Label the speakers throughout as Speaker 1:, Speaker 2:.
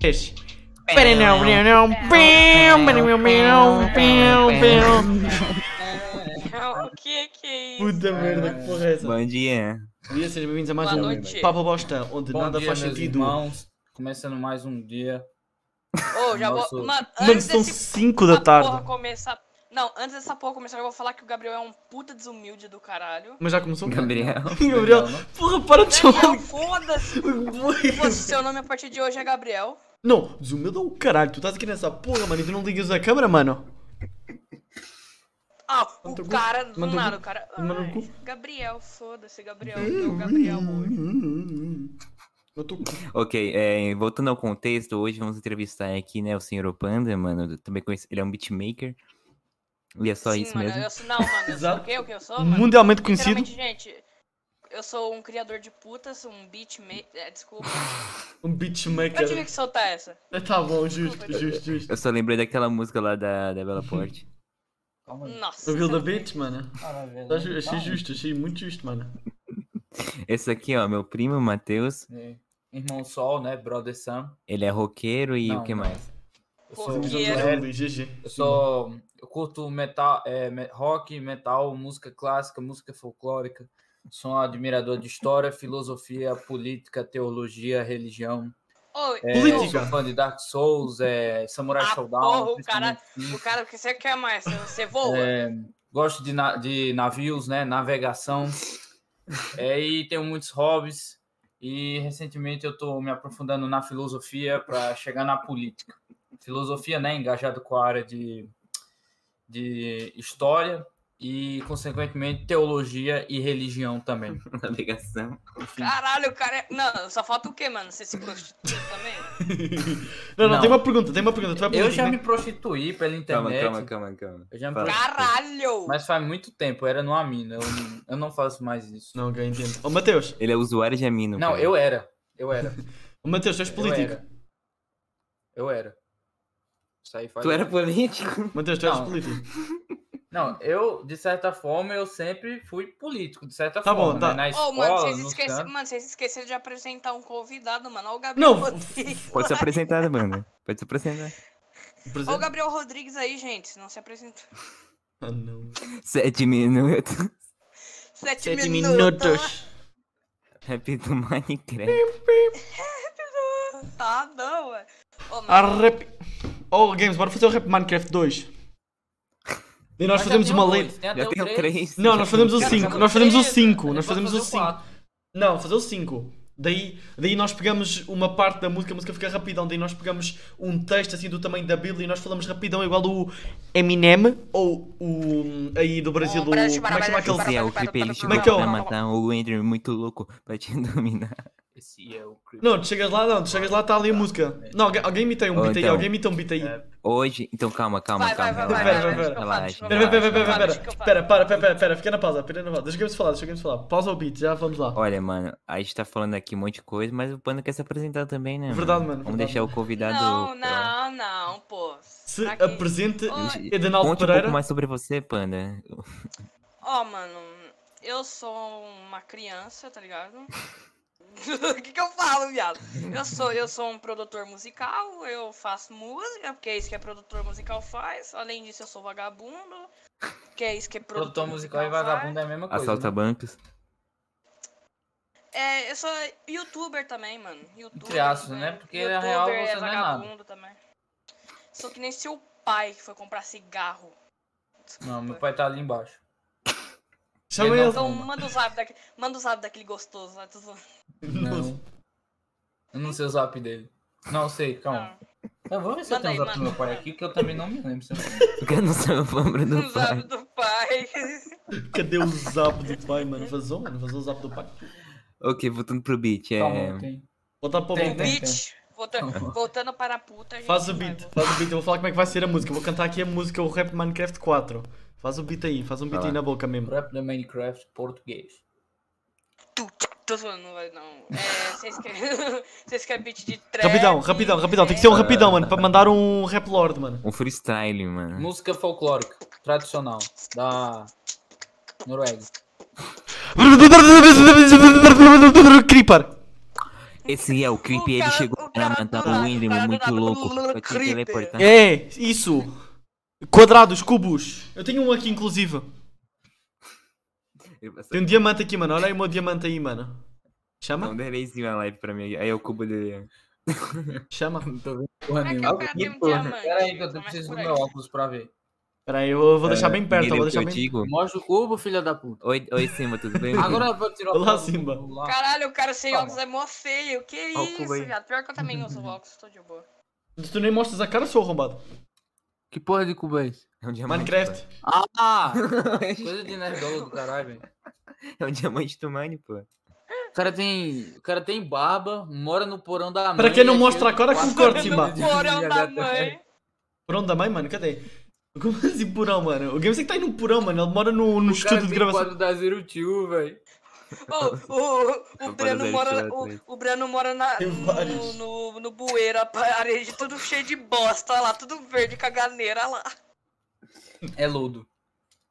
Speaker 1: Peixe.
Speaker 2: O que que é isso?
Speaker 1: Puta merda, que porra é essa?
Speaker 3: Bom dia.
Speaker 1: Bom dia, sejam bem-vindos a mais
Speaker 2: Boa
Speaker 1: um
Speaker 2: noite.
Speaker 1: Papo Bosta, onde
Speaker 4: Bom
Speaker 1: nada
Speaker 4: dia,
Speaker 1: faz
Speaker 4: meus
Speaker 1: sentido.
Speaker 4: Irmãos. Começando mais um dia.
Speaker 2: Ô, já
Speaker 4: Nossa.
Speaker 2: vou. Mano,
Speaker 1: Mano,
Speaker 2: antes
Speaker 1: são
Speaker 2: desse
Speaker 1: 5 da
Speaker 2: essa porra
Speaker 1: tarde.
Speaker 2: começar. Não, antes dessa porra começar, eu vou falar que o Gabriel é um puta desumilde do caralho.
Speaker 1: Mas já começou?
Speaker 3: Gabriel.
Speaker 1: Gabriel,
Speaker 4: Não,
Speaker 1: porra, para de chamar.
Speaker 2: Gabriel, foda-se! Foda-se, seu nome a partir de hoje é Gabriel.
Speaker 1: Não, desumilde é o caralho, tu estás aqui nessa porra, mano, e tu não ligas a câmera, mano.
Speaker 2: Ah,
Speaker 1: Manda o
Speaker 2: o
Speaker 1: cu.
Speaker 2: cara do
Speaker 1: Manda o cu.
Speaker 2: nada, o cara.
Speaker 1: Manda o
Speaker 2: Ai,
Speaker 1: cu.
Speaker 2: Gabriel, foda-se, Gabriel. é o Gabriel hoje.
Speaker 1: Eu tô
Speaker 3: ok, é, voltando ao contexto, hoje vamos entrevistar aqui, né, o senhor Panda, mano. eu Também conheço, ele é um beatmaker. E é só
Speaker 2: Sim,
Speaker 3: isso
Speaker 2: mano,
Speaker 3: mesmo.
Speaker 2: Eu sou, não, mano, eu sou
Speaker 1: Exato.
Speaker 2: o quê? O que eu sou, mano?
Speaker 1: mundialmente conhecido.
Speaker 2: Literalmente, gente, eu sou um criador de putas, um beatmaker. É, desculpa.
Speaker 1: Um
Speaker 2: Eu
Speaker 1: beatmaker.
Speaker 2: tive que soltar essa.
Speaker 1: Tá bom, justo, justo, justo.
Speaker 3: Eu só lembrei daquela música lá da, da Bela Porte.
Speaker 4: Calma aí. né?
Speaker 2: Nossa.
Speaker 1: O Build a Beat, mano.
Speaker 2: Hum.
Speaker 4: Cara, velho,
Speaker 1: Tá ju- Achei
Speaker 4: calma.
Speaker 1: justo, achei muito justo, mano.
Speaker 3: Esse aqui, ó, meu primo, Matheus.
Speaker 4: É. Irmão Sol, né? Brother Sam.
Speaker 3: Ele é roqueiro e
Speaker 4: Não,
Speaker 3: o que
Speaker 4: não.
Speaker 3: mais?
Speaker 4: Eu
Speaker 2: Pô,
Speaker 4: sou,
Speaker 2: que
Speaker 4: eu
Speaker 2: era-
Speaker 4: sou-
Speaker 1: Jogando, GG.
Speaker 4: eu sou- eu curto metal, é, me- rock, metal, música clássica, música folclórica. Sou um admirador de história, filosofia, política, teologia, religião.
Speaker 2: Oi,
Speaker 4: É,
Speaker 1: Política.
Speaker 4: sou fã de Dark Souls, é, Samurai
Speaker 2: Ah,
Speaker 4: Showdown.
Speaker 2: porra, o cara-
Speaker 4: principalmente.
Speaker 2: O cara, o que você quer mais? Você voa?
Speaker 4: É, gosto de, na- de navios, né? Navegação. É, e tenho muitos hobbies. E recentemente eu estou me aprofundando na filosofia para chegar na política. Filosofia, né? Engajado com a área de, de história e, consequentemente, teologia e religião também.
Speaker 3: Navegação.
Speaker 2: Caralho, o cara é... Não, só falta o quê, mano? Você se prostitui também?
Speaker 1: Não, não,
Speaker 4: Não.
Speaker 1: tem uma pergunta, tem uma pergunta. Tu vai
Speaker 4: Eu
Speaker 1: perguntar,
Speaker 4: já
Speaker 1: né?
Speaker 4: me prostituí pela
Speaker 3: Calma,
Speaker 4: internet.
Speaker 3: calma, calma, calma.
Speaker 4: Eu já me
Speaker 3: Fala.
Speaker 4: prostituí,
Speaker 2: Caralho!
Speaker 4: Mas faz muito tempo, era numa mina. Eu, não- eu não faço mais isso.
Speaker 1: Não, ok, entendo. Ô, Mateus,
Speaker 3: Ele é usuário de amino.
Speaker 4: Não,
Speaker 3: cara.
Speaker 4: eu era. Eu era.
Speaker 1: ô, Mateus, tu és político.
Speaker 4: Eu era. Eu era. Isso aí faz...
Speaker 3: Tu era político?
Speaker 1: Mateus, tu és
Speaker 4: Não.
Speaker 1: político.
Speaker 4: Não, eu, de certa forma, eu sempre fui político, de certa
Speaker 1: Tá
Speaker 4: forma.
Speaker 1: bom, tá.
Speaker 4: né?
Speaker 2: Ô,
Speaker 4: Na escola,
Speaker 2: mano, vocês
Speaker 4: nos
Speaker 2: esquece-
Speaker 4: cantos.
Speaker 2: mano, vocês esqueceram de apresentar um convidado, mano. Olha o Gabriel
Speaker 1: Não,
Speaker 2: Rodrigues.
Speaker 3: Pode se apresentar, mano. Pode se apresentar.
Speaker 1: Presente?
Speaker 2: Olha o Gabriel Rodrigues aí, gente. Não se apresentou.
Speaker 1: Ah, não.
Speaker 3: Sete minutos.
Speaker 2: Sete,
Speaker 1: Sete
Speaker 2: minutos.
Speaker 1: minutos.
Speaker 3: Rap do Minecraft.
Speaker 2: Tá, não, ué. Ô, mano,
Speaker 1: A Ah, rap... Oh, Games, bora fazer o Rap Minecraft 2. E nós
Speaker 4: Mas já
Speaker 1: fazemos
Speaker 4: tem
Speaker 1: uma
Speaker 4: o
Speaker 1: lei...
Speaker 4: dois, tem até
Speaker 3: Já
Speaker 4: o
Speaker 3: tenho
Speaker 4: três.
Speaker 3: três.
Speaker 1: Não, nós fazemos o
Speaker 4: Cara,
Speaker 1: 5.
Speaker 4: fazer
Speaker 1: Nós
Speaker 4: o
Speaker 1: fazemos o
Speaker 4: três,
Speaker 1: 5.
Speaker 4: aí
Speaker 1: Nós
Speaker 4: pode né?
Speaker 1: fazemos o
Speaker 4: fazer
Speaker 1: 5.
Speaker 4: quatro.
Speaker 1: Não, fazer o 5. Daí, daí nós pegamos uma parte da música, a música fica rapidão, daí nós pegamos um texto assim do tamanho da Bíblia e nós falamos rapidão igual o Eminem ou o hum, aí do Brasil, o, como é que chama aquele?
Speaker 3: Esse é o clipe ele
Speaker 1: Como é
Speaker 3: chama
Speaker 1: que é o-
Speaker 3: pra matar o Ender muito louco pra te dominar.
Speaker 4: Esse é o Creep.
Speaker 1: Não, tu chegas lá, não, tu chegas lá, está ali a música. Não, alguém, alguém imita aí um
Speaker 3: Ou
Speaker 1: beat aí,
Speaker 3: então-
Speaker 1: alguém imita um beat aí.
Speaker 4: É.
Speaker 3: Hoje. Então calma, calma,
Speaker 2: Vai, vai,
Speaker 3: calma.
Speaker 2: vai,
Speaker 1: vai,
Speaker 3: relaxa,
Speaker 1: vai, vai, vai.
Speaker 3: relaxa,
Speaker 2: Vai,
Speaker 1: Pera, pera, pera,
Speaker 3: relaxa,
Speaker 1: pera, pera,
Speaker 2: Acho
Speaker 3: relaxa.
Speaker 2: que eu
Speaker 1: pera,
Speaker 2: faço.
Speaker 1: pera, para, pera, pera, pera, fica na pausa, fica na pausa, deixa o Games falar, deixa o Games falar, pausa o beat, já vamos lá.
Speaker 3: Olha, mano, a gente tá falando aqui um monte de coisa, mas o Panda quer se apresentar também, né?
Speaker 1: Verdade, mano,
Speaker 3: Vamos
Speaker 1: verdade.
Speaker 3: deixar o convidado.
Speaker 2: Não,
Speaker 3: sei lá.
Speaker 2: não, não, pô.
Speaker 1: Se
Speaker 2: Pra quê?
Speaker 1: apresente
Speaker 2: Oi.
Speaker 1: Edenaldo
Speaker 3: Conte um
Speaker 1: Pereira.
Speaker 3: pouco mais sobre você, Panda.
Speaker 2: Ó, mano, eu sou uma criança, tá ligado? O que que eu falo, viado? Eu sou, eu sou um produtor musical, eu faço música, porque é isso que produtor musical faz. Além disso, eu sou vagabundo, que é isso que
Speaker 4: Produtor musical e vagabundo é a mesma coisa.
Speaker 3: Assalta
Speaker 4: né?
Speaker 3: bancos.
Speaker 2: É, eu sou youtuber também, mano. Youtuber.
Speaker 4: Entre aspas, né? Porque, na real,
Speaker 2: Youtuber
Speaker 4: você não é nada.
Speaker 2: vagabundo também. Sou que nem seu pai que foi comprar cigarro.
Speaker 4: Não, meu
Speaker 2: Desculpa.
Speaker 4: pai é tá ali embaixo.
Speaker 1: Chama
Speaker 4: Ele
Speaker 1: ele.
Speaker 4: não-
Speaker 2: Então, manda o zap daquele, manda o zap daquele gostoso lá. tô zoando.
Speaker 4: Não. Eu não sei o zap dele. Não sei, calma. Eu vou ver se eu
Speaker 2: Manda
Speaker 4: tenho o
Speaker 2: aí,
Speaker 4: zap do meu pai
Speaker 2: manda.
Speaker 4: aqui, que eu também não me lembro. se eu-
Speaker 3: Porque eu não sou o Panda
Speaker 2: O
Speaker 3: do
Speaker 2: zap
Speaker 3: pai.
Speaker 2: do pai.
Speaker 1: Cadê o zap do pai, mano? Vazou, mano, vazou o zap do pai.
Speaker 3: Ok, voltando pro beat. É...
Speaker 4: Calma, tem.
Speaker 1: Voltar para o
Speaker 4: Tem,
Speaker 1: beat.
Speaker 2: O
Speaker 4: tem.
Speaker 2: beat. Volta- voltando para a puta, gente.
Speaker 1: Faz o
Speaker 2: vai,
Speaker 1: beat,
Speaker 2: vou-
Speaker 1: faz o beat, eu vou falar como é que vai ser a música. Eu vou cantar aqui a música, o rap de Minecraft 4. Faz o beat aí, faz um beat
Speaker 3: Vai
Speaker 1: aí
Speaker 3: lá.
Speaker 1: na boca mesmo.
Speaker 4: Rap da Minecraft português.
Speaker 2: Tu, tu, Tô zoando, não vai não. É, vocês querem, vocês querem beat de trap?
Speaker 1: Rapidão, rapidão, rapidão, tem que ser um
Speaker 3: É.
Speaker 1: rapidão, mano, para mandar um rap lord, mano.
Speaker 3: Um freestyle, mano.
Speaker 4: Música folclórica, tradicional, da Noruega.
Speaker 1: Creeper!
Speaker 3: Esse é o
Speaker 2: O
Speaker 3: clipe ele
Speaker 2: cara-
Speaker 3: é chegou
Speaker 2: o
Speaker 3: Pra matar o Windham, muito louco. Só tinha que teleportar.
Speaker 1: É, isso. Quadrados, cubos. Eu tenho um aqui, inclusive.
Speaker 3: Eu passava-
Speaker 1: Tem um diamante aqui, mano. Olha aí o meu diamante aí, mano. Chama?
Speaker 3: Não derei sim a um live pra mim. Aí é o cubo dele.
Speaker 1: Chama.
Speaker 4: Não tô vendo porra
Speaker 2: Como é que
Speaker 4: nenhuma.
Speaker 2: eu perdi um
Speaker 4: Porra,
Speaker 2: diamante?
Speaker 4: Pera aí que eu
Speaker 2: Começa
Speaker 4: preciso do
Speaker 2: por
Speaker 4: meu
Speaker 2: aí.
Speaker 4: óculos pra ver.
Speaker 1: Espera aí, eu vou deixar bem perto.
Speaker 3: Entendeu
Speaker 1: Vou
Speaker 3: o que
Speaker 1: deixar
Speaker 3: eu
Speaker 1: bem...
Speaker 3: digo?
Speaker 4: Mostra o cubo, filha da puta.
Speaker 3: é Oi, oi, Simba, tudo bem?
Speaker 4: Agora vai tirar o
Speaker 1: Olá,
Speaker 4: óculos do
Speaker 1: Simba.
Speaker 4: cubo lá.
Speaker 2: Caralho, o cara sem
Speaker 4: Calma.
Speaker 2: óculos é mó feio. Que
Speaker 3: Ó o cubo
Speaker 2: isso,
Speaker 3: aí.
Speaker 2: viado. Pior que eu também uso óculos, tô de boa.
Speaker 1: Tu nem mostras a cara, seu arrombado.
Speaker 4: Que porra de cubo é esse?
Speaker 3: É um diamante.
Speaker 1: Minecraft.
Speaker 4: Ah! coisa de nerdola do caralho, velho.
Speaker 3: pô. É um diamante do Mine, pô.
Speaker 4: O cara tem. O cara tem barba, mora no porão da mãe.
Speaker 1: Pra quem
Speaker 4: e
Speaker 1: não
Speaker 4: é
Speaker 1: mostra a
Speaker 4: cheio
Speaker 1: cara,
Speaker 4: de quatro-
Speaker 1: concorda, Simba.
Speaker 2: No porão da mãe.
Speaker 1: Porão da mãe, mano? Cadê? Como assim porão, mano? O Game que tá aí num porão, mano. Ele mora no, no
Speaker 4: O cara
Speaker 1: estúdio de
Speaker 4: tem
Speaker 1: gravação.
Speaker 4: quadro da Zero Tio, velho.
Speaker 2: Ô, o, o,
Speaker 3: Eu
Speaker 2: o,
Speaker 3: vou
Speaker 2: Breno
Speaker 3: fazer
Speaker 2: mora,
Speaker 3: isso
Speaker 2: o,
Speaker 3: atrás.
Speaker 2: o Breno mora na,
Speaker 1: Tem
Speaker 2: no,
Speaker 1: vários.
Speaker 2: no, no bueiro, a parede tudo cheio de bosta olha lá, tudo verde, caganeira olha lá.
Speaker 4: É lodo.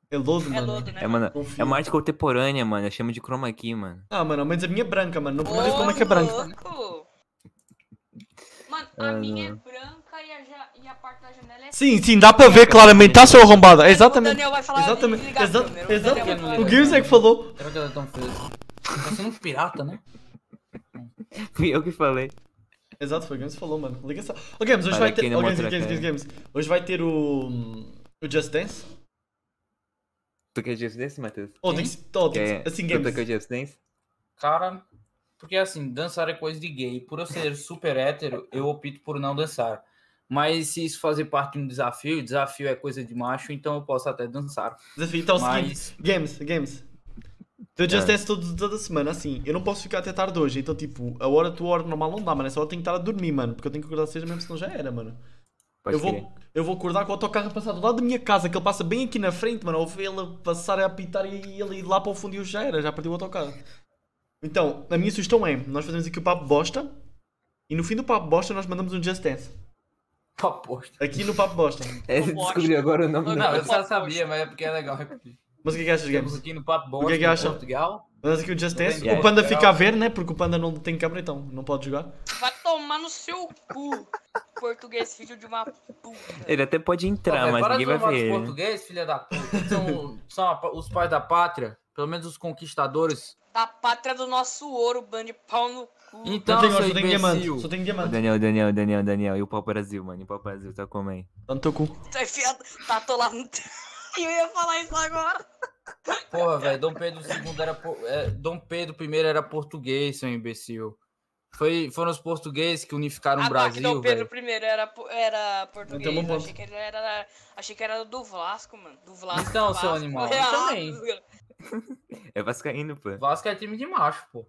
Speaker 1: É lodo,
Speaker 2: É
Speaker 1: mano.
Speaker 2: lodo, né?
Speaker 3: É, mano,
Speaker 1: Confio.
Speaker 3: é uma arte contemporânea, mano. Eu chamo de chroma key, mano.
Speaker 1: Ah, mano, ao menos a minha é branca, mano. Não
Speaker 2: Ô,
Speaker 1: perguntes como é que é branca.
Speaker 2: louco! Mano, a
Speaker 3: Ah,
Speaker 2: minha é branca e a, ja- e a parte da janela é...
Speaker 1: Sim, sim, dá pra ver claramente. Tá, seu arrombado.
Speaker 2: O
Speaker 1: Exatamente.
Speaker 2: Daniel vai falar
Speaker 1: Exatamente.
Speaker 2: de ligar a
Speaker 1: Exa-
Speaker 2: câmera, o
Speaker 1: exa-
Speaker 2: Daniel vai falar-
Speaker 1: O Games é que falou.
Speaker 4: Será que ela é tão feia? assim? Tá sendo um pirata, né?
Speaker 3: Fui eu que falei.
Speaker 1: Exato, foi o Games que falou, mano. Liga só. Ô, Games, hoje
Speaker 3: Olha
Speaker 1: vai
Speaker 3: aqui
Speaker 1: ter.
Speaker 3: na
Speaker 1: Ô, Games,
Speaker 3: outra
Speaker 1: Games, Games,
Speaker 3: tela.
Speaker 1: Games. Hoje vai ter o. O Just Dance.
Speaker 3: Tu quer Just Dance, Matheus?
Speaker 1: Ou tem
Speaker 4: Quem?
Speaker 1: que. se- ou tem que se-
Speaker 3: Quer-
Speaker 1: Assim,
Speaker 3: Tu
Speaker 1: Games.
Speaker 3: quer Just Dance?
Speaker 4: Cara, porque assim, dançar é coisa de gay. Por eu ser super hétero, eu opto por não dançar. Mas se isso fazer parte de um desafio, desafio é coisa de macho, então eu posso até dançar.
Speaker 1: Desafio. Então, é o seguinte.
Speaker 4: Mas
Speaker 1: Games, games. Tem o Just Dance todo, toda semana, assim. Eu não posso ficar até tarde hoje, então, tipo, a hora, a tua hora normal não dá, mano. Essa hora eu tenho que estar a dormir, mano. Porque eu tenho que acordar às seis mesmo, senão já era, mano.
Speaker 3: Pode
Speaker 1: eu,
Speaker 3: crer.
Speaker 1: vou, eu vou acordar com o autocarro a passar do lado da minha casa, que ele passa bem aqui na frente, mano. Ou ele passar a apitar e ele ir lá para o fundo e eu já era, já perdi o autocarro. Então, a minha sugestão é: nós fazemos aqui o papo bosta. E no fim do papo bosta, nós mandamos um Just Dance.
Speaker 4: tá posta.
Speaker 1: Aqui no papo bosta.
Speaker 3: É,
Speaker 2: Eu gosto.
Speaker 3: descobri agora o nome
Speaker 2: Eu
Speaker 3: né? do
Speaker 4: Não, eu
Speaker 2: gosto.
Speaker 4: só sabia, mas é porque é legal repetir.
Speaker 1: Mas o que é que achas,
Speaker 4: Estamos
Speaker 1: Games?
Speaker 4: aqui no Papo Bom,
Speaker 1: O que é que acha?
Speaker 4: Portugal.
Speaker 1: Mandamos aqui o Just Dance.
Speaker 4: Yeah.
Speaker 1: O Panda fica a ver, né? Porque o Panda não tem câmera, então não pode jogar.
Speaker 2: Vai tomar no seu cu, português filho de uma puta.
Speaker 3: Ele até pode
Speaker 1: Tá,
Speaker 3: entrar,
Speaker 4: Pô,
Speaker 3: mas
Speaker 4: para
Speaker 3: ninguém
Speaker 4: de
Speaker 3: vai
Speaker 4: zoar
Speaker 3: ver
Speaker 4: os
Speaker 3: ele. né?
Speaker 4: português, filha da puta. São, são a- os pais da pátria, pelo menos os conquistadores.
Speaker 2: Da pátria do nosso ouro, bando de pau no cu.
Speaker 1: não
Speaker 4: Então,
Speaker 1: tenho,
Speaker 4: seu
Speaker 1: só tenho diamante.
Speaker 4: imbecil.
Speaker 1: Só tenho diamante.
Speaker 3: Daniel, Daniel, Daniel, Daniel. E o pau Brasil, mano. E o pau Brasil, tá como aí?
Speaker 1: Tá no teu cu.
Speaker 2: Tá enfiado, tatou lá no... Eu ia falar isso agora.
Speaker 4: Porra, velho, Dom Pedro II era. po- é, Dom Pedro I era português, seu imbecil. Foi, foram os portugueses que unificaram o
Speaker 2: Agora Ah, tá, que
Speaker 4: Tá Brasil,
Speaker 2: Dom Pedro
Speaker 4: velho.
Speaker 2: I era, po- era português.
Speaker 1: bom
Speaker 2: eu
Speaker 1: ponto.
Speaker 2: achei que ele era. Achei que era do Vasco, mano. Do Vasco.
Speaker 4: Então,
Speaker 2: Vasco,
Speaker 4: seu animal, eu
Speaker 2: Real,
Speaker 4: também.
Speaker 2: desgra-
Speaker 3: É vascaíno, pô.
Speaker 4: Vasco é time de macho, pô.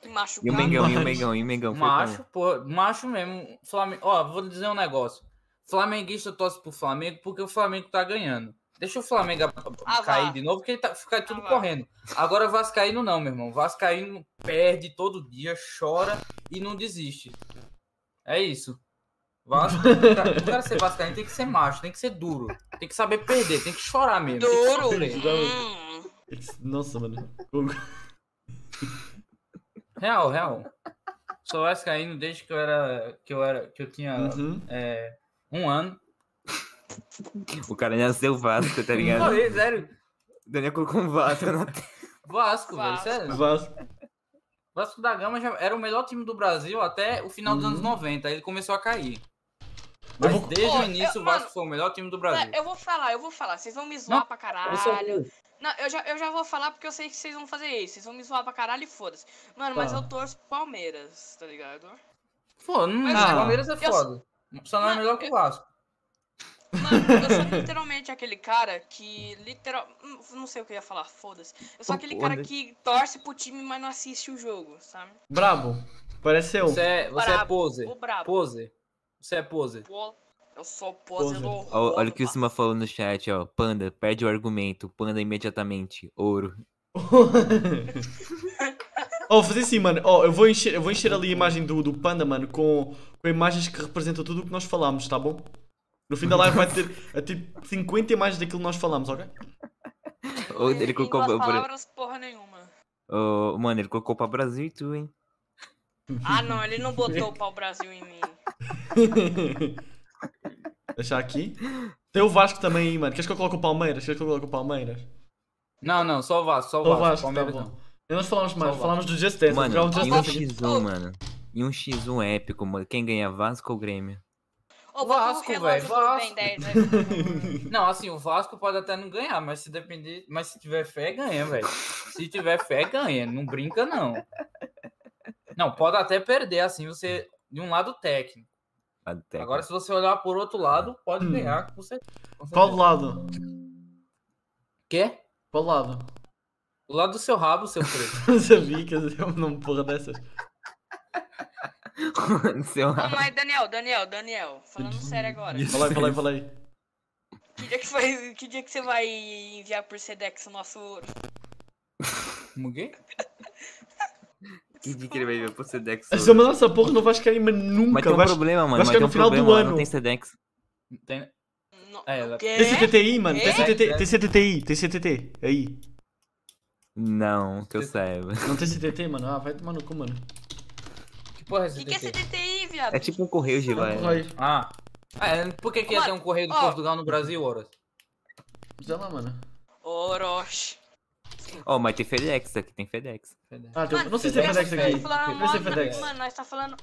Speaker 2: que
Speaker 3: E o
Speaker 2: Machucado.
Speaker 3: Mengão, e o
Speaker 1: Mas-
Speaker 3: Mengão, e o Mengão. Então foi como?
Speaker 4: Macho, pô, macho mesmo. Flamengo, ó, vou dizer um negócio. Flamenguista torce pro Flamengo porque o Flamengo tá ganhando. Deixa o Flamengo a-
Speaker 2: Ah,
Speaker 4: cair
Speaker 2: vá. Ah,
Speaker 4: de novo, porque ele tá, fica tudo
Speaker 2: vá.
Speaker 4: correndo. Agora Vascaíno não, meu irmão. Vascaíno perde todo dia, chora e não desiste. É isso. Vasco, pra, pro cara ser Vascaíno tem que ser macho, tem que ser duro. Tem que saber perder, tem que chorar mesmo. tem que
Speaker 2: Duro.
Speaker 4: sofrer.
Speaker 2: Hum.
Speaker 1: Nossa, mano.
Speaker 4: Real, real. Sou Vascaíno desde que eu era. que eu era. que eu
Speaker 2: Ah.
Speaker 4: tinha
Speaker 1: Uhum.
Speaker 4: é, um ano.
Speaker 3: O cara nasceu Vasco, tá
Speaker 4: Não,
Speaker 3: ligado?
Speaker 4: é sério.
Speaker 3: Daniel colocou um Vasco na tela.
Speaker 4: Vasco, velho,
Speaker 2: Vasco.
Speaker 4: sério.
Speaker 1: Vasco.
Speaker 4: Vasco da Gama já era o melhor time do Brasil até o final dos
Speaker 1: Uhum.
Speaker 4: anos 90. Aí ele começou a cair.
Speaker 1: Eu
Speaker 4: Mas
Speaker 1: vou-
Speaker 4: desde
Speaker 2: Pô,
Speaker 4: o início
Speaker 2: eu-
Speaker 4: o Vasco
Speaker 2: mano,
Speaker 4: foi o melhor time do Brasil.
Speaker 2: Ué, Eu vou falar, eu vou falar. Vocês vão me zoar
Speaker 4: Não,
Speaker 2: pra
Speaker 4: Eu sou-
Speaker 2: caralho. Não, eu já, eu já vou falar porque eu sei que vocês vão fazer isso. Vocês vão me zoar pra caralho e foda-se. Mano, mas
Speaker 1: Tá.
Speaker 2: eu torço pro Palmeiras, tá ligado?
Speaker 4: Pô, não,
Speaker 2: Mas,
Speaker 4: o
Speaker 1: ah,
Speaker 4: Palmeiras é
Speaker 2: eu sou-
Speaker 4: foda. Só não é
Speaker 2: Mano,
Speaker 4: melhor que o Vasco.
Speaker 2: Mano, eu sou literalmente aquele cara que literal. hum, Não sei o que eu ia falar, foda-se. Eu sou aquele cara
Speaker 3: Foda-se.
Speaker 2: que torce pro time, mas não assiste o jogo, sabe?
Speaker 1: Brabo. Pareceu.
Speaker 4: Você é, você é
Speaker 2: Brabo, O
Speaker 4: poser.
Speaker 2: brabo.
Speaker 4: Poser. Você é poser.
Speaker 2: Pô, é Eu sou o
Speaker 1: Poser.
Speaker 2: poser do
Speaker 3: Ó, Olha o que o
Speaker 2: horror,
Speaker 3: Sima falou no chat, ó. Panda, perde o argumento. Panda imediatamente. Ouro.
Speaker 1: Ó, vou fazer assim, mano. Ó, eu vou encher, eu vou encher ali a imagem do, do panda, mano, com, com imagens que representam tudo o que nós falámos, tá bom? No fim da live vai ter, vai ter 50 imagens daquilo que nós falámos, ok?
Speaker 3: Ou
Speaker 2: Ele
Speaker 3: ele colocou.
Speaker 2: duas
Speaker 3: pra- pra-
Speaker 2: palavras, porra nenhuma.
Speaker 3: Ô, mano, ele colocou pra Brasil e tu, hein?
Speaker 2: Ah, não, ele não botou o pau-brasil em mim.
Speaker 1: Deixar aqui. Tem o Vasco também aí, mano. Queres que eu coloque o Palmeiras? Queres que eu coloque o Palmeiras?
Speaker 4: Não, não, só o Vasco, só o
Speaker 1: Ou o
Speaker 4: Vasco.
Speaker 1: Vasco, tá
Speaker 4: Palmeiras
Speaker 1: bom.
Speaker 4: não.
Speaker 1: E nós falámos mais,
Speaker 4: Só o
Speaker 1: falámos do Just Dance.
Speaker 3: Mano,
Speaker 1: Vou jogar um
Speaker 3: e
Speaker 1: Just
Speaker 3: um
Speaker 2: Vasco.
Speaker 1: Dance.
Speaker 3: X1, mano. E um X1 épico, mano. Quem ganha Vasco ou Grêmio?
Speaker 2: Ô,
Speaker 4: Vasco,
Speaker 2: bota o
Speaker 4: velho,
Speaker 2: relógio do
Speaker 4: Vasco.
Speaker 2: Ben 10 aí, por favor.
Speaker 4: Não, assim, o Vasco pode até não ganhar, mas se depender, mas se tiver fé, ganha, velho. Se tiver fé, ganha. Não brinca, não. Não, pode até perder, assim, você. De um lado técnico.
Speaker 3: Até
Speaker 4: Agora, se você olhar por outro lado, pode ganhar com certeza. Com certeza.
Speaker 1: Hum. Qual lado?
Speaker 4: Quê?
Speaker 1: Qual lado?
Speaker 4: Do lado do seu rabo, seu preto.
Speaker 1: Não sabia que eu não porra dessas.
Speaker 3: Seu
Speaker 2: Não, mas Daniel, Daniel, Daniel, falando sério agora.
Speaker 1: Falei, falei, falei.
Speaker 2: Que dia que, foi, que dia que você vai enviar por Sedex o nosso ouro?
Speaker 4: Como quê?
Speaker 3: que dia que ele vai ver pro Sedex?
Speaker 1: Essa mas nossa porra não vais cair, mas nunca.
Speaker 3: Mas tem um
Speaker 1: Vais...
Speaker 3: problema, mano.
Speaker 1: vai
Speaker 3: Mas
Speaker 1: chegar
Speaker 3: tem
Speaker 1: é no
Speaker 3: um
Speaker 1: final do
Speaker 3: problema, lá
Speaker 1: ano.
Speaker 3: não tem Sedex.
Speaker 4: Não tem-
Speaker 2: No,
Speaker 4: É, ela-
Speaker 2: o quê?
Speaker 1: Tem CTTI, mano.
Speaker 2: É?
Speaker 1: Tem CTT, tem CTTI, tem CTT. Aí.
Speaker 3: Não, que eu saiba.
Speaker 1: Não tem CTT, mano. Ah, vai tomar no cu, mano.
Speaker 4: Que porra é
Speaker 2: O
Speaker 4: esse
Speaker 2: que, que é
Speaker 4: DT?
Speaker 2: CDTI, viado?
Speaker 3: É tipo um correio de lá.
Speaker 1: Vai.
Speaker 4: Ah. Ah, é, por que, que ia
Speaker 2: Mano,
Speaker 4: ter um correio de
Speaker 2: ó.
Speaker 4: Portugal no Brasil, Horas?
Speaker 1: Sei lá, mano.
Speaker 2: Orochi.
Speaker 3: Ó, mas tem FedEx aqui, tem FedEx.
Speaker 1: Ah, tem-
Speaker 2: Mano,
Speaker 1: não sei se tem
Speaker 2: nós
Speaker 1: FedEx
Speaker 2: tá
Speaker 1: aqui.
Speaker 2: falando
Speaker 1: Não sei é
Speaker 2: mó-
Speaker 1: FedEx.
Speaker 2: Mano, nós tá falando...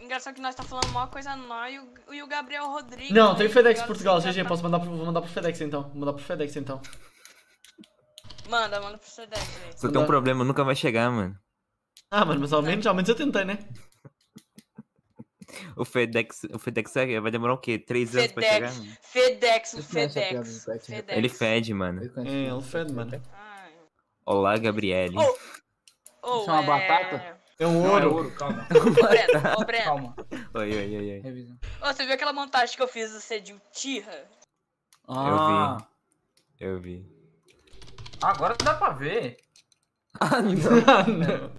Speaker 2: Engraçado que nós tá falando maior coisa nós e o, e o Gabriel Rodrigues.
Speaker 1: Não,
Speaker 2: né?
Speaker 1: tem FedEx
Speaker 2: Agora
Speaker 1: Portugal.
Speaker 2: você tá
Speaker 1: GG,
Speaker 2: pra-
Speaker 1: posso mandar pro, vou mandar pro FedEx então. Vou mandar pro FedEx então.
Speaker 2: Manda, manda pro Sedex aí.
Speaker 3: Só tem um
Speaker 1: Não.
Speaker 3: problema, nunca vai chegar, mano.
Speaker 1: Ah, mano, mas ao menos, ao menos eu tentei, né?
Speaker 3: O FedEx, o FedEx é- vai demorar o quê? Três anos pra chegar?
Speaker 2: FedEx.
Speaker 3: mano?
Speaker 2: FedEx, o
Speaker 4: Você conhece a piada
Speaker 2: FedEx.
Speaker 4: do Pet, né?
Speaker 2: FedEx.
Speaker 3: Ele fede, mano.
Speaker 1: É, ele fede, mano.
Speaker 2: Ai.
Speaker 3: Olá, Gabriele.
Speaker 2: Oh, Ou
Speaker 4: Isso é uma
Speaker 2: é-
Speaker 4: batata?
Speaker 1: É um
Speaker 4: Não, é
Speaker 1: ouro.
Speaker 4: ouro, calma.
Speaker 2: Ô, Breno, ô, Breno.
Speaker 4: Calma.
Speaker 3: Oi, oi, oi, oi.
Speaker 4: Revisão.
Speaker 2: Ô, você viu aquela montagem que eu fiz do um Cedil Tira?
Speaker 4: Ah,
Speaker 3: Eu vi.
Speaker 4: agora dá pra ver.
Speaker 3: Ah, não.
Speaker 1: Ah, não.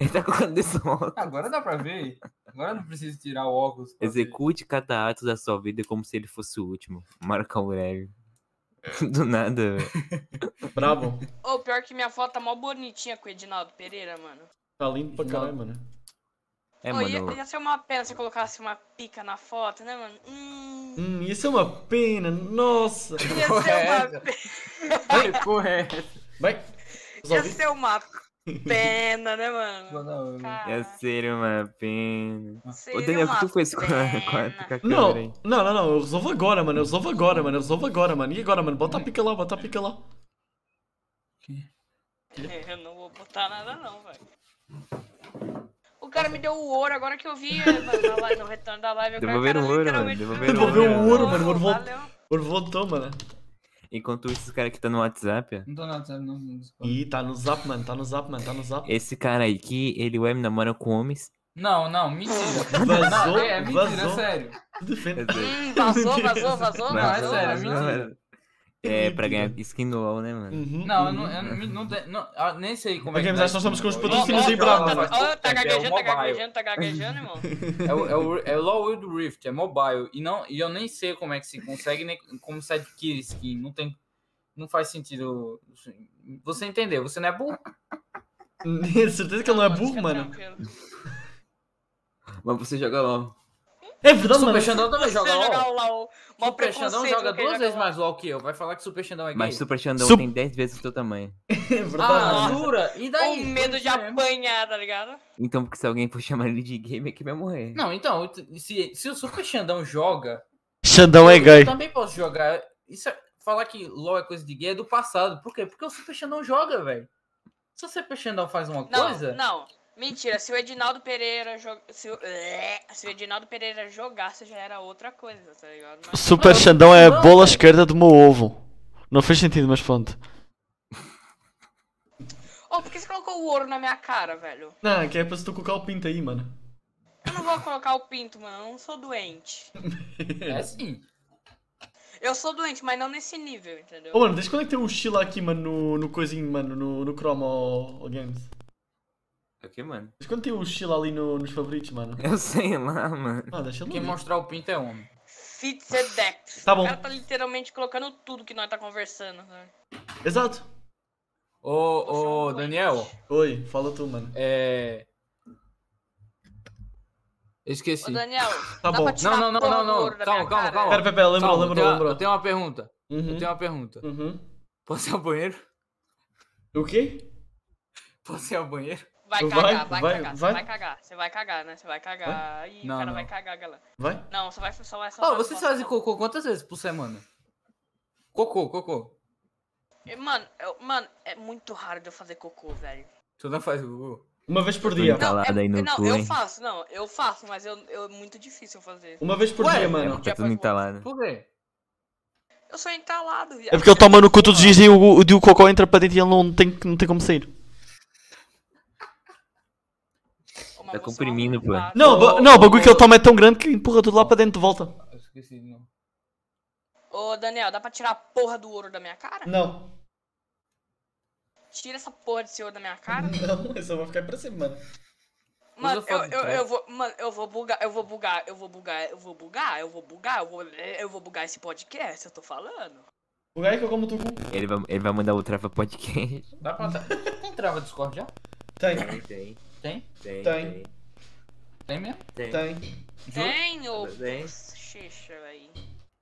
Speaker 3: Ele tá colocando desse óculos.
Speaker 4: Agora dá pra ver. Agora eu não preciso tirar o óculos. pra ver.
Speaker 3: Execute cada ato da sua vida como se ele fosse o último. Marco Aurélio. Do nada, velho.
Speaker 1: Brabo.
Speaker 2: Ô, pior que minha foto tá mó bonitinha com o Edinaldo Pereira, mano.
Speaker 1: Tá lindo pra caralho, mano.
Speaker 3: É,
Speaker 2: Ô, ia,
Speaker 3: mano.
Speaker 2: ia ser uma pena se eu colocasse uma pica na foto, né, mano? Hum,
Speaker 1: Hum, isso é uma pena. Nossa.
Speaker 2: ia
Speaker 4: Porra, é
Speaker 2: ser
Speaker 4: essa?
Speaker 2: uma, pe-
Speaker 4: Ai, porra, é essa?
Speaker 1: Bem,
Speaker 2: ia
Speaker 1: resolvi.
Speaker 2: ser uma pena, né, mano?
Speaker 3: É
Speaker 2: Cara,
Speaker 3: ser uma pena. Ô,
Speaker 2: seria
Speaker 3: Daniel, o
Speaker 2: uma
Speaker 3: que tu fez com a, com a,
Speaker 2: pena.
Speaker 3: com a câmera
Speaker 1: Não,
Speaker 3: aí?
Speaker 1: não, não, não. Eu resolvo agora, mano. Eu resolvo agora, mano. Eu resolvo agora, mano. E agora, mano? Bota a pica lá, bota a pica lá.
Speaker 2: Eu não vou botar nada, não, velho. O cara me deu o ouro agora que eu vi eh, mano, na live- no retorno da live. agora o
Speaker 3: Devolveram
Speaker 2: cara
Speaker 3: o ouro,
Speaker 2: literalmente
Speaker 3: mano,
Speaker 2: me
Speaker 3: devolveram
Speaker 1: o ouro. Devolveu o ouro, mano, o ouro voltou.
Speaker 2: Valeu.
Speaker 1: Ouro voltou, mano.
Speaker 3: Enquanto esses cara que tá no WhatsApp, ó,
Speaker 4: Não tô nada, não. não desculpa.
Speaker 1: Ih, tá no zap, mano. Tá no zap, mano. Tá no zap.
Speaker 3: esse cara aí que ele web namora com homens.
Speaker 4: Não, não, mentira.
Speaker 1: Vazou,
Speaker 4: Não, é, é mentira, é
Speaker 1: vazou.
Speaker 4: sério.
Speaker 1: Defende.
Speaker 2: Hum, vazou, vazou, vazou,
Speaker 3: Não,
Speaker 4: é
Speaker 2: vazou.
Speaker 4: sério,
Speaker 2: vazou.
Speaker 4: mentira.
Speaker 3: É, pra ganhar skin no LoL, né, mano?
Speaker 1: Uhum,
Speaker 4: Não, eu
Speaker 1: uhum.
Speaker 4: não, eu não, não, te- não, ah, nem sei como
Speaker 1: Ok,
Speaker 4: é
Speaker 1: mas
Speaker 4: que tá
Speaker 1: acho que nós estamos com os
Speaker 4: isso.
Speaker 1: patrocínios
Speaker 4: Ó, ó,
Speaker 1: aí bravos,
Speaker 4: ó,
Speaker 1: né?
Speaker 4: ó,
Speaker 2: Ó, tá gaguejando, tá
Speaker 4: é, mobile.
Speaker 2: gaguejando, tá gaguejando, irmão.
Speaker 4: É o, é o, é o LoL Wild Rift, é mobile. E, não, e eu nem sei como é que se consegue, nem como se adquire skin. Não tem. Não faz sentido. Você entender, você não é burro.
Speaker 1: Uhum. Certeza que ele não é burro,
Speaker 2: Fica
Speaker 1: mano.
Speaker 2: tranquilo.
Speaker 3: Mas você joga LoL.
Speaker 1: É verdade,
Speaker 4: Super
Speaker 1: mano.
Speaker 4: Xandão também
Speaker 2: Você
Speaker 4: joga LOL.
Speaker 2: jogar o LOL, mó
Speaker 4: Super Xandão
Speaker 2: preconceito
Speaker 4: joga
Speaker 2: com quem
Speaker 4: duas vezes
Speaker 2: LOL.
Speaker 4: mais LOL que eu. Vai falar que Super Xandão é gay.
Speaker 3: Mas Super Xandão
Speaker 1: Sup-
Speaker 3: tem 10 vezes o teu tamanho.
Speaker 1: É verdade,
Speaker 4: Ah,
Speaker 1: mano.
Speaker 4: jura? E
Speaker 2: Ou
Speaker 4: daí? é.
Speaker 2: medo de
Speaker 4: Isso mesmo.
Speaker 2: apanhar, tá ligado?
Speaker 3: Então, porque se alguém for chamar ele de game, é que vai morrer.
Speaker 4: Não, então, se, se o Super Xandão joga,
Speaker 1: Xandão é
Speaker 4: eu
Speaker 1: gay.
Speaker 4: também posso jogar. Isso é- falar que LOL é coisa de gay é do passado. Por quê? Porque o Super Xandão joga, velho. Se o Super Xandão faz uma
Speaker 2: Não,
Speaker 4: coisa.
Speaker 2: não. Mentira, se o Edinaldo Pereira joga. Se, o... é, se o Edinaldo Pereira jogasse, já era outra coisa, tá ligado? Mas-
Speaker 1: Super
Speaker 4: Não,
Speaker 1: Xandão é a
Speaker 4: não,
Speaker 1: bola
Speaker 4: velho.
Speaker 1: esquerda do meu ovo. Não fez sentido, mas pronto.
Speaker 2: Ô, por que você colocou o ouro na minha cara, velho?
Speaker 1: Não, que é pra se tu colocar o pinto aí, mano.
Speaker 2: Eu não vou colocar o pinto, mano. Eu não sou doente.
Speaker 4: É sim.
Speaker 2: Eu sou doente, mas não nesse nível, entendeu?
Speaker 1: Ô, mano, deixa quando é que tem o Sheila aqui, mano, no, no coisinho, mano, no, no Chroma ó, ó, Games?
Speaker 3: É o que, mano?
Speaker 1: Desde quando tem o Sheila ali no- nos favoritos, mano?
Speaker 3: Eu sei lá, mano.
Speaker 1: Ah, deixa eu
Speaker 4: Quem
Speaker 1: ver.
Speaker 4: mostrar o pinto é homem.
Speaker 2: Fitzedex.
Speaker 1: Tá bom.
Speaker 2: O cara tá literalmente colocando tudo que nós tá conversando, sabe?
Speaker 1: Exato.
Speaker 4: Ô, ô,
Speaker 2: Poxa,
Speaker 4: Daniel,
Speaker 1: Oi, fala tu, mano.
Speaker 4: é. Eu esqueci.
Speaker 2: Ô, Daniel,
Speaker 1: Tá
Speaker 2: dá
Speaker 1: bom.
Speaker 2: pra
Speaker 1: Não,
Speaker 2: tirar
Speaker 4: não, não,
Speaker 2: todo
Speaker 4: não, não.
Speaker 2: o ouro da
Speaker 4: Calma,
Speaker 2: minha
Speaker 4: calma,
Speaker 2: cara?
Speaker 1: Pera, pera, pera, lembrou,
Speaker 4: Calma,
Speaker 1: lembrou,
Speaker 4: eu tenho-
Speaker 1: lembrou.
Speaker 4: Eu tenho uma pergunta. Eu
Speaker 1: Uhum,
Speaker 4: tenho uma pergunta.
Speaker 1: uhum.
Speaker 4: Posso ir ao banheiro?
Speaker 1: O quê?
Speaker 4: Posso ir ao banheiro?
Speaker 2: Vai
Speaker 1: Vai,
Speaker 2: cagar, vai,
Speaker 1: vai,
Speaker 2: cagar,
Speaker 1: vai.
Speaker 2: você vai cagar, você vai cagar, né? Você vai cagar e
Speaker 4: Não,
Speaker 2: o cara
Speaker 4: não.
Speaker 2: vai cagar, galera.
Speaker 1: Vai?
Speaker 2: Não, você vai só vai só.
Speaker 4: Ó,
Speaker 2: vai-
Speaker 4: vocês
Speaker 2: só-
Speaker 4: fazem cocô quantas vezes por semana? Cocô, cocô.
Speaker 2: Eh, Mano, eu- mano, é muito raro de eu fazer cocô, velho.
Speaker 4: Tu não faz cocô?
Speaker 1: Uma vez por
Speaker 3: Tô
Speaker 1: dia.
Speaker 4: Então-
Speaker 3: Tá lá
Speaker 2: é-
Speaker 3: daí no
Speaker 2: não,
Speaker 3: cu,
Speaker 2: eu
Speaker 3: hein?
Speaker 2: faço, não, eu faço, mas eu, eu- é muito difícil eu fazer.
Speaker 1: Uma vez por
Speaker 4: Ué,
Speaker 1: dia,
Speaker 4: é
Speaker 1: mano.
Speaker 3: Tá
Speaker 2: Já
Speaker 3: tudo
Speaker 2: faz
Speaker 3: entalado.
Speaker 4: Por quê?
Speaker 2: Eu sou entalado, viado.
Speaker 1: É porque eu tomo no cu todos os dias e o, o, o cocô entra para dentro e ele não tem, não tem como sair.
Speaker 2: Uma moça
Speaker 3: Tá comprimindo, pô.
Speaker 2: maluca.
Speaker 1: Não,
Speaker 4: Oh,
Speaker 1: ba- não, o bagulho que ele toma é tão grande que empurra tudo lá para dentro de volta.
Speaker 4: Eu esqueci de novo.
Speaker 2: Ô, Daniel, dá pra tirar a porra do ouro da minha cara?
Speaker 1: Não.
Speaker 2: Tira essa porra desse ouro da minha cara.
Speaker 1: Não, eu só vou ficar para sempre, mano.
Speaker 2: Mano, eu,
Speaker 4: foto de
Speaker 2: eu,
Speaker 4: trás.
Speaker 2: eu vou, mano, eu vou bugar, eu vou bugar, eu vou bugar, eu vou bugar, eu vou bugar, eu vou, eu vou bugar esse podcast, eu tô falando.
Speaker 1: O gajo que eu como tu cu.
Speaker 3: Ele vai, ele vai mandar o Trava Podcast.
Speaker 4: Dá pra. Tem trava Discord já?
Speaker 1: Tem,
Speaker 3: Tem,
Speaker 4: Tem?
Speaker 3: tem,
Speaker 1: Tem.
Speaker 4: Tem mesmo?
Speaker 3: tem.
Speaker 1: tem.
Speaker 4: Juro?
Speaker 2: Tem, ô
Speaker 3: Tudo bem?
Speaker 2: xixa, aí.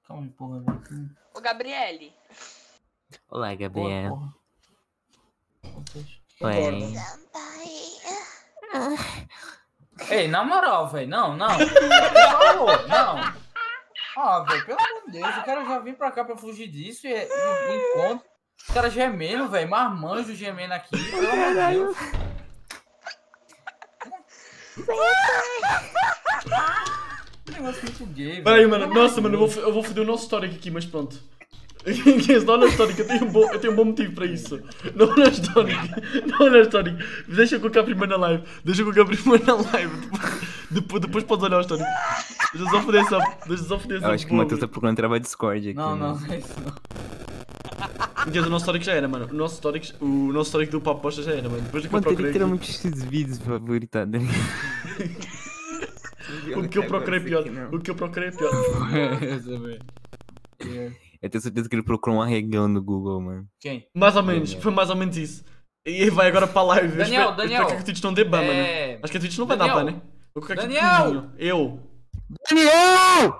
Speaker 4: Calma aí, porra. velho.
Speaker 2: Ô, Gabriele,
Speaker 3: Olá,
Speaker 4: Boa,
Speaker 3: Gabriel.
Speaker 4: porra. Contexto.
Speaker 3: Oi.
Speaker 4: Ei, na moral, velho, não, não. Por favor, não. Ah, velho, pelo amor de Deus, o cara já vem pra cá pra fugir disso e, e, e encontro. O cara gemendo, velho, marmanjo gemendo aqui, pelo amor de Deus. Que negócio muito gay,
Speaker 1: Peraí,
Speaker 4: velho.
Speaker 1: mano. Nossa, mano, eu vou, f- eu vou foder o nosso histórico aqui, mas pronto. Não olha o histórico, eu tenho, um bom, eu tenho um bom motivo para isso. Não olha o histórico. Não olha o histórico. Deixa eu colocar primeiro na live. Deixa eu colocar primeiro na live. Depois, depois, depois podes olhar o histórico. Deixa eu só foder essa. Deixa eu só foder essa.
Speaker 3: Eu acho que o Matheus
Speaker 1: porra.
Speaker 3: tá procurando Trava Discord aqui.
Speaker 4: Não, não,
Speaker 3: né?
Speaker 4: é isso não.
Speaker 3: tá-
Speaker 1: Quer dizer, o nosso histórico já era, mano. O nosso histórico, o nosso histórico do Papo Bosta já era, mano. Depois do que eu
Speaker 3: Mano, tem
Speaker 1: procurei. aqui.
Speaker 3: literalmente esses vídeos favoritados.
Speaker 1: O que eu procurei é pior. O que eu procurei é pior. é
Speaker 4: Isso, velho.
Speaker 3: Eu tenho certeza que ele procurou um arregão no Google, mano.
Speaker 4: Quem?
Speaker 1: Mais ou menos, foi mais ou menos isso. E vai agora para a live. Eu
Speaker 4: Daniel,
Speaker 1: espero- eu
Speaker 4: Daniel.
Speaker 1: espero que a Twitch não dê ban, mano.
Speaker 4: É...
Speaker 1: Acho que a Twitch não vai dar ban,
Speaker 4: Daniel.
Speaker 1: né? Vou colocar aqui
Speaker 4: Daniel.
Speaker 1: pequenininho. Eu.
Speaker 3: Daniel!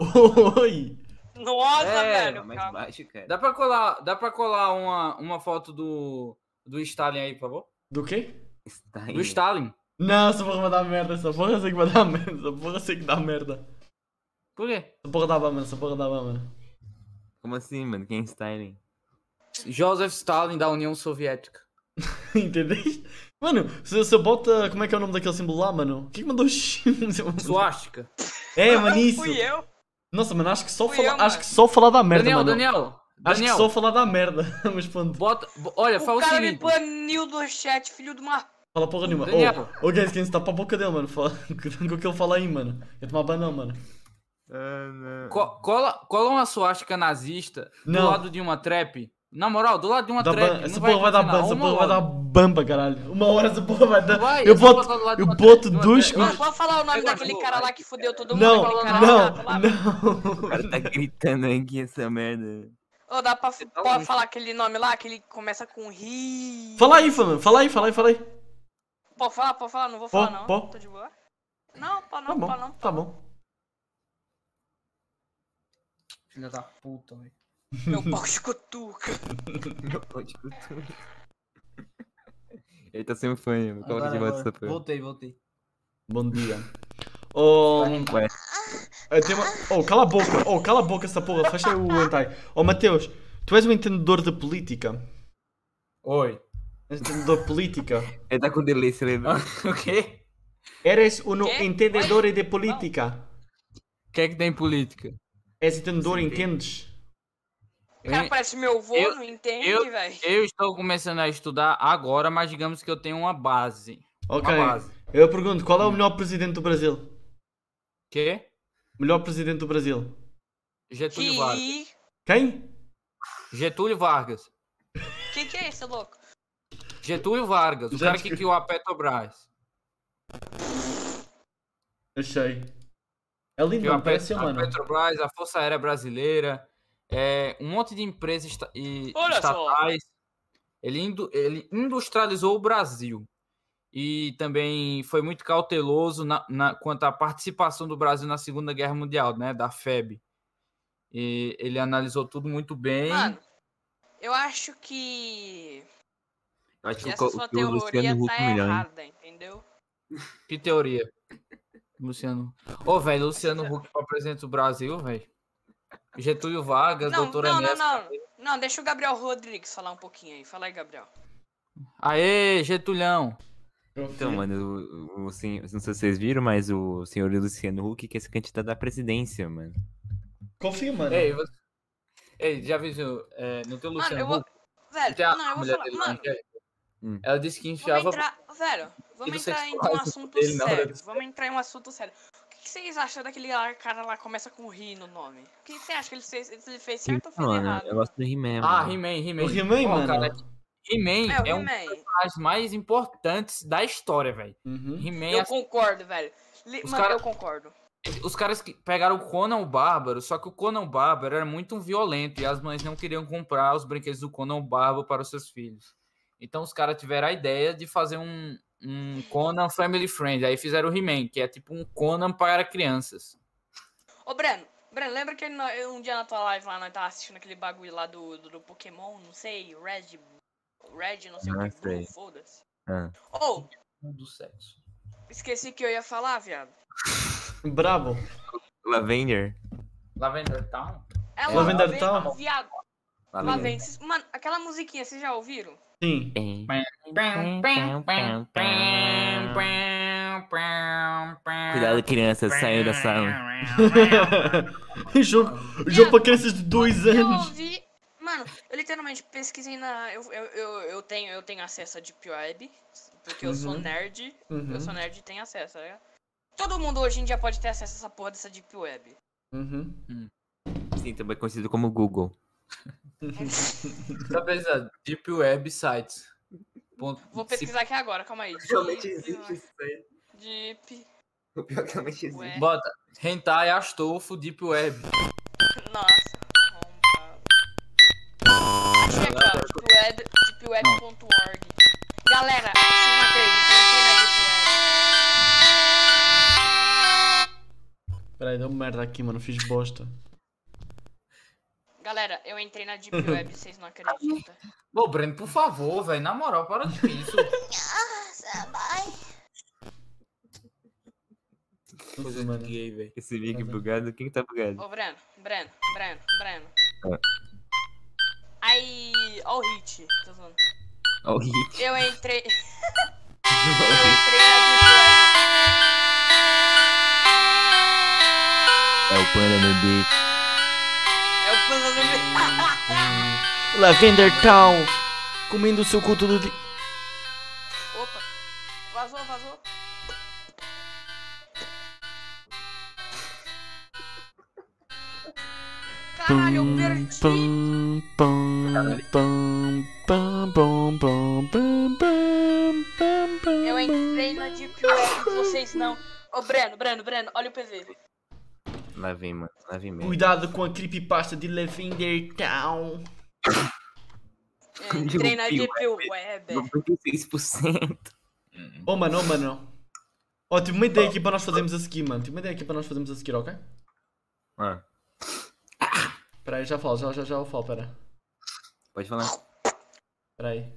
Speaker 1: Oi.
Speaker 2: nossa,
Speaker 4: É,
Speaker 2: velho,
Speaker 3: mais
Speaker 2: calma.
Speaker 3: baixo, cara.
Speaker 4: Dá pra colar, dá pra colar uma, uma foto do, do Stalin aí, por favor?
Speaker 1: Do quê?
Speaker 3: Está
Speaker 1: É
Speaker 4: Do Stalin.
Speaker 1: Não, essa porra vai dar merda. Essa porra eu sei que vai dar merda. Essa porra eu sei que dá merda.
Speaker 4: Por quê?
Speaker 1: Essa porra dá ban, mano. Essa porra dá ban, mano.
Speaker 3: Como assim, mano? Quem é Styling?
Speaker 4: Joseph Stalin da União Soviética.
Speaker 1: Entendeste? Mano, se, se eu bota. Como é que é o nome daquele símbolo lá, mano? Quem é que mandou os.
Speaker 4: Suástica.
Speaker 1: é, mano, isso.
Speaker 2: Fui eu.
Speaker 1: Nossa, mano, acho que só,
Speaker 2: Fui
Speaker 1: falar,
Speaker 2: eu, mano.
Speaker 1: acho que só falar da merda,
Speaker 4: Daniel,
Speaker 1: mano.
Speaker 4: Daniel,
Speaker 1: Acho
Speaker 4: Daniel,
Speaker 1: que só falar da merda. Mas pronto.
Speaker 4: bota, bo- olha,
Speaker 2: O
Speaker 4: fala É o
Speaker 2: cara me
Speaker 4: seguinte.
Speaker 2: baniu do chat, filho de uma...
Speaker 1: Fala porra nenhuma.
Speaker 4: Daniel.
Speaker 1: Ô, ô, Gays, quem está pra boca dele, mano? Fala com o que ele fala aí, mano. Eu tomar banão, mano. Ah,
Speaker 4: co- cola, cola uma suástica nazista do
Speaker 1: Não.
Speaker 4: lado de uma trap. Na moral, do lado de uma
Speaker 1: Dá
Speaker 4: trap.
Speaker 1: ban...
Speaker 4: não
Speaker 1: Essa porra vai dar
Speaker 4: funcionar.
Speaker 1: ban, essa
Speaker 4: Uma
Speaker 1: porra vai
Speaker 4: hora.
Speaker 1: dar bamba, caralho. Uma hora essa porra vai dar.
Speaker 4: Vai,
Speaker 1: eu
Speaker 4: eu vou
Speaker 1: boto,
Speaker 4: botar do lado de
Speaker 1: eu
Speaker 4: uma
Speaker 1: boto
Speaker 4: trave, de uma
Speaker 1: dois.
Speaker 4: trave.
Speaker 2: Mano,
Speaker 1: Não,
Speaker 2: pode falar o nome
Speaker 4: Eu
Speaker 2: daquele
Speaker 4: acho-
Speaker 2: cara lá que fodeu todo mundo?
Speaker 1: não,
Speaker 2: aquele cara lá,
Speaker 1: não.
Speaker 2: lá.
Speaker 3: O cara tá gritando aqui essa merda.
Speaker 2: Ô, dá pra f-
Speaker 4: tá
Speaker 2: pode
Speaker 4: um-
Speaker 2: falar aquele nome lá, que ele começa com ri...
Speaker 1: Fala aí, fama. Fala aí, fala aí, fala aí. Tá
Speaker 2: Pode falar, pode falar, não vou
Speaker 1: Pô,
Speaker 2: falar não,
Speaker 1: pô.
Speaker 2: tô de boa. Não, pode
Speaker 1: Tá
Speaker 2: não, pode
Speaker 1: bom,
Speaker 2: não.
Speaker 1: tá bom.
Speaker 4: Filha da puta, velho.
Speaker 2: Meu pau escutuca.
Speaker 3: Ele tá sem fã, mano. Coloca de
Speaker 4: Agora,
Speaker 3: volta
Speaker 4: agora.
Speaker 3: essa porra.
Speaker 4: Voltei, voltei.
Speaker 1: Bom dia. Oh,
Speaker 3: Ué.
Speaker 1: eu tenho uma... oh, cala a boca. Oh, cala a boca essa porra. Fecha o hentai. Oh, Mateus, tu és um entendedor de política.
Speaker 4: Oi.
Speaker 1: És um entendedor de política.
Speaker 3: Ele tá com delay cerebral.
Speaker 4: o quê?
Speaker 1: Eres um
Speaker 2: Quê?
Speaker 1: entendedor de política.
Speaker 4: O que é que tem política?
Speaker 1: És entendedor,
Speaker 3: Sim, tem.
Speaker 1: entendes?
Speaker 2: O cara parece meu avô,
Speaker 4: eu-
Speaker 2: não entende,
Speaker 4: eu-
Speaker 2: velho.
Speaker 4: Eu estou começando a estudar agora, mas digamos que eu tenho uma base.
Speaker 1: Ok.
Speaker 4: Uma base.
Speaker 1: Eu pergunto, qual é o melhor presidente do Brasil?
Speaker 4: Que?
Speaker 1: Melhor presidente do Brasil.
Speaker 4: Getúlio Vargas.
Speaker 2: Que...
Speaker 1: Quem?
Speaker 4: Getúlio Vargas.
Speaker 2: Que que é esse louco?
Speaker 4: Getúlio Vargas, o
Speaker 1: Gente-
Speaker 4: cara que criou a Petrobras.
Speaker 1: Achei. É lindo,
Speaker 4: Criou a,
Speaker 1: mano.
Speaker 4: Pe-
Speaker 1: Parece
Speaker 4: a
Speaker 1: humano.
Speaker 4: Petrobras, a Força Aérea Brasileira, é, um monte de empresas esta- e
Speaker 2: Olha só.
Speaker 4: estatais. Ele, indu- ele industrializou o Brasil. e também foi muito cauteloso na, na- quanto à participação do Brasil na Segunda Guerra Mundial, né? Da FEB. E ele analisou tudo muito bem.
Speaker 2: Mano, eu acho que.
Speaker 3: Eu acho que o,
Speaker 2: Essa
Speaker 3: co-
Speaker 2: sua
Speaker 3: que o
Speaker 2: teoria
Speaker 4: é
Speaker 3: Luciano Huck é
Speaker 2: tá
Speaker 3: melhor. hein?
Speaker 2: errada, entendeu?
Speaker 4: Que teoria? Luciano. Ô, velho, Luciano Huck pra presidente do Brasil, velho. Getúlio Vargas,
Speaker 2: Não,
Speaker 4: doutora
Speaker 2: não, não,
Speaker 4: é Ernesto. né?
Speaker 2: não. Não, deixa o Gabriel Rodrigues falar um pouquinho aí. Fala aí, Gabriel.
Speaker 4: Aê, Getulhão.
Speaker 3: Então, mano, o, o, o, sen- não sei se vocês viram, mas o senhor Luciano Huck quer ser candidato à presidência, mano.
Speaker 1: Confia, mano.
Speaker 2: É.
Speaker 4: Ei, você... Ei, já viu? é, no teu Luciano
Speaker 2: eu vou-
Speaker 4: Huck,
Speaker 2: Velho,
Speaker 4: tem a
Speaker 2: não, eu vou
Speaker 4: mulher
Speaker 2: falar.
Speaker 4: dele,
Speaker 2: Mano,
Speaker 4: Angélica.
Speaker 3: Hum.
Speaker 4: Ela disse que
Speaker 2: vamos
Speaker 4: enfiava.
Speaker 2: entrar. Velho, vamos entrar em
Speaker 4: sexuais
Speaker 2: um
Speaker 4: no
Speaker 2: assunto
Speaker 4: dele né? na hora
Speaker 2: sério.
Speaker 4: de-
Speaker 2: Vamos entrar em um assunto sério. O que que vocês acham daquele lá- cara lá que começa com ri no nome? O que você acha que ele fez, ele fez certo ou fez
Speaker 3: Mano,
Speaker 4: é
Speaker 2: errado?
Speaker 3: eu gosto do He-Man.
Speaker 4: Ah,
Speaker 3: mano.
Speaker 4: He-Man, He-Man.
Speaker 1: O He-Man,
Speaker 4: Ó,
Speaker 1: mano.
Speaker 4: cara, He-Man
Speaker 2: É,
Speaker 4: é,
Speaker 2: o
Speaker 4: um dos
Speaker 2: He-Man.
Speaker 4: personagens mais importantes da história, velho.
Speaker 1: Uhum.
Speaker 4: He-Man,
Speaker 2: Eu concordo, velho. Li-
Speaker 4: Os
Speaker 2: Mano,
Speaker 4: cara-
Speaker 2: eu concordo.
Speaker 4: os caras que pegaram o Conan o Bárbaro, só que o Conan o Bárbaro era muito violento e as mães não queriam comprar os brinquedos do Conan o Bárbaro para os seus filhos. Então os caras tiveram a ideia de fazer um, um Conan Family Friend. Aí fizeram o He-Man, que é tipo um Conan para crianças.
Speaker 2: Ô, Breno, Breno, lembra que no- um dia na tua live lá nós tava assistindo aquele bagulho lá do, do, do Pokémon, não sei, Red. Red, não sei
Speaker 3: Não
Speaker 2: o que, Blue,
Speaker 3: Ah, sei.
Speaker 2: foda-se.
Speaker 3: Ah.
Speaker 2: Ou,
Speaker 4: Do sexo.
Speaker 2: esqueci o que eu ia falar, viado.
Speaker 1: Bravo.
Speaker 3: Lavender.
Speaker 4: Lavender Town?
Speaker 2: Ela
Speaker 1: Lavender
Speaker 2: vem-
Speaker 1: Town?
Speaker 2: Viado, lá vem. Vocês- Mano, aquela musiquinha, vocês já ouviram?
Speaker 1: Sim.
Speaker 3: Tem. Cuidado,
Speaker 4: Cuidado,
Speaker 3: criança, saiu da sala.
Speaker 1: jogo jogo pra crianças de 2
Speaker 2: Eu
Speaker 1: anos.
Speaker 2: ouvi. Mano, eu literalmente pesquisei na. Eu, eu, eu, eu tenho, eu tenho acesso a Deep Web, porque eu sou
Speaker 1: Uhum.
Speaker 2: nerd.
Speaker 1: Uhum.
Speaker 2: Eu sou nerd e tenho acesso, né? Todo mundo hoje em dia pode ter acesso a essa porra dessa Deep Web.
Speaker 1: Uhum.
Speaker 3: Sim, também conhecido como Google.
Speaker 4: Só pesquisa Deep Web Sites. Ponto-
Speaker 2: Vou pesquisar aqui agora, calma aí. Deep,
Speaker 3: isso aí.
Speaker 2: Deep
Speaker 3: Realmente
Speaker 2: Web.
Speaker 4: Bota Hentai Astolfo Deep Web.
Speaker 2: Nossa. arrombado. Achei aqui, ó, Deep Web- deepweb.org. Galera, vocês não acreditam, entrei na Deep Web.
Speaker 1: Peraí, deu merda aqui, mano. Fiz bosta.
Speaker 2: Galera, eu entrei na Deep Web, vocês não acreditam.
Speaker 4: Ô, Breno, por favor, velho, na moral, para de isso.
Speaker 1: Não sei,
Speaker 4: Coisa
Speaker 1: mano.
Speaker 4: de gay, velho.
Speaker 3: Esse vídeo bugado, quem que tá bugado?
Speaker 2: Ô, Breno, Breno, Breno, Breno.
Speaker 3: Ah.
Speaker 2: Aí. Ó, o hit. Tô falando.
Speaker 3: Ó, o hit.
Speaker 2: Eu entrei. Eu
Speaker 3: É
Speaker 2: entrei na Deep Web.
Speaker 3: É o panda no beat.
Speaker 2: Eu pus a Deep
Speaker 1: Lavender Town. Comendo o seu cu todo dia.
Speaker 2: Opa. Vazou, vazou. Caralho, eu perdi.
Speaker 1: Pam, pam, pam, pam, pam, pam, pam, pam, pam, pam.
Speaker 2: Eu entrei na Deep Web, vocês não. Ô, Breno, Breno, Breno, olha o PV.
Speaker 3: Lá vem, mano. Lá vem mesmo.
Speaker 1: Cuidado com a creepypasta de Lavender Town.
Speaker 2: Eu entrei na
Speaker 3: Deep
Speaker 2: Deep Web.
Speaker 3: 96%.
Speaker 1: Oh, mano, oh, mano. Ó, tive uma ideia aqui para nós fazermos a seguir, mano. Tive uma ideia aqui para nós fazermos a seguir, ok?
Speaker 3: Ah,
Speaker 1: Pera aí, já falo, já, já, já eu falo, pera.
Speaker 3: pode falar.
Speaker 1: Pera aí.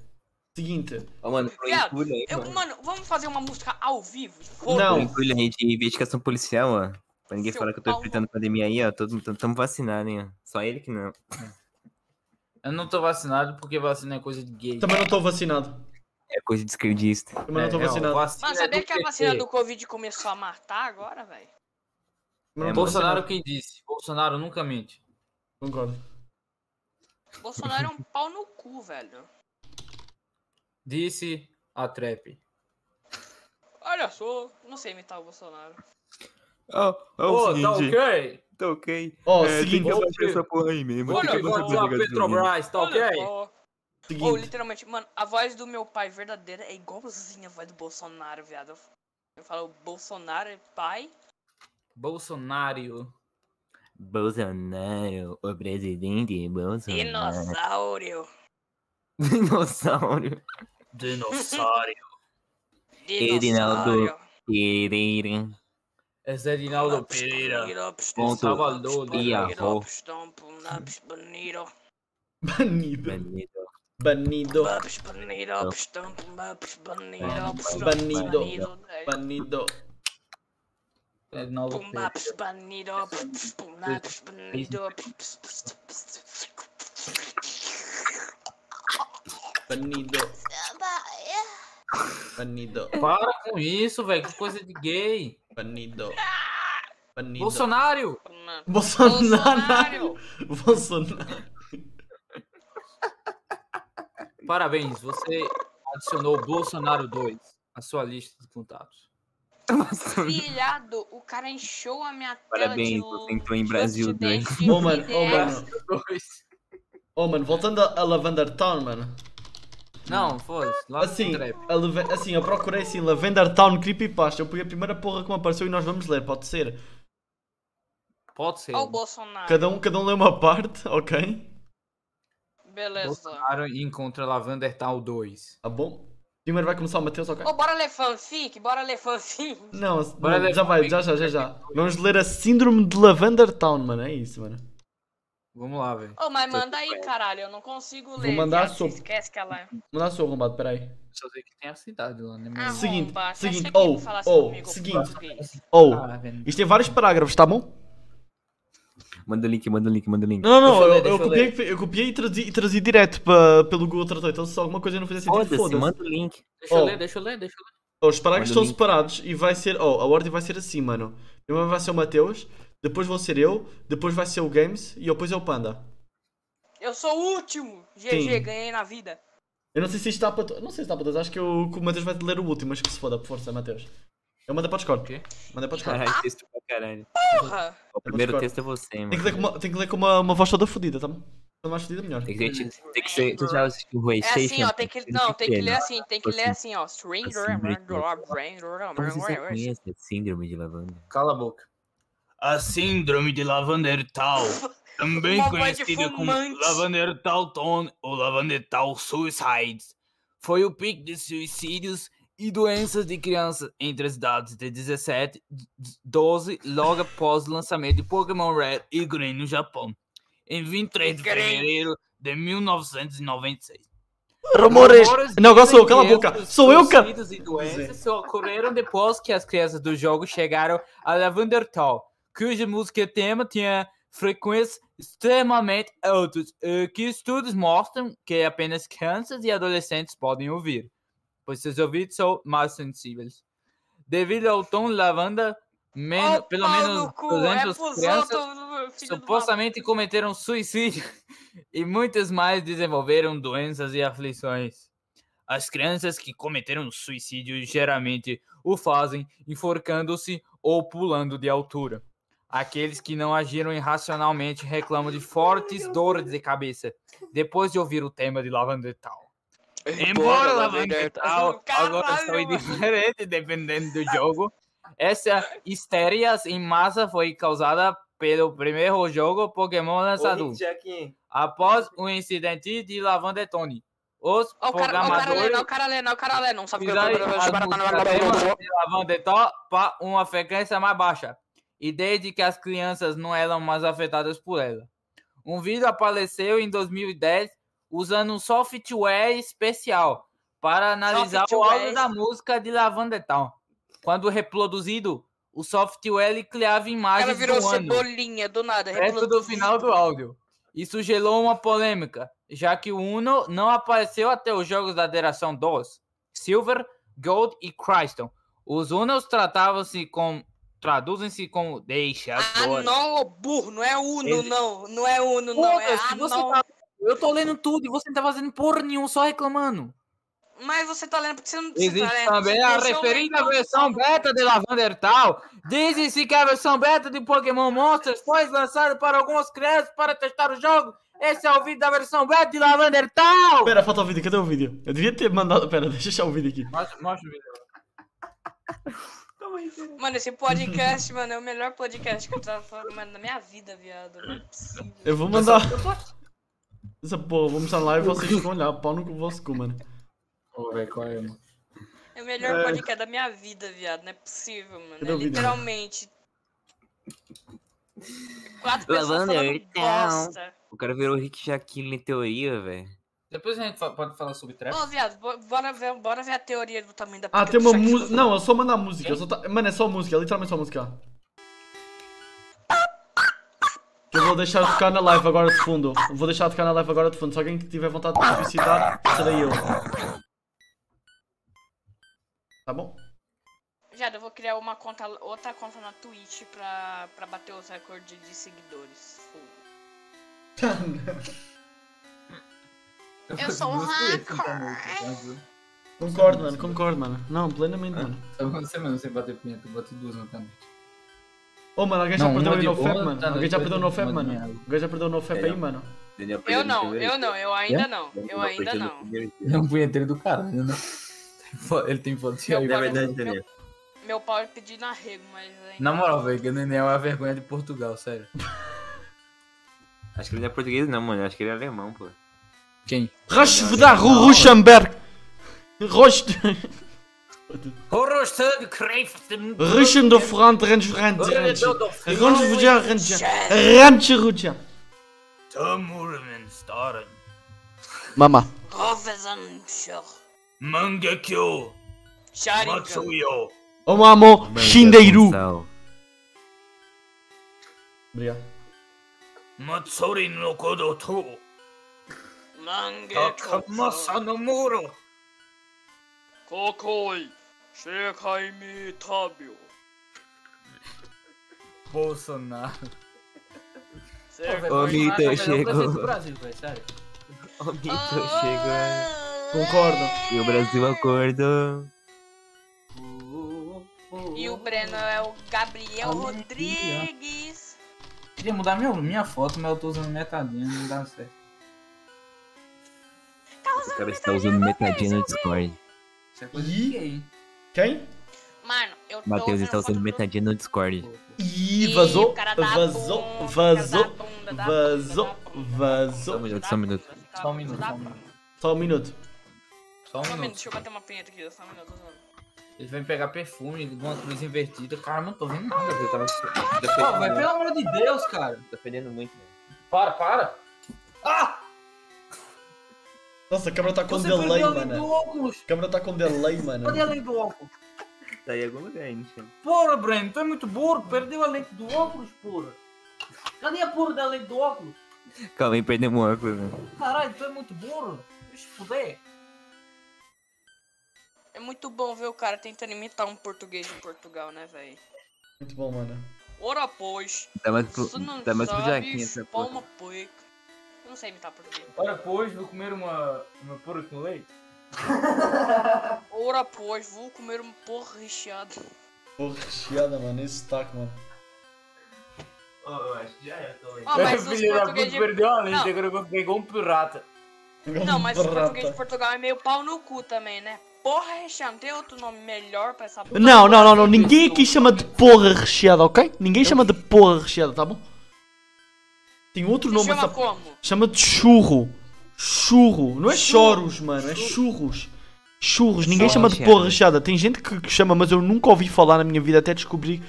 Speaker 1: Seguinte.
Speaker 3: Ó, mano, põe
Speaker 2: Viado,
Speaker 3: entulho aí,
Speaker 2: Eu,
Speaker 3: mano.
Speaker 2: mano, vamos fazer uma música ao vivo?
Speaker 1: Não.
Speaker 3: Põe entulho aí de investigação policial, ó. Pra ninguém
Speaker 2: Seu
Speaker 3: falar que eu tô
Speaker 2: pau no-
Speaker 3: enfrentando pandemia aí, ó. Todo mundo tam- tamo vacinado, hein, ó. Só ele que não.
Speaker 4: Eu não tô vacinado porque vacina é coisa de gay.
Speaker 1: Também não estou vacinado.
Speaker 3: É coisa de esquerdista.
Speaker 1: Também
Speaker 4: É,
Speaker 1: não estou vacinado.
Speaker 2: Mano, sabia que a vacina do Covid começou a matar agora, velho?
Speaker 1: Também não tô
Speaker 4: Bolsonaro
Speaker 1: vacinado.
Speaker 4: quem disse? Bolsonaro nunca mente.
Speaker 1: Concordo.
Speaker 2: Bolsonaro é um pau no cu, velho.
Speaker 4: Disse a trap.
Speaker 2: Olha só, não sei imitar o Bolsonaro.
Speaker 3: Ó,
Speaker 1: É
Speaker 4: Ô, tá ok?
Speaker 3: tá ok.
Speaker 1: Ó, Oh, seguinte,
Speaker 4: que- abaixar essa
Speaker 3: porra aí mesmo.
Speaker 2: Olha,
Speaker 4: Olha,
Speaker 2: que você
Speaker 4: vou a Petrobras, tá ok?
Speaker 2: Olha só. Ou
Speaker 1: oh, seguinte.
Speaker 2: literalmente, mano, a voz do meu pai verdadeira é igualzinha a voz do Bolsonaro, viado. Eu- Eu falo, Bolsonaro é pai.
Speaker 4: Bolsonaro.
Speaker 3: Bolsonaro, o presidente Bolsonaro.
Speaker 2: Dinossauro.
Speaker 3: Dinossauro.
Speaker 4: Dinossauro.
Speaker 3: Edinaldo.
Speaker 2: Dinossauro.
Speaker 3: Tiriririm.
Speaker 4: É Zé Dinaldo Pereira.
Speaker 3: Ponto.
Speaker 4: Salvador, né?
Speaker 3: Ia. avó.
Speaker 2: Lopes, Dompo, Lopes, Boniro,
Speaker 1: Banido. Banido.
Speaker 2: Lopes, Boniro, Lopes, Dompo, Lopes, Boniro, Lopes, Dompo,
Speaker 1: Banido.
Speaker 2: Banido, né?
Speaker 1: Banido.
Speaker 4: Zé Edinaldo
Speaker 2: Pum,
Speaker 4: Pereira.
Speaker 2: Lopes, Banido, Lopes, Pum, Lopes, Banido, Lopes, pss, pss, pss.
Speaker 1: Banido. Banido.
Speaker 4: Para com isso, velho. Que coisa de gay.
Speaker 1: Banido. Banido.
Speaker 4: Bolsonaro!
Speaker 2: Bolsonaro.
Speaker 1: Bolsonaro. Bolsonaro.
Speaker 4: Parabéns, você adicionou Bolsonaro 2 à sua lista de contatos.
Speaker 2: Filhado, o cara encheu a minha tela de
Speaker 3: Parabéns,
Speaker 2: lu-
Speaker 3: você entrou em
Speaker 2: de
Speaker 3: Brasil
Speaker 2: lucidez
Speaker 3: 2.
Speaker 2: de
Speaker 1: Oh, mano, oh,
Speaker 2: ideias.
Speaker 1: mano. Oh, mano, voltando a, a Lavender Town, mano.
Speaker 4: Não, foda-se. Lá no
Speaker 1: Assim,
Speaker 4: trap.
Speaker 1: a Lave- assim, eu procurei assim, Lavender Town Creepypasta. Eu peguei a primeira porra que me apareceu e nós vamos ler, pode ser?
Speaker 4: Pode ser.
Speaker 2: Ó o Bolsonaro.
Speaker 1: Cada um, cada um lê uma parte, ok? um-
Speaker 2: Beleza.
Speaker 4: Bolsonaro encontra Lavander Tal 2.
Speaker 1: Tá bom? Primeiro vai começar o Matheus, ok?
Speaker 2: Ô, bora ler fanfic, bora ler fanfic.
Speaker 1: Não,
Speaker 4: Bora
Speaker 1: não,
Speaker 4: ler
Speaker 1: já vai,
Speaker 4: comigo.
Speaker 1: já, já, já, já. Vamos ler a Síndrome de Lavender Town, mano. É isso, mano.
Speaker 4: Vamos lá, velho.
Speaker 2: Ô, mas manda aí, caralho, eu não consigo ler.
Speaker 1: mandar
Speaker 2: viado,
Speaker 1: sob-
Speaker 2: Esquece que ela é.
Speaker 1: Vou dar seu arrombado, peraí.
Speaker 4: Só sei que tem a cidade lá, né?
Speaker 2: Arromba,
Speaker 4: Mas...
Speaker 1: Seguinte,
Speaker 2: você acha
Speaker 1: seguinte,
Speaker 2: que ele
Speaker 1: ou,
Speaker 2: falasse
Speaker 1: ou,
Speaker 2: comigo
Speaker 1: seguinte.
Speaker 2: português?
Speaker 1: Ou,
Speaker 4: Ah, velho.
Speaker 1: Oh, isto tem vários parágrafos, tá bom?
Speaker 3: Manda o link, manda o link, manda o link.
Speaker 1: Não, não,
Speaker 4: Deixa
Speaker 1: não,
Speaker 4: eu ler,
Speaker 1: eu, eu
Speaker 4: deixa eu
Speaker 1: copiei, eu copiei e trazi, e trazi direto pra, pelo Google Tradutor, então se alguma coisa não fizer sentido,
Speaker 3: Foda-se,
Speaker 1: foda-se.
Speaker 3: manda o link.
Speaker 4: Deixa
Speaker 1: Ó.
Speaker 4: eu ler, deixa eu ler, deixa eu ler.
Speaker 1: Os parágrafos estão
Speaker 3: Manda o link.
Speaker 1: separados e vai ser. Oh, a ordem vai ser assim, mano. Primeiro vai ser o Mateus, depois vou ser eu, depois vai ser o Games e depois é o Panda.
Speaker 2: Eu sou o último.
Speaker 1: Sim.
Speaker 2: GG, ganhei na vida.
Speaker 1: Eu não sei se isto está para. to- Não sei se está para todos, acho que, eu, que o Mateus vai ler o último, mas que se foda, por força, Mateus. Eu mando para o Discord.
Speaker 4: Ok.
Speaker 1: Manda para o Discord.
Speaker 2: Ah!
Speaker 3: Caralho, texto pra caralho.
Speaker 2: Porra!
Speaker 3: O primeiro
Speaker 1: Discord.
Speaker 3: texto é você, mano.
Speaker 1: Tem que ler com uma, tem que ler com uma, uma voz toda fodida, tá bom? Quanto mais fodida, melhor.
Speaker 3: Tem que ser, tipo, tem que ser, tu já assistiu o
Speaker 2: É assim, ó, tem que, não, tem que ler assim, tem que
Speaker 3: Assim.
Speaker 2: ler assim, ó.
Speaker 3: Assim, Como vocês já conhecem a síndrome de lavanda?
Speaker 4: Cala a boca. A síndrome de Lavander Tal, também
Speaker 2: Uma voz de
Speaker 4: conhecida como
Speaker 2: fumante.
Speaker 4: Lavander Tal Tone ou Lavander Tal Suicide, foi o pico de suicídios e doenças de crianças entre as idades de 17 e 12, logo após o lançamento de Pokémon Red e Green no Japão, em 23 de
Speaker 2: Green.
Speaker 4: fevereiro de 1996.
Speaker 1: Rumores!
Speaker 4: Rumores
Speaker 1: Não, agora sou eu,
Speaker 4: dizem
Speaker 1: cala a
Speaker 4: que
Speaker 1: boca!
Speaker 4: esses
Speaker 1: Sou eu, cara!
Speaker 4: suicídios e doenças só ocorreram depois que as crianças do jogo chegaram a Lavender Town, cuja música tema tinha frequências extremamente altas, eh, que estudos mostram que apenas crianças e adolescentes podem ouvir, pois seus ouvidos são mais sensíveis. Devido ao tom lavanda, men- pelo menos
Speaker 2: é
Speaker 4: 200 crianças supostamente cometeram suicídio e muitas mais desenvolveram doenças e aflições. As crianças que cometeram suicídio geralmente o fazem enforcando-se ou pulando de altura. Aqueles que não agiram irracionalmente reclamam de fortes dores de cabeça depois de ouvir o tema de Lavandetal. Embora Lavandetal agora
Speaker 2: Caralho,
Speaker 4: foi
Speaker 2: mano.
Speaker 4: diferente dependendo do jogo, essa histeria em massa foi causada pelo primeiro jogo Pokémon lançado após o incidente de Lavandetone. Os
Speaker 2: Ó, o cara, ó, o cara lendo, ó, o
Speaker 4: programadores
Speaker 2: cara lendo, ó, o cara lendo, não sabe o que
Speaker 4: fizeram a
Speaker 2: tá
Speaker 4: música tema de Lavandetal para uma frequência mais baixa, e desde que as crianças não eram mais afetadas por ela. Um vídeo apareceu em 2010 usando um software especial para analisar o áudio
Speaker 2: Software.
Speaker 4: da música de Lavandetal. Quando reproduzido, o software ele criava
Speaker 2: O
Speaker 4: imagens
Speaker 2: cara virou
Speaker 4: do ano
Speaker 2: cebolinha do nada.
Speaker 4: perto do
Speaker 2: reproduzido.
Speaker 4: final do áudio. Isso gerou uma polêmica, já que o Uno não apareceu até os jogos da geração 2, Silver, Gold e Crystal. Os Unos tratavam-se com. traduzem-se como. Deixa
Speaker 2: Ah,
Speaker 4: agora.
Speaker 2: não, ô burro, não é Uno,
Speaker 4: Ele-
Speaker 2: não. Não é Uno, não. É
Speaker 4: Foda-se,
Speaker 2: ah,
Speaker 4: você
Speaker 2: não.
Speaker 4: tá- Eu tô lendo tudo e você não tá fazendo porra nenhuma, só reclamando.
Speaker 2: Mas você tá lendo porque você não você tá
Speaker 4: Existe
Speaker 2: lendo,
Speaker 4: também
Speaker 2: você
Speaker 4: ah, a
Speaker 2: deixou eu ler,
Speaker 4: referida
Speaker 2: então.
Speaker 4: versão beta de Lavander Tal. Diz-se que a versão beta de Pokémon Monsters foi lançada para algumas crianças para testar o jogo. Esse é o vídeo da versão beta de Lavander Tal.
Speaker 1: Pera, falta o vídeo, cadê o vídeo? Eu devia ter mandado. Pera, deixa eu achar o vídeo aqui.
Speaker 4: Mostra o vídeo.
Speaker 2: Mano, esse podcast, mano, é o melhor podcast que eu tava falando, mano, na minha vida, viado. Não é possível.
Speaker 1: Eu vou mandar. Essa porra, vou mostrar na live e vocês vão olhar. Pau no vosso cu, mano.
Speaker 4: Ô, velho, qual é, mano?
Speaker 2: É o melhor podcast da minha vida, viado. Não é possível, mano.
Speaker 1: Eu
Speaker 2: É
Speaker 1: duvido.
Speaker 2: literalmente. Quatro
Speaker 3: Lavando
Speaker 2: pessoas
Speaker 3: o chão.
Speaker 2: falando bosta.
Speaker 3: O cara virou Rick Jaqueline em teoria, velho.
Speaker 4: Depois a gente fa- pode falar sobre trap.
Speaker 2: Ô, viado, bo- bora ver, bora ver a teoria do tamanho da
Speaker 1: Ah,
Speaker 2: pica
Speaker 1: tem
Speaker 2: do
Speaker 1: uma
Speaker 2: Shakira.
Speaker 1: música. Não, é só mandar música. eu Só tá- Mano, é só música, é literalmente só música. Eu vou deixar tocar na live agora de fundo. Vou deixar tocar na live agora de fundo. Se alguém que tiver vontade de se suicidar, serei eu. Tá bom?
Speaker 2: Viado, eu vou criar uma conta, outra conta na Twitch pra, pra bater os recordes de seguidores. Eu sou um
Speaker 1: é
Speaker 4: então, tá
Speaker 1: né?
Speaker 2: hacker.
Speaker 1: Concordo, mano, concordo, mano. Não, plenamente, mano.
Speaker 4: Eu não sei Tá mesmo sem bater punheta, eu bati duas na também.
Speaker 1: Oh, mano, alguém já
Speaker 4: Não,
Speaker 1: perdeu
Speaker 4: uma
Speaker 1: o
Speaker 4: de
Speaker 1: NoFap,
Speaker 4: boa,
Speaker 1: mano.
Speaker 4: tá
Speaker 1: Alguém já
Speaker 4: doido,
Speaker 1: perdeu o
Speaker 4: uma
Speaker 1: NoFap,
Speaker 4: de
Speaker 1: mano.
Speaker 4: merda.
Speaker 1: Alguém já perdeu o NoFap aí, mano.
Speaker 3: Daniel
Speaker 2: Eu
Speaker 3: perdeu no
Speaker 2: não,
Speaker 3: primeiro
Speaker 2: eu não, eu ainda não.
Speaker 3: dia.
Speaker 2: Eu
Speaker 3: Daniel
Speaker 2: ainda
Speaker 3: perdeu no
Speaker 2: não.
Speaker 3: primeiro dia.
Speaker 4: É um punheteiro do caralho, né? Ele tem foto de
Speaker 2: Meu
Speaker 4: aí,
Speaker 2: pai-
Speaker 3: Na
Speaker 4: velho.
Speaker 3: verdade, Daniel.
Speaker 2: Meu pau é pedir na rego, mas ainda.
Speaker 4: Na moral, velho, que o Daniel é a vergonha de Portugal, sério.
Speaker 3: Acho que ele não é português, não, mano. Acho que ele é alemão, pô.
Speaker 4: Quem?
Speaker 1: Rashvda Ruschenberg! Rost.
Speaker 4: Horrorstag Kreften.
Speaker 1: Ruschen do Front Ranch Ranch Ranch. Ranch Ranch Ranch Ranch
Speaker 4: Tamurmen Staren.
Speaker 1: Mama.
Speaker 2: Rovesancher.
Speaker 4: Mangekyo.
Speaker 2: Sharingan.
Speaker 1: Omamo Shindeiru.
Speaker 3: tá
Speaker 1: Obrigado.
Speaker 4: Matsuri no Kodoto.
Speaker 2: Manga.
Speaker 4: no Muro.
Speaker 2: Kokoi. Shekai mitabio.
Speaker 4: Bolsonaro.
Speaker 3: Ô, Mito, eu chego.
Speaker 4: Brasil,
Speaker 3: Ô, Mito, eu chego.
Speaker 2: Ah!
Speaker 3: é.
Speaker 2: Oh!
Speaker 1: Concordo.
Speaker 3: E o Brasil acordou.
Speaker 2: E o Breno é o Gabriel Rodrigues.
Speaker 4: Queria mudar meu, minha foto, mas eu tô usando metadinha, não dá certo.
Speaker 3: O cara está usando metadinha no Discord.
Speaker 4: Isso é coisa
Speaker 1: Ih.
Speaker 4: de gay.
Speaker 1: Quem?
Speaker 2: Mano, eu tô.
Speaker 3: Matheus
Speaker 2: vendo
Speaker 3: está
Speaker 2: foto
Speaker 3: usando
Speaker 2: do-
Speaker 3: metadinha no Discord.
Speaker 1: Ih,
Speaker 2: Ih, o
Speaker 1: vazou.
Speaker 2: cara da bunda,
Speaker 1: Vazou.
Speaker 2: o cara tá da
Speaker 1: Vazou.
Speaker 2: bunda, da
Speaker 1: Vazou.
Speaker 2: bunda, da bunda,
Speaker 3: Só um
Speaker 1: Vazou.
Speaker 3: minuto, só um minuto.
Speaker 4: Só um minuto, só um minuto.
Speaker 1: Só um minuto.
Speaker 4: Só
Speaker 2: Só
Speaker 4: um
Speaker 2: um minuto, deixa
Speaker 4: minuto.
Speaker 2: eu bater uma pinheta aqui, só um minuto. só um minuto.
Speaker 4: Ele vai pegar perfume, uma luz invertida. Cara, eu não tô vendo nada.
Speaker 3: Eu
Speaker 2: Ah, tá
Speaker 3: tava
Speaker 4: Ó, velho, pelo amor de Deus, cara.
Speaker 3: defendendo muito. né?
Speaker 4: Para, para. Ah!
Speaker 1: Nossa, a câmera tá com
Speaker 4: Você
Speaker 1: delay,
Speaker 4: perdeu além do
Speaker 1: mano.
Speaker 4: óculos.
Speaker 1: A câmera tá com delay, mano.
Speaker 4: Cadê a lente do óculos?
Speaker 3: Tá em algum lugar, gente.
Speaker 4: Porra, Breno, tu é muito burro. Perdeu a lente do óculos, porra. Cadê a porra da lente do óculos?
Speaker 3: Calma um aí, perdemos o óculos, mano.
Speaker 4: Caralho, tu é muito burro. Deixa eu fuder.
Speaker 2: É muito bom ver o cara tentando imitar um português de Portugal, né, velho?
Speaker 1: Muito bom, mano.
Speaker 2: Ora, pois.
Speaker 3: Tá mais pro,
Speaker 2: Se não
Speaker 3: tá mais pro Jaquinha
Speaker 2: sabes,
Speaker 3: essa
Speaker 2: pão
Speaker 3: porra.
Speaker 2: uma poica. Eu não sei imitar português.
Speaker 4: Olha, pois, vou comer uma, uma porra com leite.
Speaker 2: Ora, pois, vou comer um porra recheado.
Speaker 1: Porra, recheada, mano. Esse sotaque, mano.
Speaker 2: Ó, Ah, mas os português de...
Speaker 4: perdeu a
Speaker 2: lente, Não.
Speaker 4: agora pegou um pirata.
Speaker 2: Não, mas os
Speaker 1: Rata.
Speaker 2: português de Portugal é meio pau no cu também, né? Porra recheado, não tem outro nome melhor pra essa porra?
Speaker 1: Não, não, não, não. Ninguém aqui chama de porra recheada, ok? Ninguém chama de porra recheada, tá bom? Tem outro
Speaker 2: Se
Speaker 1: nome
Speaker 2: chama
Speaker 1: essa porra.
Speaker 2: como?
Speaker 1: Chama de churro. Churro. Não é choros, mano. É churros. Churros. Ninguém
Speaker 3: Churros
Speaker 1: chama de
Speaker 3: recheada.
Speaker 1: porra recheada. Tem gente que que chama, mas eu nunca ouvi falar na minha vida até descobrir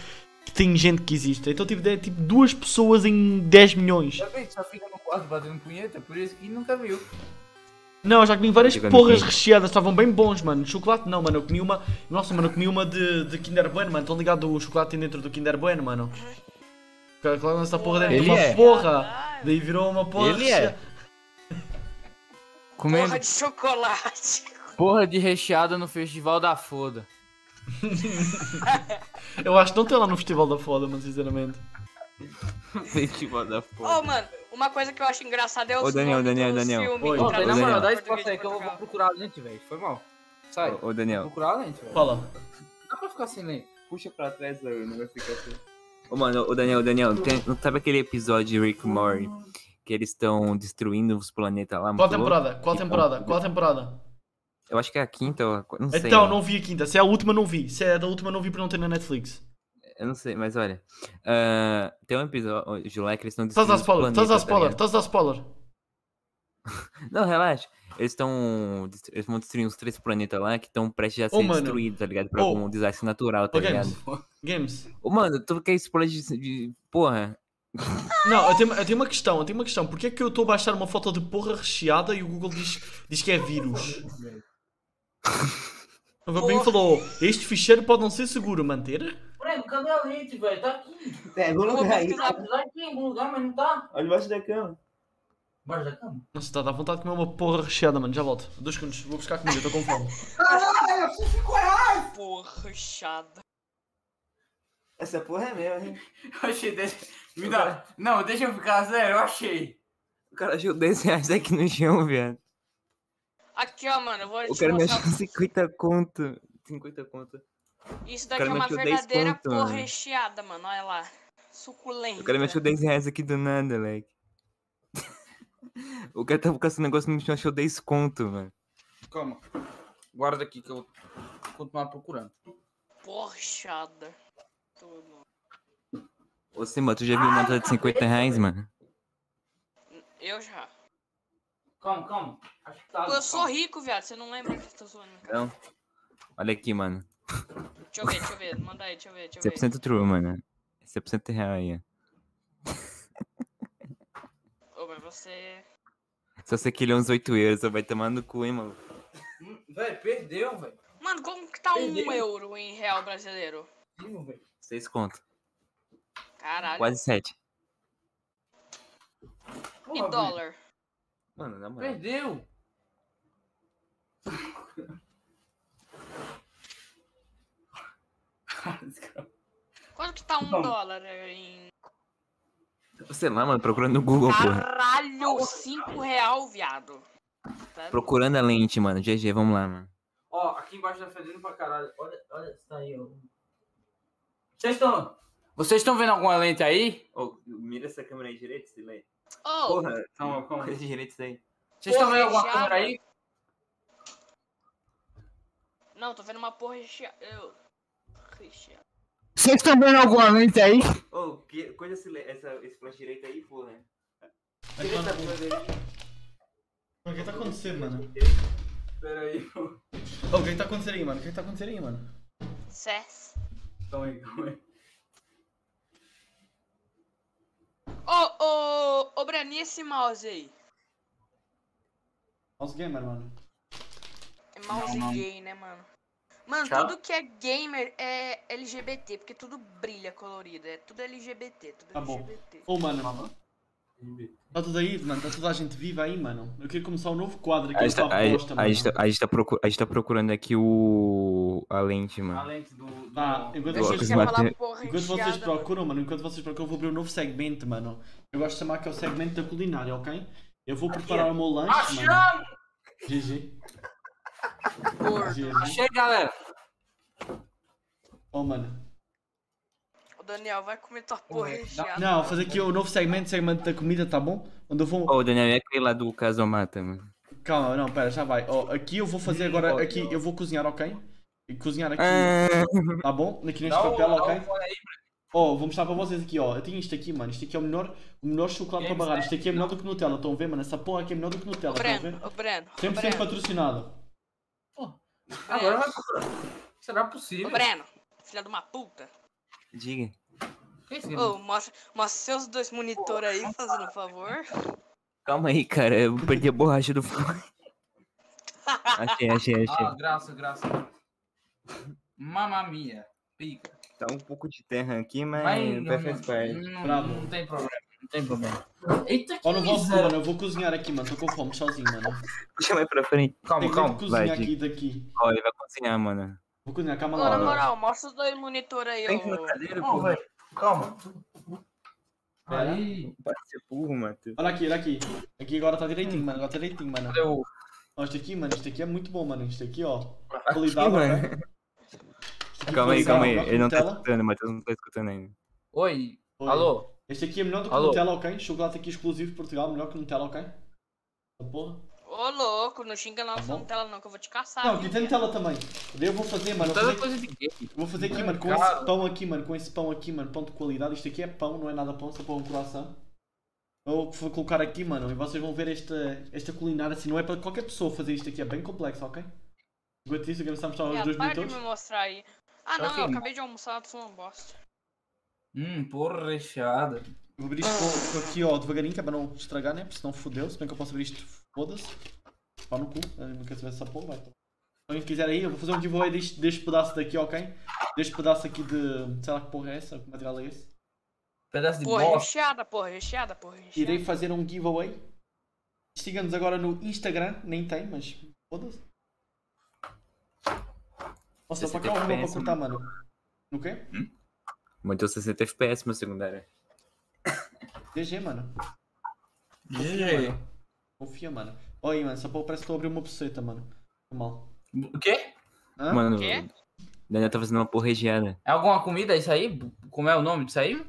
Speaker 1: que tem gente que existe. Então tipo, é tipo duas pessoas em 10 milhões.
Speaker 4: Já vi, só fica no quarto batendo punheta, por isso que nunca viu.
Speaker 1: Não, eu já comi várias
Speaker 3: Chegando
Speaker 1: porras
Speaker 3: aqui.
Speaker 1: recheadas, estavam bem bons, mano. De Chocolate não, mano. Eu comi uma. Nossa, mano, eu comi uma de, de Kinder Bueno, mano. Estão ligado o chocolate tem dentro do Kinder Bueno, mano? Coloca essa porra dentro de
Speaker 4: Ele
Speaker 1: uma
Speaker 4: é.
Speaker 1: porra.
Speaker 2: Caralho,
Speaker 1: Daí virou uma porra.
Speaker 4: Ele é.
Speaker 1: recheada.
Speaker 2: Porra de chocolate.
Speaker 4: porra de recheada no Festival da Foda.
Speaker 1: Eu acho que não tem lá no Festival da Foda, mano, sinceramente.
Speaker 3: Festival da
Speaker 2: Ô,
Speaker 3: porra.
Speaker 2: mano, uma coisa que eu acho engraçada é os
Speaker 3: Ô, Daniel,
Speaker 2: nomes
Speaker 3: Daniel,
Speaker 2: dos
Speaker 3: Daniel.
Speaker 2: filmes
Speaker 1: Oi.
Speaker 2: que
Speaker 1: Ô,
Speaker 4: Ô, velho, na
Speaker 2: trazem
Speaker 4: moral, dá
Speaker 2: português
Speaker 4: espaço aí
Speaker 2: de
Speaker 4: que eu vou
Speaker 2: Portugal.
Speaker 4: procurar a lente, velho. Foi mal. Sai.
Speaker 3: Ô,
Speaker 4: Vou
Speaker 3: Daniel.
Speaker 4: procurar a lente, velho.
Speaker 1: Fala.
Speaker 4: Dá pra ficar sem lente.
Speaker 3: Puxa pra trás aí, o negócio fica assim. Ô, mano, ô Daniel, Daniel, tem- não sabe aquele episódio de Rick and Morty que eles estão destruindo os planetas lá?
Speaker 1: Qual
Speaker 3: muito louco?
Speaker 1: temporada? Qual temporada? Qual temporada?
Speaker 3: Eu acho que é a quinta, ou a qu- não sei.
Speaker 1: Então, não vi a quinta. Se é a última, não vi. Se é da última, não vi porque não tem na Netflix.
Speaker 3: Eu não sei, mas olha. ah, tem um episódio lá que eles estão
Speaker 1: Estás a
Speaker 3: destruindo os
Speaker 1: spoiler,
Speaker 3: planetas.
Speaker 1: estás a
Speaker 3: tá
Speaker 1: spoiler,
Speaker 3: ligado?
Speaker 1: estás a spoiler.
Speaker 3: Não, relaxa. Eles estão. Eles vão destruir uns três planetas lá que estão prestes a ser
Speaker 1: Ô, mano.
Speaker 3: destruídos, tá ligado? Por
Speaker 1: Ô.
Speaker 3: algum desastre natural, tá
Speaker 1: Ô,
Speaker 3: ligado?
Speaker 1: Games. Games.
Speaker 3: Ô, mano, tu quer spoiler de. de- Porra.
Speaker 1: Não, eu tenho, eu tenho uma questão, eu tenho uma questão. Porquê é que eu estou a baixar uma foto de porra recheada e o Google diz, diz que é vírus? O meu primo
Speaker 2: Porra.
Speaker 1: falou, este ficheiro pode não ser seguro, manter?
Speaker 4: Prego, cadê a leite, velho? Tá aqui.
Speaker 5: Pega o
Speaker 2: Eu vou
Speaker 5: lugar aí.
Speaker 2: pesquisar.
Speaker 4: Tá aqui em algum lugar, mas não tá.
Speaker 5: Olha debaixo da cama.
Speaker 4: Embaixo da cama.
Speaker 1: Nossa, está a vontade de comer uma porra recheada, mano. Já volto. Dois segundos, vou buscar comida, estou com fome.
Speaker 2: Porra, chada.
Speaker 5: Essa porra é meu, hein?
Speaker 4: Eu achei desse. Me dá. Não, deixa eu ficar zero, eu achei.
Speaker 3: O cara achou 10 reais aqui no chão, viado.
Speaker 2: Aqui, ó, mano, eu vou
Speaker 3: O
Speaker 2: te
Speaker 3: cara me
Speaker 2: mostrar.
Speaker 3: achou 50 conto. 50 conto.
Speaker 2: Isso
Speaker 3: o né?
Speaker 2: daqui é
Speaker 3: cara me
Speaker 2: uma
Speaker 3: achou
Speaker 2: verdadeira
Speaker 3: 10 conto,
Speaker 2: porra
Speaker 3: mano.
Speaker 2: recheada, mano. Olha lá. Suculenta.
Speaker 3: O cara me achou 10 reais aqui do nada, moleque. O cara tava com esse negócio e me achou 10 conto, mano.
Speaker 4: Calma. Guarda aqui que eu vou continuar procurando.
Speaker 2: Porra chada. Tô bom.
Speaker 3: Ô, Simba, tu
Speaker 2: Ah,
Speaker 3: já viu nota de 50 reais, mano?
Speaker 2: Eu já.
Speaker 4: Calma, calma. Acho que tá.
Speaker 2: Pô, eu sou rico, viado. Você não lembra que eu tô zoando.
Speaker 3: Não. Olha aqui, mano.
Speaker 2: Deixa eu ver, deixa eu ver. Manda aí, deixa eu ver, deixa eu ver.
Speaker 3: 100% true, mano. 100% real aí, ó.
Speaker 2: Ô, mas você...
Speaker 3: Só sei que ele é uns 8 euros, só vai tomar no cu, hein, mano.
Speaker 4: Hum, Velho, perdeu, velho.
Speaker 2: Mano, como que tá um
Speaker 4: Perdeu.
Speaker 2: euro em real brasileiro?
Speaker 4: Vivo, velho.
Speaker 3: 6 conto.
Speaker 2: Caralho.
Speaker 3: Quase 7.
Speaker 4: Porra,
Speaker 2: E
Speaker 4: velho,
Speaker 2: dólar?
Speaker 3: Mano, na moral.
Speaker 4: Perdeu.
Speaker 2: Quanto que tá um
Speaker 4: Não.
Speaker 2: dólar em...
Speaker 3: Sei lá, mano, procurando no Google,
Speaker 2: Ah.
Speaker 3: porra.
Speaker 2: Caralho, cinco real, viado. Tá
Speaker 3: Procurando a lente, mano. GG, vamos lá, mano.
Speaker 4: Ó, aqui embaixo tá fedendo pra caralho. Olha, olha, isso aí, ó. Vocês estão. Vocês estão vendo alguma lente aí?
Speaker 3: mira essa câmera aí direito, Silene.
Speaker 2: Oh,
Speaker 4: Calma, calma.
Speaker 3: direito isso aí.
Speaker 4: Vocês estão
Speaker 2: Porra,
Speaker 4: vendo alguma
Speaker 2: recheada.
Speaker 4: câmera aí?
Speaker 2: não, tô vendo uma porra recheada. Eu... recheada.
Speaker 5: Vocês estão vendo alguma lente aí?
Speaker 3: Ô, que coisa esse flash direito aí, porra.
Speaker 1: O que está a acontecer, mano?
Speaker 4: Pera aí, pô.
Speaker 1: o que está a acontecer aí, mano? O que está a acontecer aí, mano?
Speaker 2: Cess.
Speaker 4: Calma aí, calma aí.
Speaker 2: Ô, ô, ô, Brani, e esse mouse aí?
Speaker 1: Mouse gamer, mano.
Speaker 2: É mouse
Speaker 4: Não, não.
Speaker 2: gay, né, mano? Mano,
Speaker 4: Tchau.
Speaker 2: tudo que é gamer é LGBT, porque tudo brilha colorido. É tudo LGBT, tudo
Speaker 1: Tá bom.
Speaker 2: LGBT.
Speaker 1: Ô, mano. Tá tudo aí, mano. Tá toda a gente viva aí, mano. Eu quero começar um novo quadro aqui
Speaker 3: A gente
Speaker 1: nesta
Speaker 3: tá, a,
Speaker 1: aposta,
Speaker 3: a,
Speaker 1: mano.
Speaker 3: gente tá, a, gente tá procu- a gente tá procurando aqui o. a lente,
Speaker 4: A
Speaker 3: mano.
Speaker 4: lente do. do...
Speaker 1: Tá, enquanto
Speaker 2: Eu achei que
Speaker 1: vocês
Speaker 2: você
Speaker 3: Marcos
Speaker 2: ia falar
Speaker 3: Mate-
Speaker 2: porra
Speaker 1: Enquanto vocês
Speaker 2: recheada, mano.
Speaker 1: procuram, mano, enquanto vocês procuram, eu vou abrir um novo segmento, mano. Eu gosto de chamar que é o segmento da culinária, ok? Eu vou preparar o meu lanche, mano.
Speaker 4: Achamos!
Speaker 1: GG.
Speaker 2: Gordo.
Speaker 1: GG.
Speaker 4: Achei, galera.
Speaker 1: Oh, mano.
Speaker 2: O Daniel vai comer tua porra
Speaker 4: Ué, dá-
Speaker 2: recheada.
Speaker 1: Não, vou fazer aqui o novo segmento, segmento da comida, tá bom? Onde eu vou.
Speaker 3: Ô, Daniel, é aquele lá do Casomata, mano.
Speaker 1: Calma, não, pera, já vai. Ó, aqui eu vou fazer agora.
Speaker 3: Ó,
Speaker 1: Aqui eu vou cozinhar, ok? E cozinhar aqui,
Speaker 3: Ah,
Speaker 1: tá bom? Aqui neste
Speaker 4: Dá o-
Speaker 1: papel,
Speaker 4: dá o
Speaker 1: ok?
Speaker 4: fone aí.
Speaker 1: Oh, vou mostrar para vocês aqui, ó. Eu tenho isto aqui, mano. Isto aqui é o melhor, o melhor chocolate para
Speaker 4: Games,
Speaker 1: barrar. Isto aqui é melhor do que Nutella, estão a ver, mano? Essa porra aqui é melhor do que
Speaker 2: Ô,
Speaker 1: Nutella, estão a ver?
Speaker 2: Breno, ô, Breno, ô,
Speaker 1: 100%
Speaker 2: Breno,
Speaker 1: patrocinado.
Speaker 4: Agora vai Será possível?
Speaker 2: ô, Breno. Filha de uma puta.
Speaker 3: diga.
Speaker 4: Quem se-
Speaker 2: Ô, mostra, mostra seus dois monitor aí, fazendo um favor.
Speaker 3: Calma aí, cara. Eu perdi a borracha do fone. Achei, achei, achei.
Speaker 4: Ah, graça, graça. Mamamia. Pica.
Speaker 3: Tá um pouco de terra aqui,
Speaker 4: Mas
Speaker 3: mas
Speaker 4: não,
Speaker 3: vai faz parte.
Speaker 4: não,
Speaker 1: Bravo.
Speaker 4: não tem problema, não tem problema.
Speaker 5: É.
Speaker 4: Eita, que
Speaker 1: Ó, não vou
Speaker 4: miséria.
Speaker 1: mano, eu vou cozinhar aqui, mano. Tô com fome sozinho, mano.
Speaker 3: Puxa mais pra frente.
Speaker 1: Tem
Speaker 4: Calma,
Speaker 1: que
Speaker 4: calma.
Speaker 1: cozinhar
Speaker 3: vai,
Speaker 1: aqui e daqui.
Speaker 3: Ó, ele vai cozinhar, mano.
Speaker 1: Vou cozinhar, calma
Speaker 2: Ô,
Speaker 1: lá.
Speaker 2: na
Speaker 1: mano.
Speaker 2: moral, mostra os dois monitor aí,
Speaker 3: Sente na
Speaker 2: ô.
Speaker 3: cadeira,
Speaker 4: Não,
Speaker 3: porra.
Speaker 4: velho. Calma.
Speaker 1: Pera.
Speaker 4: Aí.
Speaker 3: Para de ser burro, Matheus.
Speaker 1: Olha aqui, olha aqui. Aqui agora tá
Speaker 3: Hum.
Speaker 1: direitinho, mano. Agora tá direitinho, mano.
Speaker 4: Cadê o.
Speaker 1: Ó, isto aqui, mano, isto aqui é muito bom, mano. Isto aqui, ó.
Speaker 3: Aqui,
Speaker 1: Qualidade,
Speaker 3: mano.
Speaker 1: né? Isto aqui
Speaker 3: É Calma
Speaker 1: qualidade,
Speaker 3: aí, calma aí.
Speaker 1: melhor que
Speaker 3: Ele não tá
Speaker 1: Nutella.
Speaker 3: escutando, Matheus não tá escutando ainda.
Speaker 4: Oi.
Speaker 1: Oi.
Speaker 4: Alô?
Speaker 1: Este aqui é melhor do que
Speaker 4: Alô?
Speaker 1: Nutella, ok? Chocolate aqui exclusivo de Portugal, melhor que Nutella, ok? Essa Porra.
Speaker 2: Ô, louco, não xinga lá
Speaker 1: Tá
Speaker 2: na
Speaker 1: bom.
Speaker 2: Nutella não, que eu vou te caçar.
Speaker 1: Não,
Speaker 2: viu,
Speaker 1: aqui tem
Speaker 2: viado?
Speaker 1: Nutella também. Eu vou fazer, mano. eu Vou
Speaker 4: Toda
Speaker 3: tá
Speaker 1: fazer,
Speaker 4: coisa de gay.
Speaker 1: vou fazer aqui, mano, com
Speaker 4: Cara.
Speaker 1: esse pão aqui, mano. Com esse pão aqui, mano. Pão de qualidade. Isto aqui é pão, não é nada pão, só pão um coração. Eu vou colocar aqui, mano, e vocês vão ver esta, esta culinária assim. Não é para qualquer pessoa fazer isto aqui, é bem complexo, ok? Enquanto isso, começamos só aos
Speaker 2: Viado,
Speaker 1: dois
Speaker 2: para de
Speaker 1: minutos.
Speaker 2: me mostrar aí. Ah não,
Speaker 4: Ok.
Speaker 2: eu acabei de almoçar, sou uma bosta.
Speaker 4: Hum, porra recheada.
Speaker 1: Vou abrir isto com, com aqui, ó, devagarinho, que é para não estragar, né? Porque senão fodeu. Se bem que eu posso abrir isto, foda-se. Pá no cu, eu não quero saber essa porra, vai. Então, quem quiser aí, eu vou fazer um giveaway deste, deste pedaço daqui, ok? Deste pedaço aqui de. sei lá que porra é essa, que material é esse.
Speaker 4: Pedaço de
Speaker 2: Porra,
Speaker 4: bosta.
Speaker 2: recheada, porra, recheada, porra, recheada.
Speaker 1: Irei fazer um giveaway. Siga-nos agora no Instagram, nem tem, mas foda-se. Nossa, só que é uma roupa para
Speaker 3: 60
Speaker 1: cortar, mano. No quê?
Speaker 3: Aumentou 60 FPS meu secundário.
Speaker 1: GG, mano.
Speaker 4: GG.
Speaker 1: Confia, mano. Olha aí, mano, só para parece que estou a abrir uma buceta, mano. Foi mal.
Speaker 4: O quê?
Speaker 1: Hã?
Speaker 3: Mano,
Speaker 2: Quê?
Speaker 3: o Daniel tá fazendo uma porregiada.
Speaker 4: É alguma comida isso aí? Como é o nome disso aí?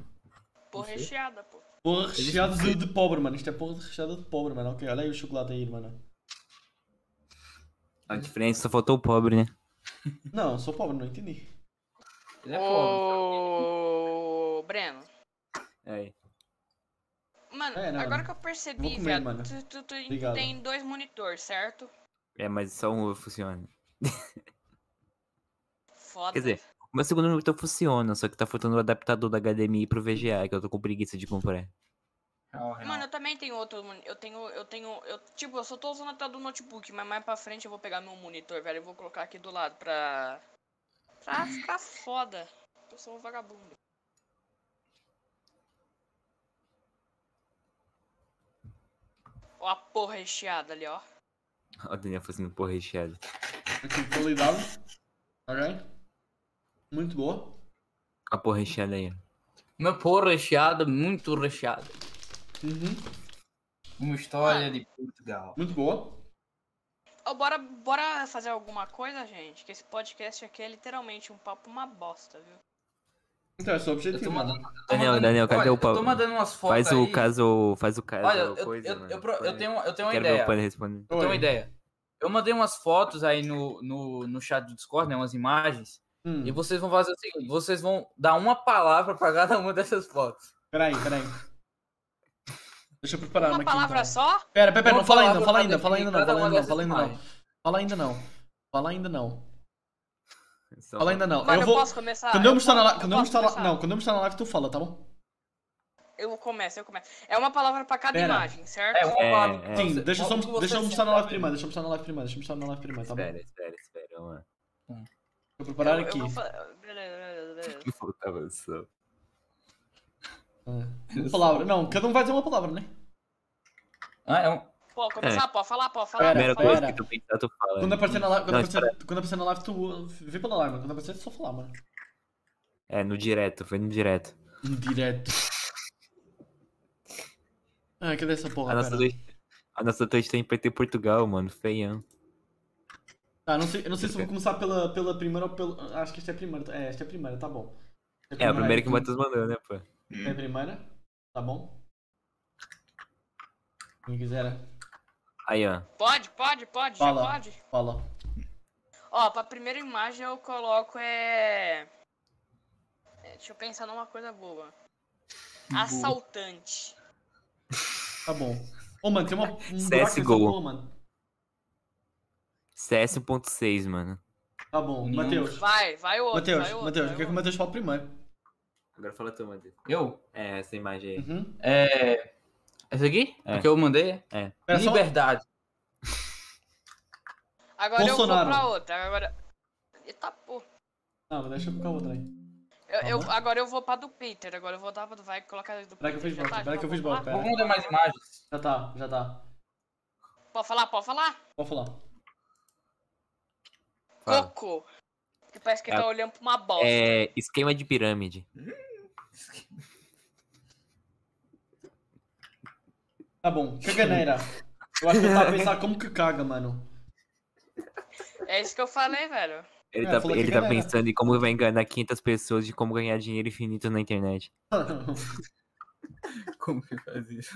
Speaker 2: Porra, recheada, pô.
Speaker 1: Porra recheada de, de pobre, mano. Isto é porra de recheada de pobre, mano. Ok, olha aí o chocolate aí, mano. Hum.
Speaker 3: A diferença só faltou o pobre, né?
Speaker 1: Não, sou pobre, não entendi.
Speaker 4: Ele é pobre.
Speaker 2: Ô, Breno.
Speaker 3: Aí.
Speaker 2: Mano,
Speaker 1: É, não,
Speaker 2: agora
Speaker 1: não.
Speaker 2: que eu percebi,
Speaker 1: Vou comer,
Speaker 2: viado,
Speaker 1: mano.
Speaker 2: tu, tu- tu
Speaker 1: Obrigado.
Speaker 2: tem dois monitores, certo?
Speaker 3: É, mas só um funciona.
Speaker 2: Foda.
Speaker 3: Quer dizer, o meu segundo monitor funciona, só que tá faltando o adaptador da HDMI pro VGA, que eu tô com preguiça de comprar.
Speaker 4: Real, real.
Speaker 2: Mano, eu também tenho outro moni- Eu tenho. Eu tenho. Eu, tipo, eu só tô usando até do notebook, mas mais pra frente eu vou pegar meu monitor, velho. Eu vou colocar aqui do lado pra. Pra ficar foda. Eu sou um vagabundo. Ó a porra recheada ali, ó.
Speaker 3: Ó, O Daniel fazendo porregiada.
Speaker 1: Aqui, qualidade. Ok? Muito boa.
Speaker 3: A porregiada aí. ó.
Speaker 4: Meu porra recheada, muito recheada.
Speaker 1: Uhum.
Speaker 4: Uma história de Portugal.
Speaker 1: Muito boa.
Speaker 2: Ó, bora, bora fazer alguma coisa, gente. Que esse podcast aqui é literalmente um papo uma bosta, viu?
Speaker 1: Então, é só o
Speaker 4: Eu tô
Speaker 1: objetivo.
Speaker 4: mandando. tô
Speaker 3: Daniel,
Speaker 4: mandando-
Speaker 3: Daniel, cadê
Speaker 4: olha,
Speaker 3: o
Speaker 4: Eu tô
Speaker 3: pau?
Speaker 4: mandando umas fotos.
Speaker 3: Faz o
Speaker 4: aí.
Speaker 3: caso. Faz o caso.
Speaker 4: Olha, eu,
Speaker 3: coisa,
Speaker 4: eu,
Speaker 3: mano.
Speaker 4: eu, pro- eu
Speaker 3: Põe-
Speaker 4: tenho, eu tenho uma
Speaker 3: Quero ver
Speaker 4: ideia.
Speaker 3: o Panda responder.
Speaker 4: Eu tenho uma
Speaker 1: Oi.
Speaker 4: ideia. Eu mandei umas fotos aí no, no, no chat do Discord, né? Umas imagens.
Speaker 1: Hum,
Speaker 4: E vocês vão fazer o seguinte: vocês vão dar uma palavra pra cada uma dessas fotos.
Speaker 1: Peraí, peraí. Deixa eu preparar né,
Speaker 2: Uma palavra só?
Speaker 1: Pera, pera, pera,
Speaker 4: Uma
Speaker 1: não fala ainda,
Speaker 4: palavra
Speaker 1: fala
Speaker 4: pra
Speaker 1: ainda, fala ainda não,
Speaker 4: definir
Speaker 1: fala
Speaker 4: cada
Speaker 1: ainda não,
Speaker 4: uma
Speaker 1: fala ainda
Speaker 4: dessas Então,
Speaker 1: não. Fala ainda não. Fala ainda não.
Speaker 3: Só-
Speaker 1: Fala ainda não.
Speaker 2: Mano,
Speaker 1: Eu
Speaker 2: eu,
Speaker 1: vou.
Speaker 2: posso começar.
Speaker 1: Quando eu mostrar na
Speaker 2: posso-
Speaker 1: live. Quando eu
Speaker 2: posso
Speaker 1: mostrar na.
Speaker 2: começar?
Speaker 1: Não, quando eu mostrar na live, tu fala, tá bom?
Speaker 2: Eu começo, eu começo. É uma palavra pra cada
Speaker 1: Pera.
Speaker 2: imagem, certo?
Speaker 4: É, uma
Speaker 3: É,
Speaker 4: palavra.
Speaker 3: é.
Speaker 4: pra
Speaker 1: Sim,
Speaker 4: você-
Speaker 1: deixa eu só
Speaker 4: o que
Speaker 1: mos- deixa eu
Speaker 4: você
Speaker 1: mostrar na
Speaker 4: sente.
Speaker 1: live primeiro, deixa eu mostrar na live primeiro, deixa eu mostrar na live primeiro, tá bom?
Speaker 3: Espera, espera, espera, mano.
Speaker 1: Vou
Speaker 2: Eu-
Speaker 1: preparar
Speaker 2: eu
Speaker 1: aqui.
Speaker 2: vou fa- beleza, beleza, beleza.
Speaker 3: Que faltava só.
Speaker 1: Uma palavra. Não, cada um vai dizer uma palavra, né?
Speaker 4: Ah, é um-
Speaker 2: Pô, começar, pode falar, pode falar,
Speaker 1: Pera,
Speaker 3: Primeira
Speaker 2: pode
Speaker 3: coisa
Speaker 2: falar.
Speaker 1: pera.
Speaker 3: que tu pensar, tu fala.
Speaker 1: Quando aparecer na live, quando
Speaker 3: Não,
Speaker 1: aparecer, quando aparecer na live tu uh, vê pela live, mano. Quando aparecer, é só falar, mano.
Speaker 3: É, no direto, foi no direto.
Speaker 1: Direto. Ah, cadê essa porra,
Speaker 3: A nossa
Speaker 1: pera?
Speaker 3: Twitch, a nossa Twitch tem PT Portugal, mano, feião.
Speaker 1: Ah, não sei, eu não sei se eu vou começar pela, pela primeira ou pela... Acho que esta é a primeira. É, esta é a primeira, tá bom.
Speaker 3: É a primeira que o
Speaker 1: vai
Speaker 3: Matheus mandou, né, pô?
Speaker 1: É a primeira, tá bom? Quem quiser,
Speaker 3: Aí, ó.
Speaker 2: Pode, pode, pode, já
Speaker 1: Fala.
Speaker 2: pode.
Speaker 1: fala.
Speaker 2: Ó, pra primeira imagem eu coloco é. é, Deixa eu pensar numa coisa boa. Assaltante.
Speaker 1: Tá bom. Ô, mano, tem uma, um buraco nessa
Speaker 3: CSGO.
Speaker 1: porra, mano.
Speaker 3: CS 1.6, mano.
Speaker 1: Tá bom,
Speaker 4: Nenhum.
Speaker 1: Matheus.
Speaker 2: Vai, vai outro.
Speaker 1: Matheus,
Speaker 2: vai outro,
Speaker 1: Matheus, quer
Speaker 2: vai
Speaker 1: que o
Speaker 2: outro.
Speaker 1: Matheus fale primeiro?
Speaker 3: Agora fala tu, Matheus.
Speaker 4: Eu?
Speaker 3: É, essa imagem aí.
Speaker 1: Uhum.
Speaker 4: É. Essa aqui?
Speaker 3: É.
Speaker 4: A que eu mandei?
Speaker 1: Pera, É só- um-
Speaker 4: Liberdade.
Speaker 2: Agora
Speaker 1: Bolsonaro.
Speaker 2: eu vou pra outra. Agora. Eita porra.
Speaker 1: Não, mas deixa eu colocar outra aí.
Speaker 2: Eu, eu-
Speaker 1: Aham.
Speaker 2: agora eu vou pra do Peter. Agora eu vou dar pra do vai colocar do
Speaker 1: Peraí que eu
Speaker 2: Peter,
Speaker 1: fiz
Speaker 2: já
Speaker 1: bosta,
Speaker 2: tá,
Speaker 1: peraí
Speaker 2: já
Speaker 1: que eu fiz
Speaker 2: vou
Speaker 1: bosta.
Speaker 2: falar?
Speaker 1: Pera.
Speaker 4: Vamos mandar mais imagens.
Speaker 1: Já tá, já tá.
Speaker 2: Pode falar, pode falar?
Speaker 1: Pode falar.
Speaker 3: Fala.
Speaker 2: Coco. Que parece que ele
Speaker 3: É.
Speaker 2: tá olhando pra uma bola.
Speaker 3: É, esquema de pirâmide.
Speaker 1: Tá bom, caganeira. Eu acho que ele tá a pensar como que caga, mano.
Speaker 2: É isso que eu falei, velho.
Speaker 3: Ele,
Speaker 1: É,
Speaker 3: tá,
Speaker 1: falou que
Speaker 3: ele tá
Speaker 1: galera.
Speaker 3: pensando em como vai enganar 500 pessoas de como ganhar dinheiro infinito na internet.
Speaker 1: Então,
Speaker 4: Como que faz isso?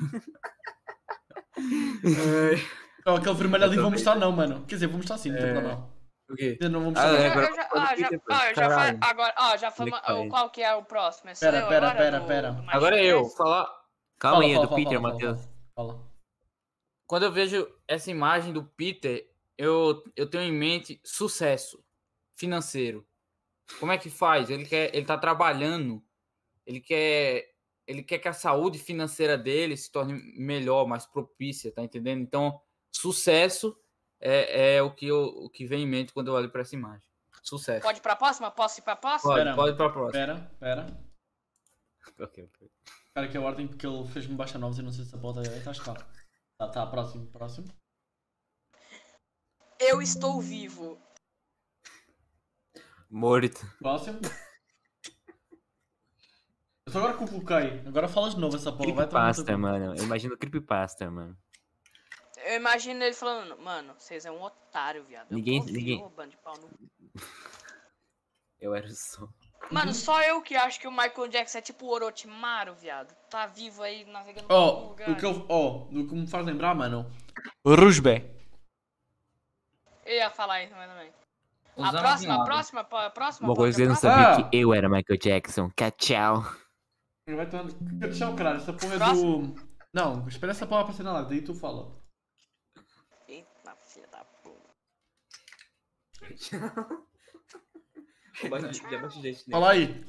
Speaker 1: Ó, aquele vermelho ali
Speaker 3: Eu
Speaker 1: vou
Speaker 3: também.
Speaker 1: mostrar não, mano. Quer dizer, vou mostrar sim, não tem
Speaker 4: É.
Speaker 1: problema.
Speaker 4: O quê?
Speaker 1: Eu não vou
Speaker 3: Ah,
Speaker 1: mostrar
Speaker 2: Eu,
Speaker 1: não.
Speaker 3: é.
Speaker 2: eu
Speaker 3: agora
Speaker 2: já,
Speaker 3: fala
Speaker 2: ó,
Speaker 3: do
Speaker 2: já,
Speaker 3: Peter,
Speaker 2: ó, eu já falei,
Speaker 3: caralho.
Speaker 2: agora, ó, já
Speaker 3: Como é
Speaker 2: falei,
Speaker 3: que faz?
Speaker 2: qual que é o próximo? É
Speaker 1: Pera,
Speaker 2: seu
Speaker 1: pera,
Speaker 2: agora
Speaker 1: pera,
Speaker 2: do-
Speaker 1: pera.
Speaker 3: é
Speaker 2: do Minecraft?
Speaker 4: Agora eu, falar.
Speaker 3: Calma
Speaker 1: Fala,
Speaker 3: aí, é
Speaker 1: fala,
Speaker 3: do
Speaker 1: fala,
Speaker 3: Peter,
Speaker 1: fala, fala,
Speaker 3: Matheus.
Speaker 1: Fala.
Speaker 4: Quando eu vejo essa imagem do Peter, eu, eu tenho em mente sucesso financeiro. Como é que faz? Ele quer, ele tá trabalhando. Ele quer, ele quer que a saúde financeira dele se torne melhor, mais propícia, tá entendendo? Então, sucesso é, é o que eu, o que vem em mente quando eu olho para essa imagem. Sucesso.
Speaker 2: Pode ir pra próxima? Posso ir pra próxima?
Speaker 4: Pode,
Speaker 1: Pera.
Speaker 4: pode ir pra próxima.
Speaker 1: Pera, pera. Cara, que é a ordem porque ele fez-me baixar novos e não sei se a bota direita. Acho que tá. Tá, tá, próximo, próximo.
Speaker 2: Eu estou vivo.
Speaker 3: Morto.
Speaker 1: Próximo. Eu só agora que eu coloquei. Agora fala de novo essa porra. Vai tomar no
Speaker 3: Creepypasta,
Speaker 1: teu cu.
Speaker 3: mano. Eu imagino creepypasta, mano.
Speaker 2: Eu imagino ele falando, mano, vocês é um otário, viado. Eu
Speaker 3: Ninguém-
Speaker 2: confio,
Speaker 3: ninguém-
Speaker 2: bando de pau no cu."
Speaker 3: Eu era o som.
Speaker 2: Mano, só eu que acho que o Michael Jackson é tipo o Orochimaru, viado. Tá vivo aí, navegando em algum
Speaker 1: Oh,
Speaker 2: lugar.
Speaker 1: o que eu. Oh, o que me faz lembrar, mano.
Speaker 6: Rusbé.
Speaker 2: Eu ia falar isso, mas também. A
Speaker 4: Usando
Speaker 2: próxima, a
Speaker 4: nada.
Speaker 2: próxima, a próxima.
Speaker 3: Uma
Speaker 2: pode
Speaker 3: coisa que eu não
Speaker 2: pra
Speaker 3: sabia é
Speaker 1: Ah!
Speaker 3: que eu era Michael Jackson. Tchau.
Speaker 1: Vai tomando. Deixa eu caralho, essa porra é
Speaker 2: Próximo.
Speaker 1: do. Não, espera essa porra aparecer na live, daí tu fala.
Speaker 2: próxima? Eita, filha da puta.
Speaker 3: né?
Speaker 1: Fala aí,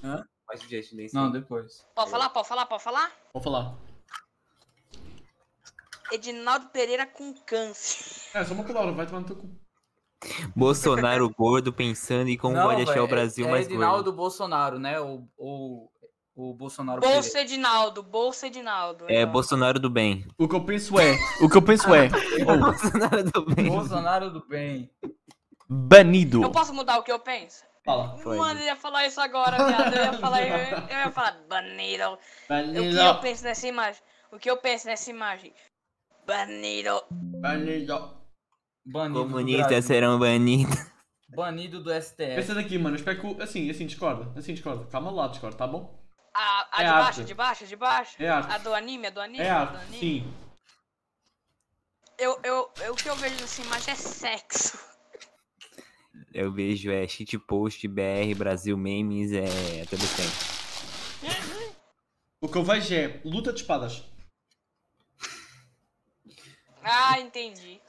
Speaker 4: Não, depois.
Speaker 2: Pode falar, pode falar, pode falar?
Speaker 1: vou falar.
Speaker 2: Edinaldo Pereira com câncer.
Speaker 1: É, só uma palavra, vai tomar no teu cu.
Speaker 3: Bolsonaro gordo pensando em como
Speaker 4: Não,
Speaker 3: pode achar
Speaker 4: véi,
Speaker 3: o Brasil
Speaker 4: é,
Speaker 3: mais
Speaker 4: é Edinaldo
Speaker 3: gordo.
Speaker 4: Bolsonaro, né? O, o, o Bolsonaro.
Speaker 2: Bolsa Edinaldo, Bolsa Edinaldo.
Speaker 3: É
Speaker 2: Edinaldo.
Speaker 3: Bolsonaro do bem.
Speaker 6: O que eu penso é. O que eu penso é. Oh,
Speaker 3: Bolsonaro do
Speaker 4: Pereira.
Speaker 3: bem.
Speaker 4: Bolsonaro do bem.
Speaker 6: banido.
Speaker 2: Eu posso mudar o que eu penso?
Speaker 1: Fala.
Speaker 3: Pode.
Speaker 2: Mano, eu ia falar isso agora, viado. Eu ia falar, eu, ia- eu ia falar, banido. O que eu
Speaker 1: Vanilla,
Speaker 2: penso nessa imagem? O que eu penso nessa imagem? Banido.
Speaker 1: vanilla.
Speaker 4: Banido do
Speaker 3: Comunistas
Speaker 4: Brasil.
Speaker 3: serão banidos.
Speaker 4: Banido do STF.
Speaker 1: Pensa daqui, mano, espero que. o- Assim, assim, discorda. Assim, discorda. Calma lá, discorda, tá bom?
Speaker 2: A, a
Speaker 1: É
Speaker 2: de
Speaker 1: arte.
Speaker 2: baixo, de baixo, de baixo?
Speaker 1: É arte.
Speaker 2: A do anime, a do anime?
Speaker 1: É
Speaker 2: a do
Speaker 1: arte,
Speaker 2: anime?
Speaker 1: sim.
Speaker 2: Eu, eu, eu, o que eu vejo nessa imagem é sexo.
Speaker 3: Eu vejo é shitpost, BR, Brasil memes, é tudo bem.
Speaker 1: O que eu vejo é luta de espadas.
Speaker 2: Ah, entendi.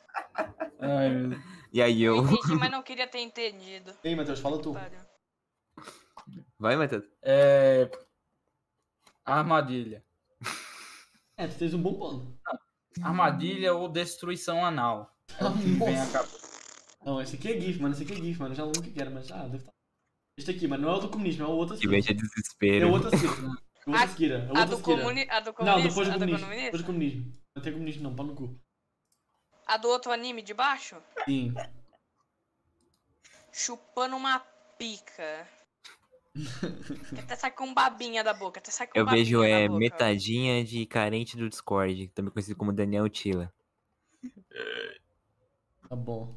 Speaker 4: Ai, meu Deus.
Speaker 3: E aí
Speaker 2: Eu
Speaker 3: eu.
Speaker 2: entendi, mas não queria ter entendido.
Speaker 1: E aí, Matheus, fala tu.
Speaker 2: Pariu.
Speaker 3: Vai, Matheus.
Speaker 4: É... Armadilha.
Speaker 1: É, tu tens um bom plano.
Speaker 4: Armadilha ou destruição anal. É o que me vem a cabeça.
Speaker 1: Não, esse aqui é GIF, mano. Esse aqui é GIF, mano. Já não que quero, mas ah, deve estar. Este aqui, mano, não é o do comunismo, é o outro a
Speaker 3: Que
Speaker 1: seguir.
Speaker 3: veja
Speaker 1: É
Speaker 3: desespero.
Speaker 1: o outro a seguir. É o outro a seguir. É o outro
Speaker 2: A
Speaker 1: a
Speaker 2: do,
Speaker 1: seguir.
Speaker 2: comuni... a do comunista?
Speaker 1: Não, depois do
Speaker 2: a do
Speaker 1: comunismo. Depois do
Speaker 2: comunista?
Speaker 1: comunismo. Não tem comunismo, não, pau no cu.
Speaker 2: A do outro anime de baixo?
Speaker 1: Sim.
Speaker 2: Chupando uma pica. Que até sai com babinha da boca. Até sai com
Speaker 3: Eu
Speaker 2: babinha
Speaker 3: vejo
Speaker 2: da
Speaker 3: é
Speaker 2: boca.
Speaker 3: metadinha de carente do Discord, também conhecido como Daniel Tila.
Speaker 1: Tá bom.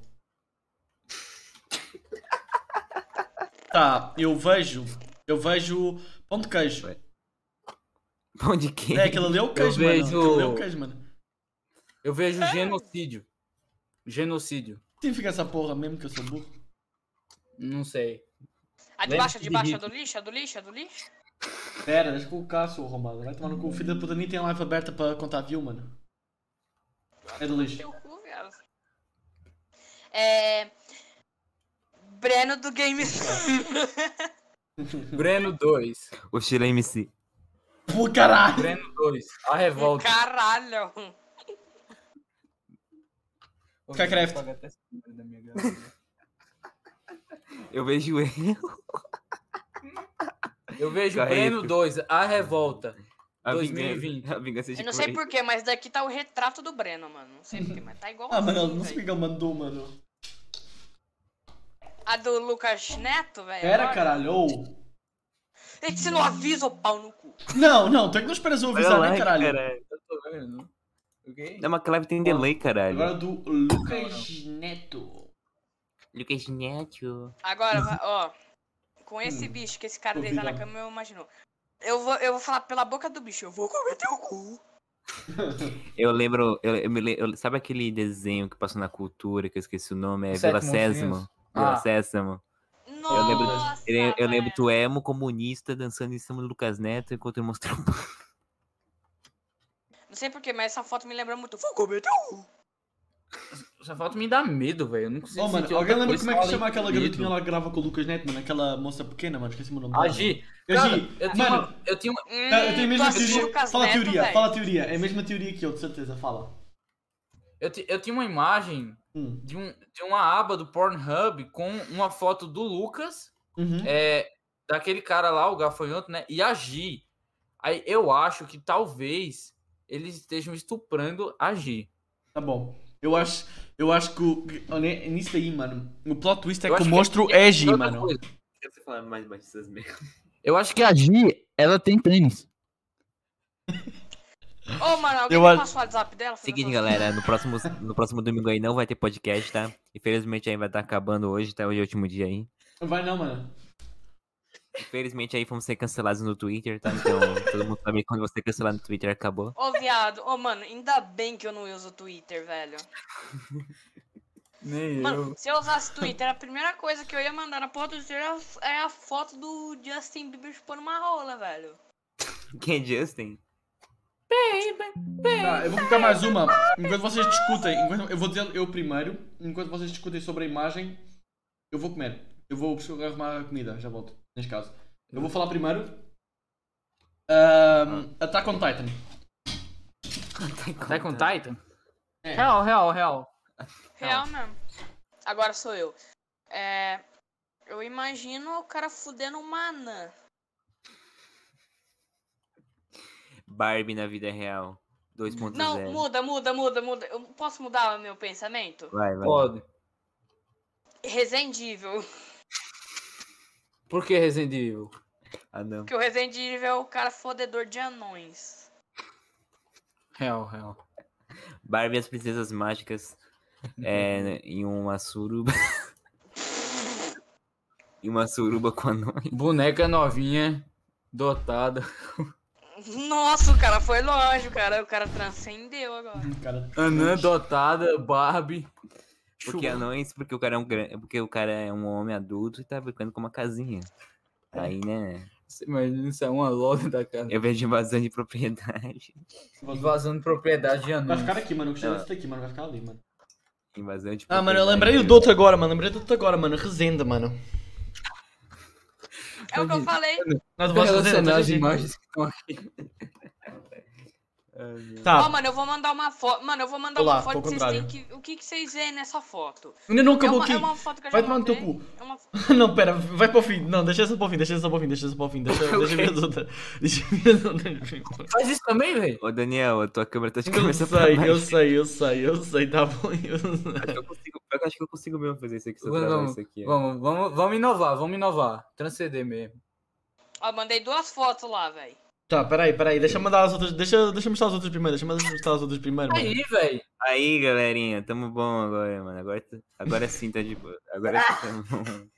Speaker 1: tá, eu vejo. Eu vejo. Pão de queijo.
Speaker 3: Pão de queijo.
Speaker 1: É, aquele ali é o queijo, mano.
Speaker 4: vejo-
Speaker 1: Aquele ali é o queijo, mano.
Speaker 4: Eu vejo genocídio. Genocídio.
Speaker 1: O que significa essa porra mesmo que eu sou burro?
Speaker 4: Não sei.
Speaker 2: A de baixo, a de
Speaker 4: Lembra-se de
Speaker 2: baixo, a do
Speaker 4: Hitler.
Speaker 2: lixo, a do lixo, a do lixo?
Speaker 1: Pera, deixa eu colocar, seu arrombado. Vai tomar no cu. O filho da puta nem tem live aberta pra contar view, mano. É do lixo.
Speaker 2: Teu cu, viado. É. Breno do Game.
Speaker 4: Breno 2.
Speaker 3: O Chila MC.
Speaker 1: Pô, caralho!
Speaker 4: Breno 2. A revolta.
Speaker 2: Caralho.
Speaker 1: Cacreft.
Speaker 4: Paga até essa merda da minha gravação.
Speaker 3: Eu vejo ele.
Speaker 4: Eu vejo
Speaker 3: Cacreft.
Speaker 4: Breno 2. A revolta.
Speaker 3: A
Speaker 4: 2020.
Speaker 3: vingança, a vingança de
Speaker 2: Eu não sei
Speaker 3: Corinto.
Speaker 2: porquê, mas daqui tá o retrato do Breno, mano. Não sei porquê, mas tá igual.
Speaker 1: Ah, mano, não sei o que ele mandou, mano.
Speaker 2: A do Lucas Neto, velho.
Speaker 1: Pera,
Speaker 2: agora.
Speaker 1: caralho, ou.
Speaker 2: Ele se não avisa o pau no cu.
Speaker 1: Não, não, tu é que não esperas eu avisar, né,
Speaker 3: Olha lá,
Speaker 1: caralho?
Speaker 4: Eu tô vendo. Ok?
Speaker 3: Não, mas a live tem delay, caralho.
Speaker 1: Agora do Lucas Neto.
Speaker 3: Lucas Neto.
Speaker 2: Agora, vai- ó. Com esse bicho que esse cara deitar na
Speaker 1: Duvidava.
Speaker 2: cama, eu imagino. Eu vou, eu vou falar pela boca do bicho, eu vou comer teu cu.
Speaker 3: Eu lembro, eu, eu me le- eu- sabe aquele desenho que passou na cultura, que eu esqueci o nome? É
Speaker 4: Os
Speaker 3: Vila
Speaker 4: Sete
Speaker 3: Sésamo.
Speaker 4: Monstrinhos?
Speaker 3: Vila
Speaker 4: Ah.
Speaker 3: Sésamo.
Speaker 2: Nossa,
Speaker 3: Eu lembro, eu, lem- eu lembro
Speaker 2: velho.
Speaker 3: um tu é emo comunista dançando em cima do Lucas Neto enquanto ele mostrou
Speaker 2: Não sei porquê, mas essa foto me lembra muito. Fogo, meu
Speaker 4: Essa foto me dá medo, velho. Eu não consigo
Speaker 7: Oh, mano,
Speaker 4: sentir
Speaker 7: alguém
Speaker 4: outra
Speaker 7: lembra
Speaker 4: coisa
Speaker 7: como é que
Speaker 4: além
Speaker 7: chama
Speaker 4: de
Speaker 7: aquela
Speaker 4: medo.
Speaker 7: garotinha lá que grava com o Lucas Neto, mano? Aquela moça pequena, mano, esqueci o nome dela.
Speaker 4: A Gi.
Speaker 7: Eu
Speaker 4: Cara,
Speaker 7: Gi.
Speaker 4: eu tinha
Speaker 7: Mano.
Speaker 4: uma- eu tinha uma-
Speaker 2: Hum,
Speaker 7: Tá, eu tenho a
Speaker 2: tu
Speaker 7: mesma
Speaker 2: assistiu né,
Speaker 7: teoria.
Speaker 2: Lucas
Speaker 7: Fala a
Speaker 2: Neto,
Speaker 7: teoria,
Speaker 2: velho?
Speaker 7: fala a teoria. É a mesma teoria que eu, de certeza. Fala.
Speaker 4: eu ti- eu tinha uma imagem
Speaker 7: Hum.
Speaker 4: de, um, de uma aba do Pornhub com uma foto do Lucas,
Speaker 7: Uhum.
Speaker 4: é, daquele cara lá, o gafanhoto, né? E a Gi. Aí eu acho que talvez eles estejam estuprando a Gi.
Speaker 7: Tá bom. Eu acho, eu acho que o- que- olha, é nisso aí, mano, o plot twist é
Speaker 4: Eu
Speaker 7: que o
Speaker 4: acho que-
Speaker 7: monstro é
Speaker 4: E
Speaker 7: G,
Speaker 4: outra
Speaker 7: mano.
Speaker 4: coisa,
Speaker 3: Quero você falar mais baixo dessas merdas.
Speaker 4: Eu acho que é
Speaker 8: que a Gi, ela tem tênis.
Speaker 2: Ô, mano, alguém
Speaker 1: Eu
Speaker 2: me
Speaker 1: acho-
Speaker 2: passou o WhatsApp dela? um
Speaker 3: Seguinte, galera, no próximo, no próximo domingo aí não vai ter podcast, tá? Infelizmente aí vai estar acabando hoje, tá? Hoje é o último dia aí.
Speaker 7: Vai não, mano.
Speaker 3: Infelizmente aí fomos ser cancelados no Twitter, tá? Então todo mundo sabe que quando você cancelar no Twitter acabou.
Speaker 2: Ô, viado. Ô, mano, ainda bem que eu não uso o Twitter, velho.
Speaker 4: Nem
Speaker 2: Mano, se eu usasse Twitter, a primeira coisa que eu ia mandar na porta do Twitter era é a foto do Justin Bieber chupando uma rola, velho.
Speaker 3: Quem é Justin?
Speaker 7: Tá, eu vou colocar mais uma. Enquanto vocês discutem, enquanto- eu vou dizer eu primeiro, enquanto vocês discutem sobre a imagem, eu vou comer. Eu vou buscar- arrumar a comida, já volto, neste caso. Eu vou falar primeiro. Ahm, Attack on Titan.
Speaker 4: Até Tá com Titan?
Speaker 7: É.
Speaker 4: Real, real, real.
Speaker 2: Real mesmo. Agora sou eu. É. Eu imagino o cara fudendo uma anã.
Speaker 3: Barbie na vida real. 2.0.
Speaker 2: Não, muda, muda, muda, muda. Eu posso mudar o meu pensamento?
Speaker 3: Vai, vai.
Speaker 4: Pode.
Speaker 2: Resendível.
Speaker 4: Por que Resident Evil?
Speaker 3: Ah, não.
Speaker 2: Porque o Resendível é o cara fodedor de anões.
Speaker 4: Real, real.
Speaker 3: Barbie e as princesas mágicas é, em uma suruba. em uma suruba com anões.
Speaker 4: Boneca novinha, dotada.
Speaker 2: Nossa, o cara foi longe, o cara, o cara transcendeu agora.
Speaker 7: Cara,
Speaker 4: Anã dotada, Barbie.
Speaker 3: Porque
Speaker 4: Chuva.
Speaker 3: anões, porque o cara é um gran- porque o cara é um homem adulto e tá brincando com uma casinha. Aí, né?
Speaker 4: Você imagina isso é uma loja da casa.
Speaker 3: Eu vejo invasão de propriedade.
Speaker 4: Invasando propriedade de
Speaker 7: vai
Speaker 4: anões.
Speaker 7: ficar aqui, mano. Eu gostei desse daqui, mano. Vai ficar ali, mano.
Speaker 3: Invasão de propriedade.
Speaker 1: Ah, mano, eu lembrei do outro agora, mano. Lembrei do outro agora, mano. Resenda, mano.
Speaker 2: É o que eu falei.
Speaker 1: Nada mais
Speaker 4: Relacionar
Speaker 1: Resenda.
Speaker 4: as
Speaker 1: GG.
Speaker 4: imagens que estão aqui.
Speaker 2: Ó,
Speaker 1: Tá.
Speaker 2: mano, eu vou mandar É uma foto. Mano, eu vou mandar
Speaker 1: Olá,
Speaker 2: uma foto
Speaker 1: tô ao
Speaker 2: que vocês têm
Speaker 1: contrário.
Speaker 2: que. O que, que vocês veem nessa foto?
Speaker 1: Ainda não
Speaker 2: É
Speaker 1: acabou
Speaker 2: uma,
Speaker 1: aqui.
Speaker 2: é uma foto que eu já
Speaker 1: Vai tomar no teu
Speaker 2: mandei.
Speaker 1: cu.
Speaker 2: É uma fo-
Speaker 1: Não, pera, vai para o fim. Não, deixa essa para o fim, deixa essa para o fim, deixa essa para o fim. Deixa, deixa eu ver as outras. Deixa eu ver as outras.
Speaker 4: Faz isso também, velho.
Speaker 3: Ô, Daniel, a tua câmera tá de
Speaker 1: Eu
Speaker 3: cabeça pra
Speaker 1: sei,
Speaker 3: baixo.
Speaker 1: eu sei, eu sei, eu sei, tá bom. Eu sei.
Speaker 3: Acho que eu consigo, eu acho que eu consigo mesmo fazer isso aqui. Se eu travar
Speaker 4: Vamos,
Speaker 3: isso aqui. ó.
Speaker 4: vamos, vamos, vamos inovar, vamos inovar. Transcender mesmo.
Speaker 2: Ó, mandei duas fotos lá, velho.
Speaker 1: Tá, peraí, peraí, deixa eu mandar as outras. Deixa, deixa eu mostrar as outras primeiro, deixa eu mostrar as outras primeiro, mano.
Speaker 4: Aí, velho.
Speaker 3: Aí, galerinha, tamo bom agora, mano. Agora, tá- agora sim tá de boa. Agora sim tamo bom.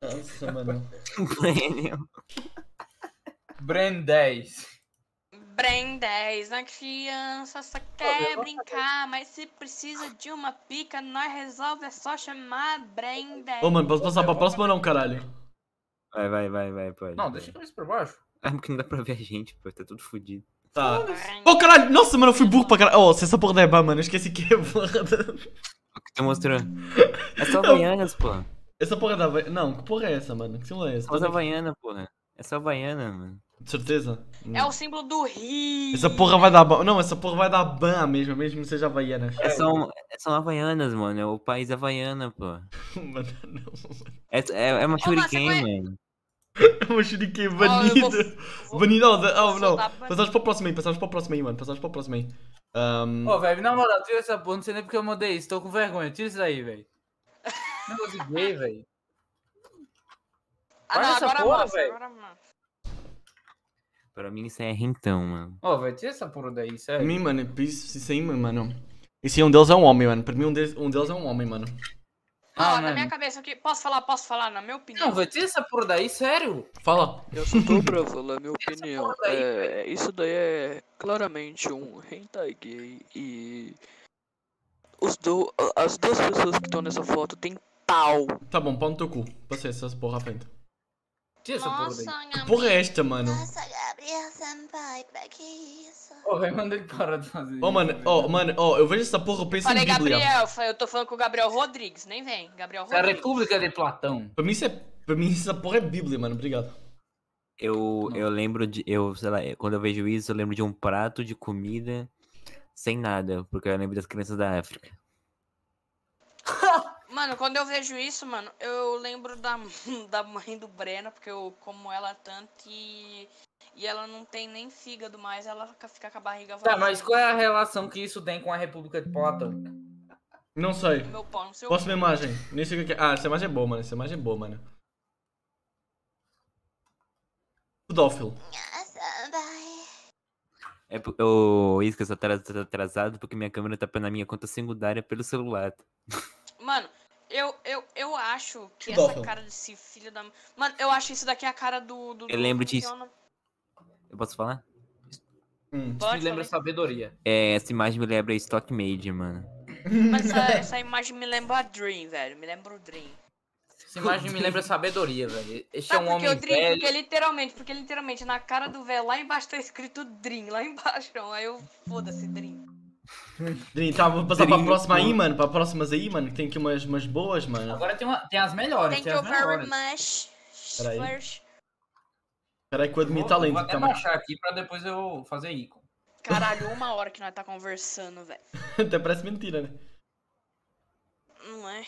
Speaker 1: Nossa, mano.
Speaker 3: Daniel.
Speaker 4: Brand 10.
Speaker 2: Brem 10, na criança só quer brincar, mas se precisa de uma pica, nós resolve, é só chamar Brem 10.
Speaker 1: Ô, mano, posso passar para a próxima ou não, caralho?
Speaker 3: Vai, vai, vai, vai, pode.
Speaker 4: Não,
Speaker 3: vai.
Speaker 4: deixa eu isso pra baixo.
Speaker 3: Ah, porque não dá pra ver a gente, pô. Tá tudo fodido.
Speaker 1: Tá.
Speaker 2: Brem-
Speaker 1: Oh, caralho, nossa, mano, eu fui burro para caralho. Oh, se essa porra não é ban, mano, eu esqueci que é porra. da-
Speaker 3: O que tá tu mostrou? É só Havaianas, pô. É
Speaker 1: Essa porra da. Hava- Não, que porra é essa, mano? Que símbolo é essa?
Speaker 3: só Havaiana, pô. É só Havaiana, mano.
Speaker 1: De certeza?
Speaker 2: É o símbolo do Rio.
Speaker 1: Essa porra vai dar ban. Não, essa porra vai dar ban mesmo, mesmo que seja havaianas.
Speaker 3: É só, é só Havaianas, mano. É o país Havaiana, pô.
Speaker 1: Mano, não.
Speaker 3: É, é, é uma shuriken,
Speaker 2: você
Speaker 3: mano.
Speaker 1: É um shuriken
Speaker 2: Ó, Oh, eu
Speaker 1: banido.
Speaker 2: vou- vou-
Speaker 1: Banido, não, oh,
Speaker 2: vou
Speaker 1: não.
Speaker 2: dar ban.
Speaker 1: Passamos para o próximo aí, passamos para o próximo aí, mano. Passamos para o próximo aí. Ahm,
Speaker 4: Ô, velho, na moral, tira essa porra. Não sei nem porque eu mandei isso. Tô com vergonha. Tira isso daí, velho. Negócio de gay, velho.
Speaker 2: Ah, não,
Speaker 4: Faz essa
Speaker 2: agora
Speaker 4: porra,
Speaker 2: mostra,
Speaker 4: velho.
Speaker 2: agora mostra.
Speaker 3: Pra mim isso é rentão, mano.
Speaker 4: Ô, velho, tira essa porra daí,
Speaker 1: Pra
Speaker 4: sério.
Speaker 1: mim, mano, é isso, isso aí, mano. Esse aí, um deles é um homem, mano. Pra mim, um deles, um deles é um homem, mano.
Speaker 4: Ah, é
Speaker 2: Ó, na
Speaker 4: mano.
Speaker 2: minha cabeça aqui, posso falar, posso falar, na minha opinião.
Speaker 4: Não, velho, tira essa porra daí, sério.
Speaker 1: Fala.
Speaker 9: Eu só tô pra falar minha opinião.
Speaker 4: porra aí,
Speaker 9: É, isso daí é claramente um hentai gay e. Os do... As duas pessoas que estão nessa foto têm pau.
Speaker 1: Tá bom, pau no teu cu. Passei essa porra à frente.
Speaker 4: Tira essa porra daí.
Speaker 10: Nossa, minha
Speaker 1: Porra é esta, mano?
Speaker 10: Nossa, Gabriel Senpai, pra que isso?
Speaker 4: Ô, velho, manda ele parar de fazer isso.
Speaker 1: Oh, mano, oh, mano, oh, eu vejo essa porra, eu penso
Speaker 2: Falei
Speaker 1: em Bíblia.
Speaker 2: Gabriel, fa- eu tô falando com o Gabriel Rodrigues, nem vem. Gabriel
Speaker 4: É a
Speaker 2: Rodrigues.
Speaker 4: República de Platão.
Speaker 1: Pra mim, isso é, pra mim, essa porra é Bíblia, mano. Obrigado.
Speaker 3: Eu, eu lembro de. Eu, sei lá, quando eu vejo isso, eu lembro de um prato de comida sem nada, porque eu lembro das crianças da África.
Speaker 2: Mano, quando eu vejo isso, mano, eu lembro da, da mãe do Breno, porque eu como ela tanto e, e ela não tem nem fígado mais, ela fica- fica com a barriga
Speaker 4: Tá,
Speaker 2: vazia.
Speaker 4: mas qual é a relação que isso tem com a República de Platão?
Speaker 2: Hum,
Speaker 1: Não sei.
Speaker 2: Meu pau no seu
Speaker 1: Próxima imagem. Nem sei o que que é. Ah, essa imagem é boa, mano. Essa imagem é boa, mano. Pedófilo.
Speaker 3: É, po- eu, isso que eu sou atras- atrasado, porque minha câmera tá na minha conta secundária pelo celular.
Speaker 2: Mano, eu, eu, eu acho que
Speaker 1: Dó,
Speaker 2: essa
Speaker 1: Fel.
Speaker 2: cara desse filho da. Mano, eu acho isso daqui é a cara do. do
Speaker 3: Eu
Speaker 2: do-
Speaker 3: lembro
Speaker 2: como que é
Speaker 3: disso.
Speaker 2: o nome?
Speaker 3: Eu posso falar?
Speaker 1: Hum.
Speaker 4: Isso me
Speaker 2: Pode, falei.
Speaker 4: lembra sabedoria.
Speaker 3: É, essa imagem me lembra Stock Made, mano.
Speaker 2: Mas essa, essa imagem me lembra a Dream, velho. Me lembra o Dream.
Speaker 4: Essa imagem me lembra sabedoria, velho. Este é
Speaker 2: Sabe
Speaker 4: um
Speaker 2: por que
Speaker 4: homem
Speaker 2: o Dream?
Speaker 4: velho.
Speaker 2: Porque literalmente, porque literalmente na cara do velho lá embaixo tá escrito Dream, lá embaixo. ó. Aí eu. Foda-se, Dream.
Speaker 1: Drin, Tá, vou passar pra próxima aí, mano. Pra próximas aí, mano. Que tem aqui umas, umas boas, mano.
Speaker 4: Agora tem, uma- tem as melhores,
Speaker 10: Thank
Speaker 4: tem
Speaker 10: you
Speaker 4: as
Speaker 10: very
Speaker 4: melhores.
Speaker 10: much.
Speaker 1: Peraí.
Speaker 10: First.
Speaker 1: Caralho, que é eu admito
Speaker 4: Vou, vou
Speaker 1: talento
Speaker 4: até
Speaker 1: também.
Speaker 4: baixar aqui pra depois eu fazer ícone.
Speaker 2: Caralho, uma hora que nós tá conversando, velho.
Speaker 1: Até parece mentira, né?
Speaker 2: Não é?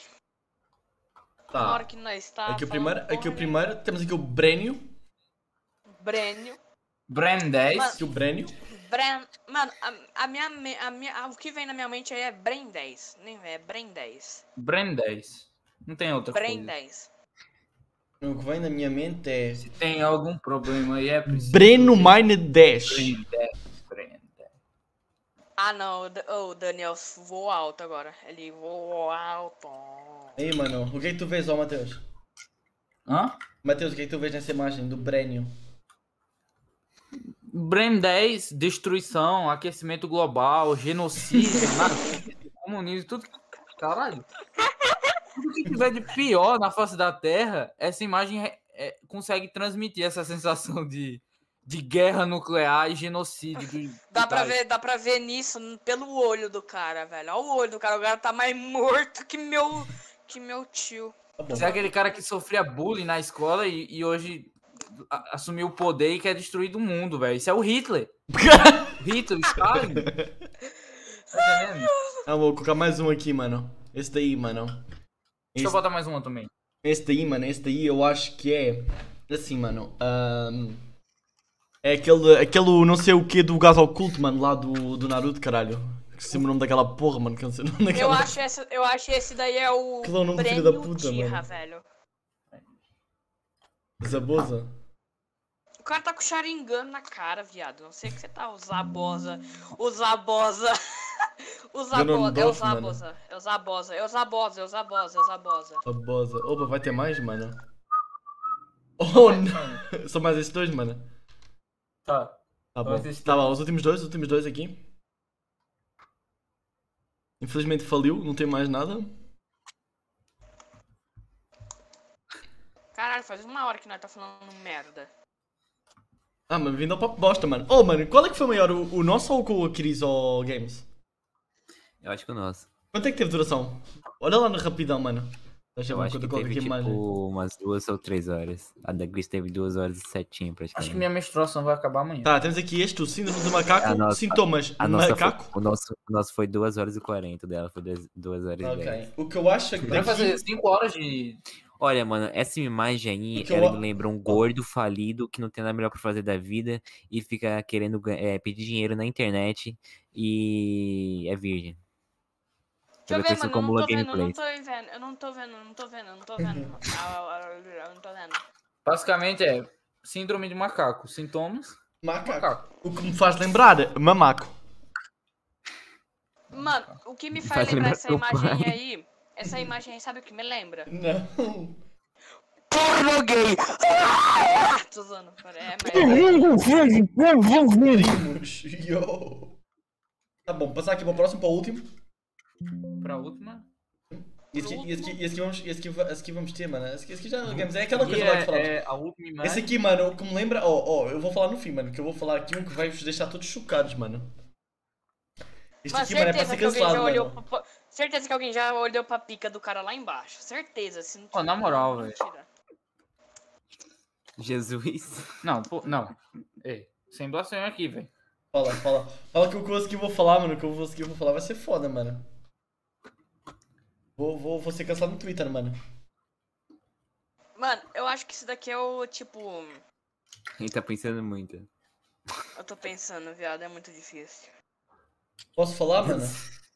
Speaker 2: Uma hora
Speaker 1: Tá.
Speaker 2: que nós tá.
Speaker 1: Aqui o
Speaker 2: falando
Speaker 1: primeiro, aqui
Speaker 2: porra
Speaker 1: o primeiro. Temos aqui o Brênio.
Speaker 2: nenhuma. Breno.
Speaker 4: Bren 10.
Speaker 1: Aqui o Brênio.
Speaker 2: Bren... Mano, a, a minha, me- a minha, a- o que vem na minha mente aí é Bren 10. Nem é Bren 10.
Speaker 4: Bren 10. Não tem outra
Speaker 2: Bren
Speaker 4: coisa.
Speaker 2: 10.
Speaker 1: O que vem na minha mente é.
Speaker 4: Se tem algum problema aí, é preciso.
Speaker 1: Breno
Speaker 4: ter
Speaker 1: Mine 10.
Speaker 4: Bren 10, Bren 10.
Speaker 2: Ah, não. O Da- O Daniel voou alto agora. Ele voou alto.
Speaker 1: Aí, mano, o que é que tu vês, ó, Matheus?
Speaker 4: Hã?
Speaker 1: Matheus, o que é que tu vês nessa imagem do Brênio?
Speaker 4: Bren 10, destruição, aquecimento global, genocídio, nazismo, comunismo, tudo. Caralho. Tudo que tiver de pior na face da Terra, essa imagem é- é- consegue transmitir essa sensação de, de guerra nuclear e genocídio. de-
Speaker 2: Dá pra,
Speaker 1: tá
Speaker 4: de-
Speaker 2: ver, dá pra ver nisso pelo olho do cara, velho. Olha o olho do cara. O cara tá mais morto que meu, que meu tio.
Speaker 1: Tá bom.
Speaker 4: Você é aquele cara que sofria bullying na escola e, e hoje a- assumiu o poder e quer destruir o mundo, velho. Isso é o Hitler. Hitler, Stalin. Tá entendendo?
Speaker 1: Ah, vou colocar mais um aqui, mano. Esse daí, mano.
Speaker 4: Deixa eu
Speaker 1: Esse,
Speaker 4: botar mais uma também.
Speaker 1: esse daí, mano, esse daí eu acho que é. Assim, mano. ahn, é aquele, aquele não sei o que do gás oculto, mano, lá do, do Naruto, caralho. Esqueci o nome daquela porra, mano, que eu não sei o nome
Speaker 2: Eu
Speaker 1: daquela.
Speaker 2: acho, essa, eu acho que esse daí é o
Speaker 1: Que lá o nome do filho
Speaker 2: Bren
Speaker 1: da puta, mano.
Speaker 2: velho.
Speaker 1: Zabosa.
Speaker 2: O cara tá com Sharingan na cara, viado. Não sei o que você tá. O Zabosa. O Zabosa. O Zabosa. É o
Speaker 1: Ganondorf, mano.
Speaker 2: Zabosa. É o Zabosa. É o Zabosa. É o Zabosa. É o Zabosa.
Speaker 1: Zabosa. Opa, vai ter mais, mano? Oh, não. São mais esses dois, mano.
Speaker 4: Tá.
Speaker 1: Tá bom.
Speaker 4: Mas esse
Speaker 1: Tá bom, os últimos dois, os últimos dois aqui. Infelizmente faliu, não tem mais nada.
Speaker 2: Caralho, faz uma hora que nós tá falando merda.
Speaker 1: Ah, mas vindo ao papo bosta, mano. Oh, mano, qual é que foi maior, o, o nosso ou o Kiris ou Games?
Speaker 3: Eu acho que o nosso.
Speaker 1: Quanto é que teve duração? Olha lá no rapidão, mano. Deixa eu
Speaker 3: Eu
Speaker 1: ver
Speaker 3: acho
Speaker 1: quando
Speaker 3: que
Speaker 1: eu coloco
Speaker 3: teve
Speaker 1: aqui é a
Speaker 3: tipo
Speaker 1: imagem.
Speaker 3: umas duas ou três horas. A da Gris teve duas horas e setinha praticamente.
Speaker 4: Acho que minha menstruação vai acabar amanhã.
Speaker 1: Tá, temos aqui este, o síndrome do
Speaker 3: A
Speaker 1: macaco,
Speaker 3: nossa-
Speaker 1: sintomas,
Speaker 3: A nossa foi-
Speaker 1: macaco.
Speaker 3: o, nosso, o nosso foi duas horas e quarenta, o dela foi duas, duas horas e dez.
Speaker 1: Ok, o que eu acho é que
Speaker 4: Vai
Speaker 1: daqui...
Speaker 4: fazer 5 horas de.
Speaker 3: Olha, mano, essa imagem aí,
Speaker 1: Porque eu
Speaker 3: ela
Speaker 1: a-
Speaker 3: me lembra um gordo falido que não tem nada melhor pra fazer da vida e fica querendo gan- eh, pedir dinheiro na internet e é virgem.
Speaker 2: Deixa eu
Speaker 3: Ela
Speaker 2: ver, mano. Eu
Speaker 3: conhecida
Speaker 2: não
Speaker 3: como
Speaker 2: tô
Speaker 3: Lua
Speaker 2: vendo, eu não
Speaker 3: Gameplay.
Speaker 2: tô vendo. Eu não tô vendo, eu não tô vendo, eu não tô vendo. Ah, ah, ah, Eu não tô vendo.
Speaker 4: Basicamente é síndrome de macaco. Sintomas.
Speaker 1: Macaco.
Speaker 4: Macaco.
Speaker 1: O que me faz lembrar, mamaco.
Speaker 2: Mano, o que me
Speaker 3: Faz
Speaker 2: faz lembrar
Speaker 3: lembrar
Speaker 2: essa
Speaker 3: seu
Speaker 2: imagem
Speaker 3: pai.
Speaker 2: aí. Essa imagem aí, sabe o que me lembra?
Speaker 1: Não.
Speaker 9: Porno gay!
Speaker 2: Ah, tô zoando. É, mas.
Speaker 1: Primos, yo. Tá bom, passar aqui pro próximo, para o último.
Speaker 4: Pra última.
Speaker 1: Esse aqui, esse aqui, esse aqui vamos, esse aqui, va- esse aqui vamos ter, mano. Esse aqui, esse aqui já não ganhamos. É aquela coisa lá que falamos.
Speaker 4: é, é a última imagem.
Speaker 1: Esse aqui, mano, o que me lembra. Ó, ó, eu vou falar no fim, mano. Que eu vou falar aqui um que vai vos deixar todos chocados, mano. Este
Speaker 2: Mas
Speaker 1: aqui, mano, é pra
Speaker 2: certeza
Speaker 1: ser
Speaker 2: que alguém já
Speaker 1: cancelado,
Speaker 2: olhou
Speaker 1: mano.
Speaker 2: pra, pra- Certeza que alguém já olhou pra pica do cara lá embaixo. Certeza, se não é
Speaker 4: Pô, na moral, velho.
Speaker 2: Mentira.
Speaker 3: Jesus.
Speaker 4: Não, pô, não. Ei, sem blasfêmia aqui, velho.
Speaker 1: Fala, fala. Fala que eu consegui, vou falar, mano. Que eu consegui, vou falar. Vai ser foda, mano. Vou, vou, vou ser cancelado no Twitter, mano.
Speaker 2: Mano, eu acho que isso daqui é o tipo.
Speaker 3: Ele tá pensando muito.
Speaker 2: Eu tô pensando, viado, é muito difícil.
Speaker 1: Posso falar, mano?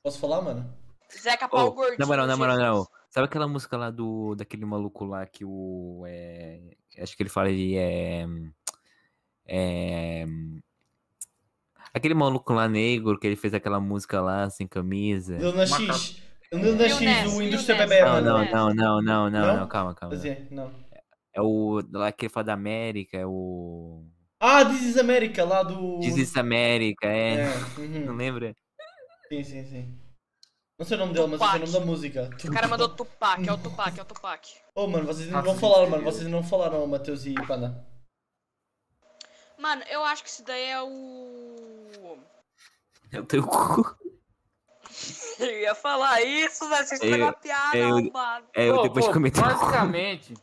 Speaker 1: Posso falar, mano?
Speaker 2: Zeca
Speaker 3: Oh,
Speaker 2: pau gordinho.
Speaker 3: na moral, na moral,
Speaker 2: Jesus.
Speaker 3: não. Sabe aquela música lá do daquele maluco lá que o. é, acho que ele fala de. É, é, aquele maluco lá negro que ele fez aquela música lá sem camisa.
Speaker 1: Lil Nas X. Lil Nas X,
Speaker 2: Ness,
Speaker 1: o
Speaker 2: Lil
Speaker 1: Indústria
Speaker 2: Ness.
Speaker 1: Bebê,
Speaker 3: Não,
Speaker 1: mano.
Speaker 3: não, não, não, não, não,
Speaker 1: Não?
Speaker 3: não, calma, calma.
Speaker 1: Quer dizer, não.
Speaker 3: É o. Lá que ele fala da América, é o.
Speaker 1: Ah, This is America, lá do.
Speaker 3: This is América, é.
Speaker 1: uhum.
Speaker 3: Não lembra?
Speaker 1: Sim, sim, sim. Não sei o nome dele, mas eu sei o nome da música.
Speaker 2: O cara mandou Tupac, é o Tupac, é o Tupac.
Speaker 1: Oh, mano, vocês ainda não
Speaker 4: Nossa,
Speaker 1: falaram,
Speaker 4: gente,
Speaker 1: mano.
Speaker 4: eu-
Speaker 1: Vocês ainda não falaram, Matheus e Panda.
Speaker 2: Mano, eu acho que isso daí é o.
Speaker 3: É o teu cu.
Speaker 2: Eu ia falar isso, velho. Vocês
Speaker 3: É,
Speaker 2: pegou a piada,
Speaker 3: é, eu-
Speaker 2: arrombado.
Speaker 3: É, eu
Speaker 4: Pô,
Speaker 3: depois
Speaker 4: pô,
Speaker 3: de comentar.
Speaker 4: Basicamente,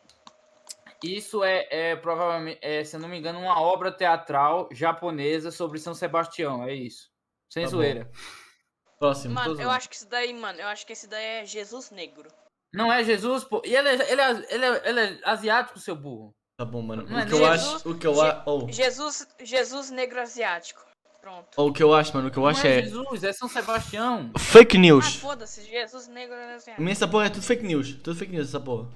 Speaker 4: isso é, é provavelmente, é, se eu não me engano, uma obra teatral japonesa sobre São Sebastião. É isso. Sem
Speaker 1: Tá bom.
Speaker 4: zoeira.
Speaker 1: Próximo.
Speaker 2: Mano,
Speaker 1: Todos
Speaker 2: eu
Speaker 1: lá.
Speaker 2: acho que isso daí, mano, eu acho que esse daí é Jesus Negro.
Speaker 4: Não é Jesus, pô. E ele é, ele é- ele é- ele é asiático, seu burro.
Speaker 1: Tá bom, mano.
Speaker 4: Mano,
Speaker 1: O que eu
Speaker 2: Jesus-
Speaker 1: acho. O que eu acho. Oh.
Speaker 2: Jesus, Jesus Negro Asiático. Pronto.
Speaker 1: Oh, o que eu acho, mano. O que eu
Speaker 4: Não
Speaker 1: acho
Speaker 4: é
Speaker 1: é.
Speaker 4: Jesus, é São Sebastião.
Speaker 1: Fake
Speaker 2: Ah,
Speaker 1: news.
Speaker 2: foda-se, Jesus Negro Asiático.
Speaker 1: Essa porra é tudo fake news. Tudo fake news, essa porra.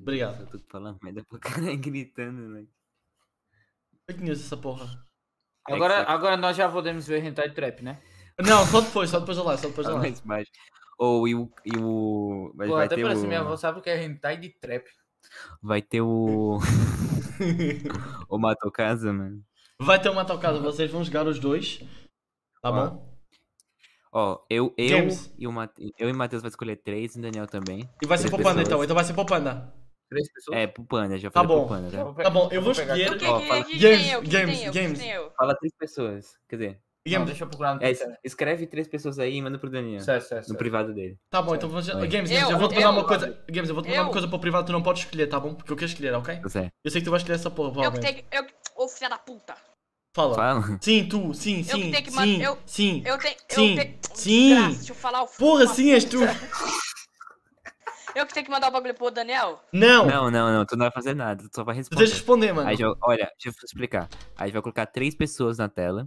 Speaker 1: Obrigado.
Speaker 3: Eu tô falando merda pra caralho gritando, né?
Speaker 1: Fake news, essa porra.
Speaker 4: Agora,
Speaker 3: Exato.
Speaker 4: agora nós já podemos ver Hentai Trap, né?
Speaker 1: Não, só depois, só depois de lá, só depois de
Speaker 3: Fala
Speaker 1: lá.
Speaker 3: mais baixo. Ou e o. E o mas
Speaker 4: Pô,
Speaker 3: vai,
Speaker 4: até
Speaker 3: ter
Speaker 4: parece que minha avó
Speaker 3: o
Speaker 4: sabe o que é Hentai de Trap.
Speaker 3: vai ter o. o Mato Casa, mano.
Speaker 1: Vai ter uma tocada, vocês vão jogar os dois. Tá
Speaker 3: Ó.
Speaker 1: bom?
Speaker 3: Ó, eu, eu
Speaker 1: James.
Speaker 3: e o Mate, eu e o Matheus vai escolher três e o Daniel também.
Speaker 1: E vai ser
Speaker 3: Três
Speaker 1: pro Panda
Speaker 3: pessoas.
Speaker 1: então, então vai ser pro Panda.
Speaker 4: Três pessoas.
Speaker 3: É, pro Panda, já
Speaker 1: Tá
Speaker 3: falei
Speaker 1: bom.
Speaker 3: pro Panda, tá?
Speaker 1: Tá bom, eu vou
Speaker 4: pegar
Speaker 1: escolher-
Speaker 2: O que,
Speaker 3: Ó,
Speaker 2: que,
Speaker 3: fala-
Speaker 2: que, que
Speaker 1: Games,
Speaker 2: tem eu? Que
Speaker 1: games,
Speaker 2: tem eu? Que
Speaker 1: games.
Speaker 2: tem eu?
Speaker 3: Fala três pessoas. Quer dizer,
Speaker 4: um. Não,
Speaker 1: Games,
Speaker 4: deixa eu procurar no
Speaker 3: é,
Speaker 4: Twitter.
Speaker 3: escreve três pessoas aí e manda pro Daniel.
Speaker 4: Tá Certo, certo,
Speaker 3: No
Speaker 4: certo.
Speaker 3: privado dele.
Speaker 1: tá bom, então vamos.
Speaker 3: Vai.
Speaker 1: Games, Games,
Speaker 2: Eu,
Speaker 1: eu vou te mandar
Speaker 2: eu,
Speaker 1: uma coisa. Games, eu vou te mandar uma
Speaker 2: eu.
Speaker 1: coisa pro privado, tu não podes escolher, tá bom? Porque eu quero escolher, ok?
Speaker 3: Você
Speaker 1: Eu sei que tu vais escolher essa porra,
Speaker 2: Eu que
Speaker 1: provavelmente.
Speaker 2: tenho. Eu... Ô, filha da puta.
Speaker 1: Fala.
Speaker 4: Tá
Speaker 3: fala?
Speaker 1: Sim, tu, sim, sim,
Speaker 2: tenho que man-
Speaker 1: sim,
Speaker 2: eu-
Speaker 1: sim.
Speaker 2: Eu tenho.
Speaker 1: Sim,
Speaker 2: Eu tenho...
Speaker 1: sim.
Speaker 2: Desgraça, deixa eu falar o
Speaker 1: Porra,
Speaker 2: uma
Speaker 1: sim és tu.
Speaker 2: puta. Eu que tenho que mandar o bagulho pro Daniel?
Speaker 1: Não,
Speaker 3: Não, não, não. Tu não vai fazer nada, tu só vai
Speaker 1: tu tens de
Speaker 3: responder.
Speaker 1: responder, mano.
Speaker 3: Aí já, olha, deixa eu explicar. Aí vai colocar três pessoas na tela.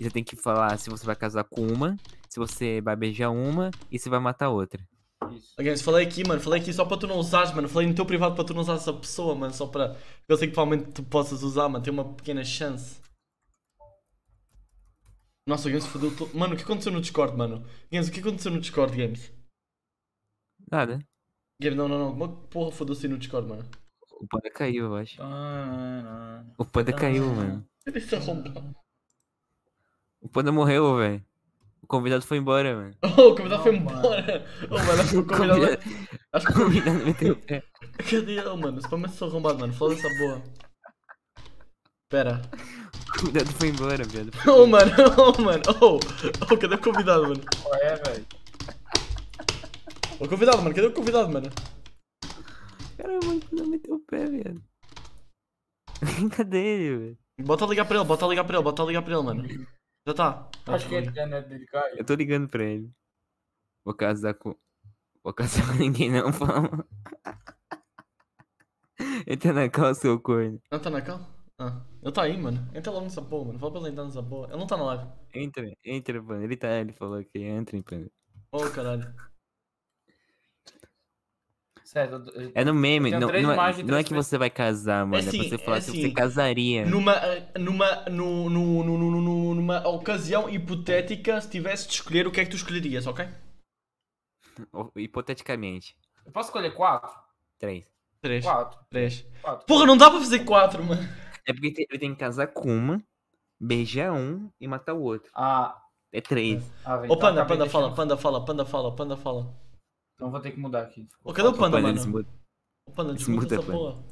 Speaker 3: E você tem que falar se você vai casar com uma, se você vai beijar uma e se vai matar outra.
Speaker 4: Isso.
Speaker 1: Ô, Games, falei aqui, mano, falei aqui só para tu não usares, mano. Falei no teu privado para tu não usar essa pessoa, mano. Só para. Eu sei que provavelmente tu possas usar, mano. Tem uma pequena chance. Nossa, o Games fodeu todo. Mano, o que aconteceu no Discord, mano? Games, o que aconteceu no Discord, Games?
Speaker 3: Nada.
Speaker 1: Games, não, não, não. Uma porra fodeu-se aí no Discord, mano.
Speaker 3: O panda caiu, eu acho.
Speaker 4: Ah,
Speaker 3: O panda caiu, mano.
Speaker 1: Ele se arrombou.
Speaker 3: O panda morreu, velho. O convidado foi embora, mano.
Speaker 1: Oh, o convidado
Speaker 4: Não,
Speaker 1: foi
Speaker 4: mano.
Speaker 1: embora. Oh, mano, acho que o
Speaker 3: O
Speaker 1: convidado.
Speaker 3: convidado,
Speaker 1: Acho
Speaker 3: o convidado meteu o pé.
Speaker 1: que. Cadê ele, mano? Esse palmeiras se arrombado, mano. Fala dessa boa. Pera.
Speaker 3: O convidado foi embora, viado.
Speaker 1: Oh, mano, oh, mano. Oh, oh cadê o convidado, mano?
Speaker 4: qual é, velho?
Speaker 1: O convidado, mano, cadê o convidado, mano?
Speaker 3: Caramba, o panda meteu o pé, viado. Cadê ele, velho?
Speaker 1: Bota a ligar pra ele, bota a ligar pra ele, bota a ligar pra ele, mano. Já tá.
Speaker 4: Acho que é. a internet dele caiu.
Speaker 3: Eu tô ligando pra ele. Vou casar com. Vou casar com ninguém, não, fama. Entra na calça, seu corno.
Speaker 1: Não tá na call? Ah, ele tá aí, mano. Entra logo nessa porra, mano. Fala pra ele entrar nessa porra. Ele não tá na live.
Speaker 3: Entra, entra, panda. Ele tá, ele falou que entra, panda.
Speaker 1: Oh, caralho.
Speaker 4: Certo, eu tô- eu-
Speaker 3: É no meme,
Speaker 4: tenho
Speaker 3: não,
Speaker 4: três
Speaker 3: não, é,
Speaker 4: imagens,
Speaker 3: não é
Speaker 4: três
Speaker 3: que você vai casar, mano. É,
Speaker 1: assim,
Speaker 3: você
Speaker 1: é
Speaker 3: falar que
Speaker 1: assim.
Speaker 3: você casaria.
Speaker 1: Numa. eh, Numa. No, no, no, no, no- numa ocasião hipotética, se tivesse de escolher, o que é que tu escolherias, ok?
Speaker 3: Ou- Hipoteticamente.
Speaker 4: eu posso escolher quatro?
Speaker 3: Três.
Speaker 1: Três.
Speaker 4: Quatro.
Speaker 1: Três.
Speaker 4: Quatro.
Speaker 1: Porra, não dá pra fazer quatro, mano.
Speaker 3: É porque tem- ele tem que casar com uma, beijar um e matar o outro.
Speaker 4: Ah,
Speaker 3: É três.
Speaker 4: ah, velho,
Speaker 1: Ô,
Speaker 4: então
Speaker 1: panda,
Speaker 4: acabei
Speaker 1: panda,
Speaker 4: deixando-
Speaker 1: fala, panda, fala, panda, fala, panda, fala.
Speaker 4: Então vou ter que mudar aqui.
Speaker 1: Ô, cadê o panda,
Speaker 3: Olha, ele se
Speaker 1: mano?
Speaker 3: muda.
Speaker 1: Ô, panda,
Speaker 3: se
Speaker 1: desmuta
Speaker 3: muda,
Speaker 1: essa
Speaker 3: panda.
Speaker 1: porra.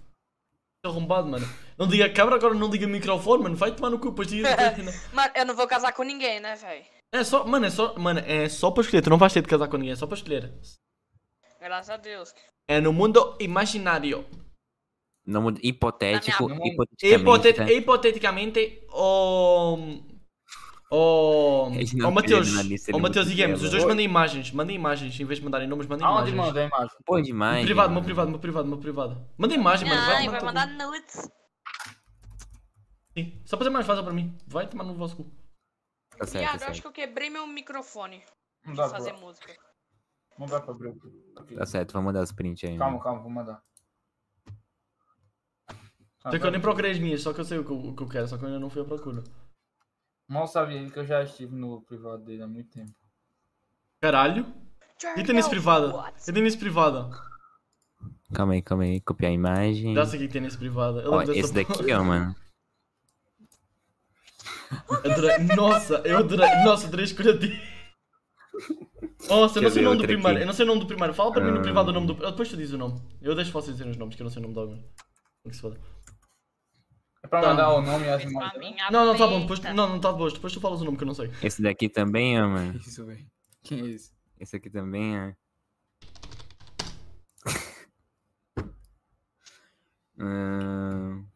Speaker 1: Tá arrombado, mano. Não diga a câmera, agora não diga microfone, mano. Vai tomar no cu, depois diga... né?
Speaker 2: Mano, eu não vou casar com ninguém, né, velho?
Speaker 1: É só, mano, é só, mano, é só para escolher. Tu não vais ter de casar com ninguém, é só para escolher.
Speaker 2: Graças a Deus.
Speaker 1: É no mundo imaginário.
Speaker 3: Não muda. Hipotético.
Speaker 4: Na minha mão.
Speaker 3: Hipoteticamente.
Speaker 1: Hipotet
Speaker 3: tá?
Speaker 1: Hipoteticamente, ó. Ó.
Speaker 3: Esse não
Speaker 1: Ó, Matheus.
Speaker 3: tem na lista, ele é
Speaker 1: Ó,
Speaker 3: não
Speaker 1: Matheus e
Speaker 3: tem
Speaker 1: Games, os
Speaker 3: ela.
Speaker 1: dois mandem imagens. Mandem imagens, em vez de mandarem nomes, mandem
Speaker 4: Aonde
Speaker 1: imagens.
Speaker 4: manda a imagem?
Speaker 3: Pô, demais.
Speaker 1: Meu privado, meu
Speaker 3: mano.
Speaker 1: privado, meu privado, meu privado. Manda imagem, mano.
Speaker 2: Ai,
Speaker 1: tomar
Speaker 2: vai
Speaker 1: no
Speaker 2: mandar
Speaker 1: teu cu.
Speaker 2: nudes.
Speaker 1: Sim. Só para ser mais fácil para mim. Vai tomar no vosso cu.
Speaker 3: Tá certo,
Speaker 2: Viado,
Speaker 3: tá
Speaker 2: eu acho
Speaker 3: certo.
Speaker 2: que eu quebrei meu microfone
Speaker 4: Não
Speaker 2: de
Speaker 4: dá
Speaker 2: fazer
Speaker 4: pra,
Speaker 2: música.
Speaker 4: não dá pra abrir. Aqui.
Speaker 3: Tá certo, vou mandar os prints aí.
Speaker 4: Calma, calma, vou mandar.
Speaker 3: Ah,
Speaker 4: Tá
Speaker 1: Só que eu nem procurei as minhas, só que eu sei o que eu, o que eu quero, só que eu ainda não fui à procura.
Speaker 4: Mal sabia ele que eu já estive no privado dele há muito tempo.
Speaker 1: Caralho. E tênis
Speaker 2: Turn
Speaker 1: privada?
Speaker 2: down, what?
Speaker 1: E tênis privada?
Speaker 3: Calma aí, calma aí. Copiar a imagem.
Speaker 1: Já sei que tênis privada. Eu
Speaker 3: Ó,
Speaker 1: lembro dessa
Speaker 3: esse daqui, ó, mano.
Speaker 1: Adorei- Nossa, eu adorei. Nossa, adorei a escolha dele. Nossa, eu
Speaker 3: Quer
Speaker 1: não sei
Speaker 3: ver
Speaker 1: o nome do
Speaker 3: outra
Speaker 1: primário.
Speaker 3: aqui?
Speaker 1: Eu não sei o nome do primário. Fala para mim no
Speaker 3: Ah.
Speaker 1: privado o nome do. eu Depois tu diz o nome. Eu deixo vocês dizerem os nomes, que eu não sei o nome de alguém. Que se foda.
Speaker 4: É pra
Speaker 1: Tá.
Speaker 4: mandar o nome e as
Speaker 2: Fez pra
Speaker 4: imagens. né?
Speaker 2: minha
Speaker 1: Não, não, tá bom.
Speaker 2: peita.
Speaker 1: Depois, não, não tá bom. Depois tu falas o nome que eu não sei.
Speaker 3: Esse daqui também, ó, mano.
Speaker 4: Isso, velho. Quem é esse?
Speaker 3: Esse aqui também, ó. Ahn,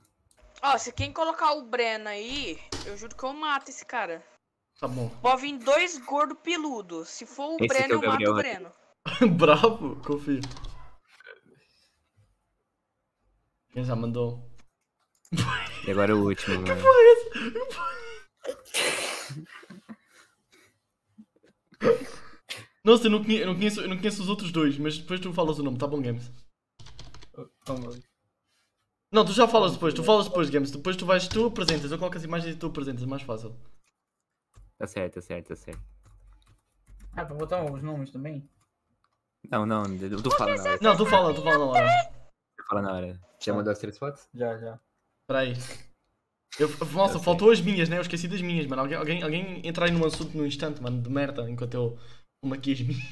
Speaker 2: Ó, se quem colocar o Breno aí, eu juro que eu mato esse cara.
Speaker 1: Tá bom.
Speaker 2: Pode vir dois gordo peludo. Se for o
Speaker 3: Esse que é
Speaker 2: Breno,
Speaker 3: o
Speaker 2: eu mato
Speaker 3: Gabriel
Speaker 2: o Breno.
Speaker 1: Bravo, confio. Quem já mandou?
Speaker 3: e agora o último, mano.
Speaker 1: Nossa, eu não conhe- eu não conheço, eu não conheço os outros dois, mas depois tu falas o nome, tá bom, Games? Oh,
Speaker 4: Toma.
Speaker 1: Não, tu já falas depois, tu falas depois, Games. Depois tu vais, tu apresentas, eu coloco as imagens e tu apresentas, é mais fácil.
Speaker 3: Tá certo, tá certo, tá certo.
Speaker 4: Ah, pra botar os nomes também?
Speaker 3: Não, não, eu tô falando na hora.
Speaker 1: Não, tu fala, tu fala na hora.
Speaker 3: Tu fala na hora. Já mandou as três fotos?
Speaker 4: Já, já.
Speaker 1: Peraí. Eu, nossa, faltou as minhas, né? Eu esqueci das minhas, mano. Alguém, alguém, alguém entra aí num assunto num instante, mano, de merda, enquanto eu como aqui as minhas.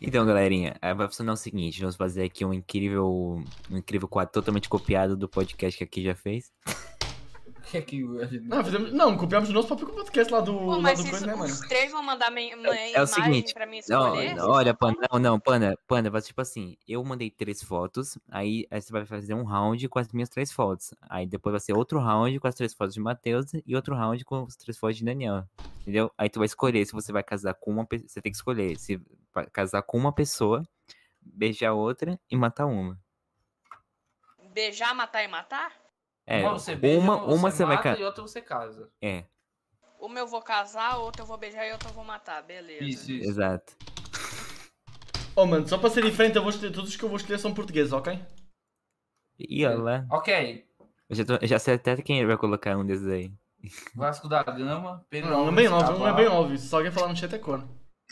Speaker 3: Então, galerinha, aí vai funcionar o seguinte: vamos fazer aqui um incrível, um incrível quadro totalmente copiado do podcast que aqui já fez.
Speaker 4: O que é que o. a gente-
Speaker 1: Não, fizemos, não, copiamos o nosso próprio podcast lá do,
Speaker 2: Pô,
Speaker 1: lá
Speaker 2: Oh, mas
Speaker 1: do
Speaker 2: se
Speaker 1: coisa, né, mano?
Speaker 2: os três vão mandar minha, minha
Speaker 3: é o
Speaker 2: imagem
Speaker 3: seguinte,
Speaker 2: pra mim
Speaker 3: Não,
Speaker 2: escolher.
Speaker 3: não, olha, Panda, não, não, Panda, Panda, vai tipo assim, eu mandei três fotos, aí, aí você vai fazer um round com as minhas três fotos. Aí depois vai ser outro round com as três fotos de Matheus e outro round com as três fotos de Daniel. Entendeu? Aí tu vai escolher se você vai casar com uma pessoa. Você tem que escolher se vai casar com uma pessoa, beijar outra e matar uma.
Speaker 2: Beijar, matar e matar?
Speaker 3: É,
Speaker 4: uma você beija,
Speaker 3: uma, uma você vai
Speaker 4: mata
Speaker 3: casar.
Speaker 4: e outra você casa.
Speaker 3: É,
Speaker 2: Uma eu vou casar, outra eu vou beijar e outra eu vou matar. Beleza.
Speaker 4: Isso, isso.
Speaker 3: exato.
Speaker 1: Oh, mano, só para ser diferente, eu vou escolher, todos os que eu vou escolher são portugueses, ok?
Speaker 3: E
Speaker 4: É.
Speaker 3: olha lá.
Speaker 4: Ok.
Speaker 3: Eu já, tô- eu já sei até quem vai colocar um desses aí.
Speaker 4: Vasco da Gama, Pedro.
Speaker 1: Não, é
Speaker 4: Alves
Speaker 1: bem óbvio, não é
Speaker 4: Cabral,
Speaker 1: bem óbvio. Se alguém falar no chat é cor.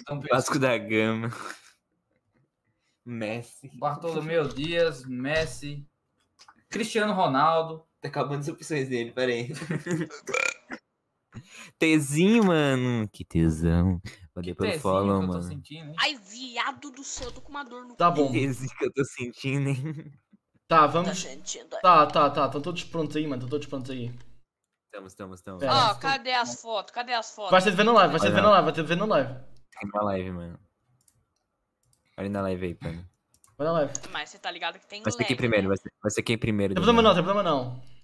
Speaker 4: Dom Pedro-
Speaker 3: Vasco da Gama. Messi.
Speaker 4: Bartolomeu Dias, Messi, Cristiano Ronaldo.
Speaker 5: Tá acabando as opções dele, peraí.
Speaker 3: Tezinho, mano. Que tesão. Valeu
Speaker 4: Que
Speaker 3: pelo
Speaker 4: pezinho
Speaker 3: follow,
Speaker 4: que eu tô
Speaker 3: mano.
Speaker 4: sentindo, hein?
Speaker 2: Ai, viado do céu, eu tô com uma dor no
Speaker 1: Tá
Speaker 2: cu,
Speaker 1: bom.
Speaker 3: Que tezinho que eu tô sentindo, hein?
Speaker 1: Tá,
Speaker 2: tá
Speaker 1: vamos.
Speaker 2: sentindo?
Speaker 1: Tá, tá, tá. Estão todos prontos aí, mano. Estão todos prontos aí.
Speaker 3: Estamos, estamos, estamos.
Speaker 1: É. Tá.
Speaker 2: Ó, cadê as fotos? Cadê as fotos?
Speaker 1: Vai ter de ver na live, vai ter de ver
Speaker 3: Olha
Speaker 1: na live, vai ter de ver na live.
Speaker 3: Tem uma live, mano. Olha na live aí, mano.
Speaker 1: Vai na live.
Speaker 2: Mas você tá ligado que tem
Speaker 3: Vai ser quem
Speaker 2: lag,
Speaker 3: primeiro,
Speaker 2: né?
Speaker 3: vai ser, vai ser quem primeiro.
Speaker 1: Tem problema não,
Speaker 3: Daniel.
Speaker 1: tem problema não.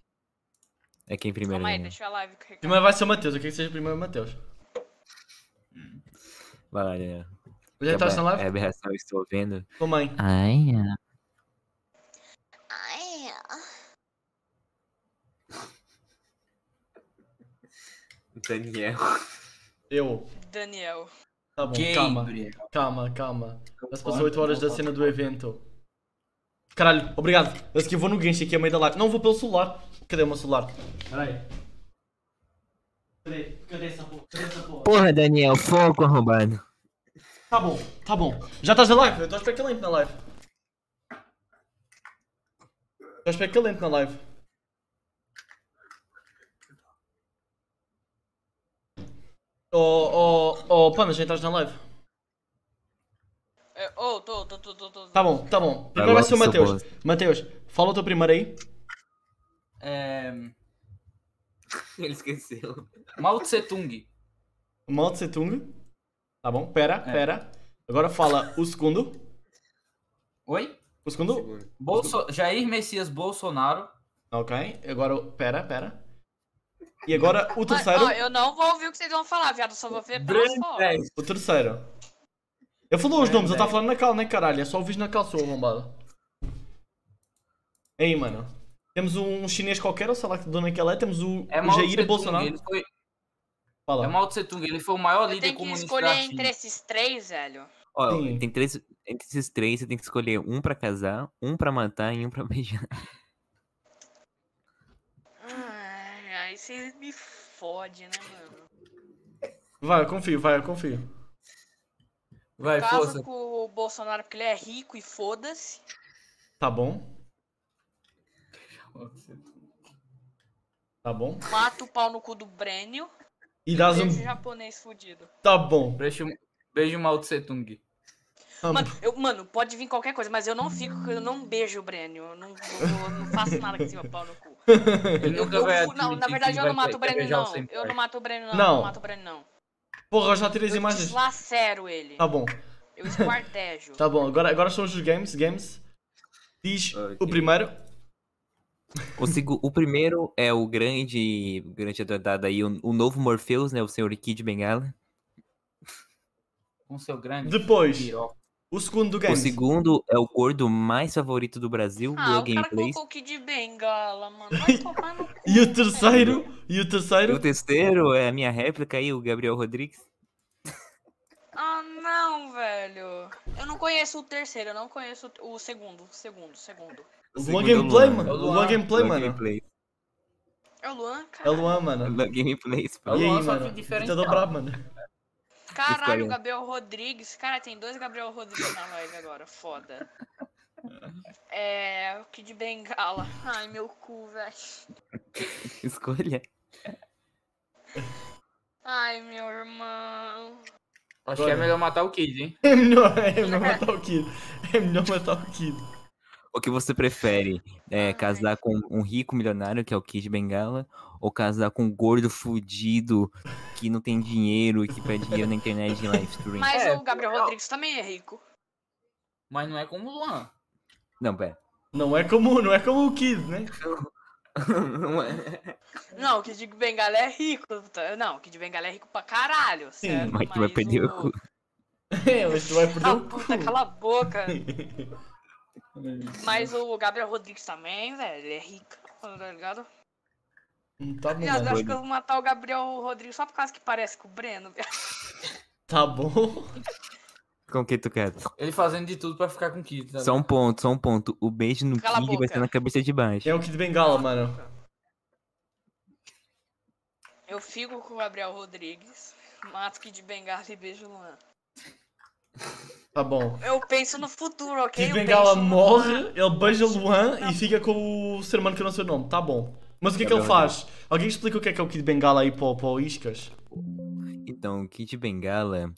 Speaker 3: É quem primeiro.
Speaker 2: Calma aí,
Speaker 3: Daniel.
Speaker 2: deixa a live com o Ricardo.
Speaker 1: Primeiro vai ser o Matheus, eu quero que seja primeiro o Matheus.
Speaker 3: Vai lá, Daniel.
Speaker 1: Já estás na
Speaker 3: É a
Speaker 1: tá live?
Speaker 3: aberração que estou vendo.
Speaker 1: Com a mãe.
Speaker 3: Ai,
Speaker 10: Ai,
Speaker 3: Daniel.
Speaker 1: Eu.
Speaker 2: Daniel.
Speaker 1: Tá bom, calma.
Speaker 4: Gabriel.
Speaker 1: Calma, calma. Já se passou 8 horas da cena do evento. Caralho, obrigado. Eu que vou no gancho aqui a meio da live. Não, vou pelo celular. Cadê o meu celular? Peraí. Cadê? Cadê essa porra? Cadê essa porra?
Speaker 3: Porra, Daniel, foco arrombado.
Speaker 1: Tá bom, tá bom. Já estás na live? Eu estou expectante na live. Estou expectante na live. Oh, oh, oh, Panda, já estás na live?
Speaker 2: Tô, tô, tô, tô, tô.
Speaker 1: Tá bom, tá bom. Primeiro vai
Speaker 3: logo
Speaker 1: ser o
Speaker 3: seu
Speaker 1: Matheus.
Speaker 3: bosta.
Speaker 1: Matheus, fala o teu primeiro aí.
Speaker 4: É,
Speaker 3: Ele esqueceu.
Speaker 4: Mao Tse Tung.
Speaker 1: Mao Tse Tung. Tá bom, pera,
Speaker 4: É.
Speaker 1: pera. Agora fala o segundo.
Speaker 4: Oi?
Speaker 1: O segundo?
Speaker 7: Segura.
Speaker 4: Bolso... Jair Messias Bolsonaro.
Speaker 1: Ok. Agora, o- pera, pera. E agora o
Speaker 2: Mas,
Speaker 1: terceiro.
Speaker 2: ó, eu não vou ouvir o que vocês vão falar, viado. eu Só vou ver pela
Speaker 4: Grande
Speaker 2: foto.
Speaker 4: 10.
Speaker 1: O terceiro. Eu falou os
Speaker 4: É,
Speaker 1: nomes, eu tava
Speaker 4: velho.
Speaker 1: falando na cal, né, caralho? É só o vídeo na cal, sua bombada. Aí, mano. Temos um chinês qualquer, ou sei lá que dona que ela é. Temos o,
Speaker 4: É
Speaker 1: o
Speaker 4: Mao
Speaker 1: Jair
Speaker 4: Tse Tung.
Speaker 1: Bolsonaro.
Speaker 4: Ele foi...
Speaker 1: Fala.
Speaker 4: É Mao Tse Tung. Ele foi o maior
Speaker 2: Eu
Speaker 4: líder
Speaker 2: tenho que
Speaker 4: comunista assim.
Speaker 2: escolher
Speaker 4: da China.
Speaker 2: entre esses três, velho.
Speaker 3: Ó,
Speaker 1: Sim.
Speaker 3: tem três. Entre esses três, você tem que escolher um pra casar, um pra matar e um pra beijar.
Speaker 2: Ai, aí vocês me fodem, né, mano?
Speaker 1: Vai, eu confio, vai, eu confio.
Speaker 4: Vai,
Speaker 2: Caso
Speaker 4: força.
Speaker 2: com o Bolsonaro porque ele é rico e foda-se.
Speaker 1: Tá bom, tá bom.
Speaker 2: Mata o pau no cu do Brênio.
Speaker 1: E dá um.
Speaker 2: Esse japonês fudido.
Speaker 1: Tá bom. Tá
Speaker 4: Beijo, beijo Mao Tse Tung.
Speaker 1: Amo.
Speaker 2: Mano, eu- mano, pode vir qualquer coisa, mas eu não fico, eu não beijo o Brênio. Eu não, eu não faço nada com esse pau no cu.
Speaker 4: Ele
Speaker 2: Eu,
Speaker 4: nunca
Speaker 2: eu-
Speaker 4: vai
Speaker 2: não, na
Speaker 4: admitir
Speaker 2: verdade
Speaker 4: que
Speaker 2: eu
Speaker 4: vai
Speaker 2: não mato o
Speaker 4: quer
Speaker 2: Breno,
Speaker 4: beijar o
Speaker 2: não.
Speaker 4: sem
Speaker 2: Eu
Speaker 4: pai.
Speaker 2: não mato o Breno, não.
Speaker 1: Não.
Speaker 2: Eu não mato o Breno, não.
Speaker 1: Porra, eu já tirei as
Speaker 2: Eu
Speaker 1: imagens.
Speaker 2: deslacero ele.
Speaker 1: Tá bom,
Speaker 2: Eu esquartejo.
Speaker 1: tá bom. Agora, agora são os games, games. Diz o
Speaker 3: Ok.
Speaker 1: primeiro.
Speaker 3: O, segu- o primeiro é o grande. Grande adorado aí, o, o novo Morpheus, né? O senhor Kid Bengala.
Speaker 4: Com seu grande
Speaker 1: Depois,
Speaker 4: piroca.
Speaker 1: o segundo do
Speaker 3: O
Speaker 1: games.
Speaker 3: segundo é o gordo mais favorito do Brasil,
Speaker 2: Ah, o
Speaker 3: o
Speaker 2: cara
Speaker 3: Gameplays.
Speaker 2: colocou o Kid Bengala, mano. Vai tomar no cu.
Speaker 1: E o
Speaker 2: velho.
Speaker 1: terceiro, e o
Speaker 3: E O
Speaker 1: terceiro.
Speaker 3: terceiro é a minha réplica aí, o Gabriel Rodrigues.
Speaker 2: Ah, não, velho. Eu não conheço o terceiro, eu não conheço o o segundo. o Segundo, o segundo.
Speaker 1: O
Speaker 3: segundo
Speaker 1: Luan
Speaker 3: é o
Speaker 1: Gameplay,
Speaker 3: Luan.
Speaker 1: mano.
Speaker 4: É o
Speaker 1: O
Speaker 4: Luan.
Speaker 1: Luan Gameplay,
Speaker 3: Luan
Speaker 1: mano.
Speaker 3: Gameplays.
Speaker 2: É o Luan,
Speaker 1: É o
Speaker 2: cara.
Speaker 1: Luan, mano.
Speaker 3: Luan Gameplays, pô.
Speaker 4: É o
Speaker 1: E aí,
Speaker 4: Luan, só
Speaker 1: mano?
Speaker 4: que diferencial.
Speaker 1: Ditador brabo, mano.
Speaker 2: Caralho,
Speaker 3: Escolhe
Speaker 2: o
Speaker 3: um.
Speaker 2: Gabriel Rodrigues. Cara, tem dois Gabriel Rodrigues na live agora. Foda. É. O Kid Bengala. Ai, meu cu, velho.
Speaker 3: Escolha.
Speaker 2: Ai, meu irmão.
Speaker 4: Acho que é melhor matar o Kid, hein?
Speaker 1: É melhor, é melhor matar o Kid. É melhor matar o Kid.
Speaker 3: O que você prefere? É,
Speaker 2: Ai.
Speaker 3: casar com um rico milionário, que é o Kid Bengala, ou casar com um gordo fudido que não tem dinheiro e que pede dinheiro na internet em live stream?
Speaker 2: Mas
Speaker 4: É,
Speaker 2: o Gabriel
Speaker 4: pô, não.
Speaker 2: Rodrigues também é rico.
Speaker 4: Mas não é como o Luan.
Speaker 3: Não, pera.
Speaker 1: Não é como, não é como o Kid, né?
Speaker 3: Não é.
Speaker 2: Não, o Kid Bengala é rico. tá? Não, o Kid Bengala é rico pra caralho.
Speaker 1: Sim,
Speaker 2: certo?
Speaker 3: mas que vai perder o cu.
Speaker 1: É, mas tu vai perder
Speaker 2: Ah,
Speaker 1: o cu.
Speaker 2: puta, cala a boca. Mas o Gabriel Rodrigues também, velho, ele é rico, tá ligado?
Speaker 1: Não Tá
Speaker 3: é
Speaker 1: bom,
Speaker 2: Viado, eu
Speaker 1: mano.
Speaker 2: acho que eu vou matar o Gabriel Rodrigues só por causa que parece com o Breno. viado.
Speaker 1: Tá bom.
Speaker 3: Com que tu quer?
Speaker 4: Ele fazendo de tudo pra ficar com o Kid. Tá?
Speaker 3: Só um ponto, só um ponto. O beijo no
Speaker 2: Cala a
Speaker 3: Kid vai ser
Speaker 2: boca.
Speaker 3: na cabeça de baixo.
Speaker 1: É o Kid Bengala, mano.
Speaker 2: Eu fico com o Gabriel Rodrigues, mato o Kid Bengala e beijo o Luan.
Speaker 1: Tá bom.
Speaker 2: Eu penso no futuro, ok?
Speaker 1: Kid
Speaker 2: Eu
Speaker 1: Bengala
Speaker 2: penso no Luan.
Speaker 1: morre, ele beija o Luan e fica com o ser humano que eu não sei o nome. Tá bom. Mas o que é que ele faz? Alguém explica o que é que é o Kid Bengala aí para o Iscas?
Speaker 3: Então, o Kid Bengala,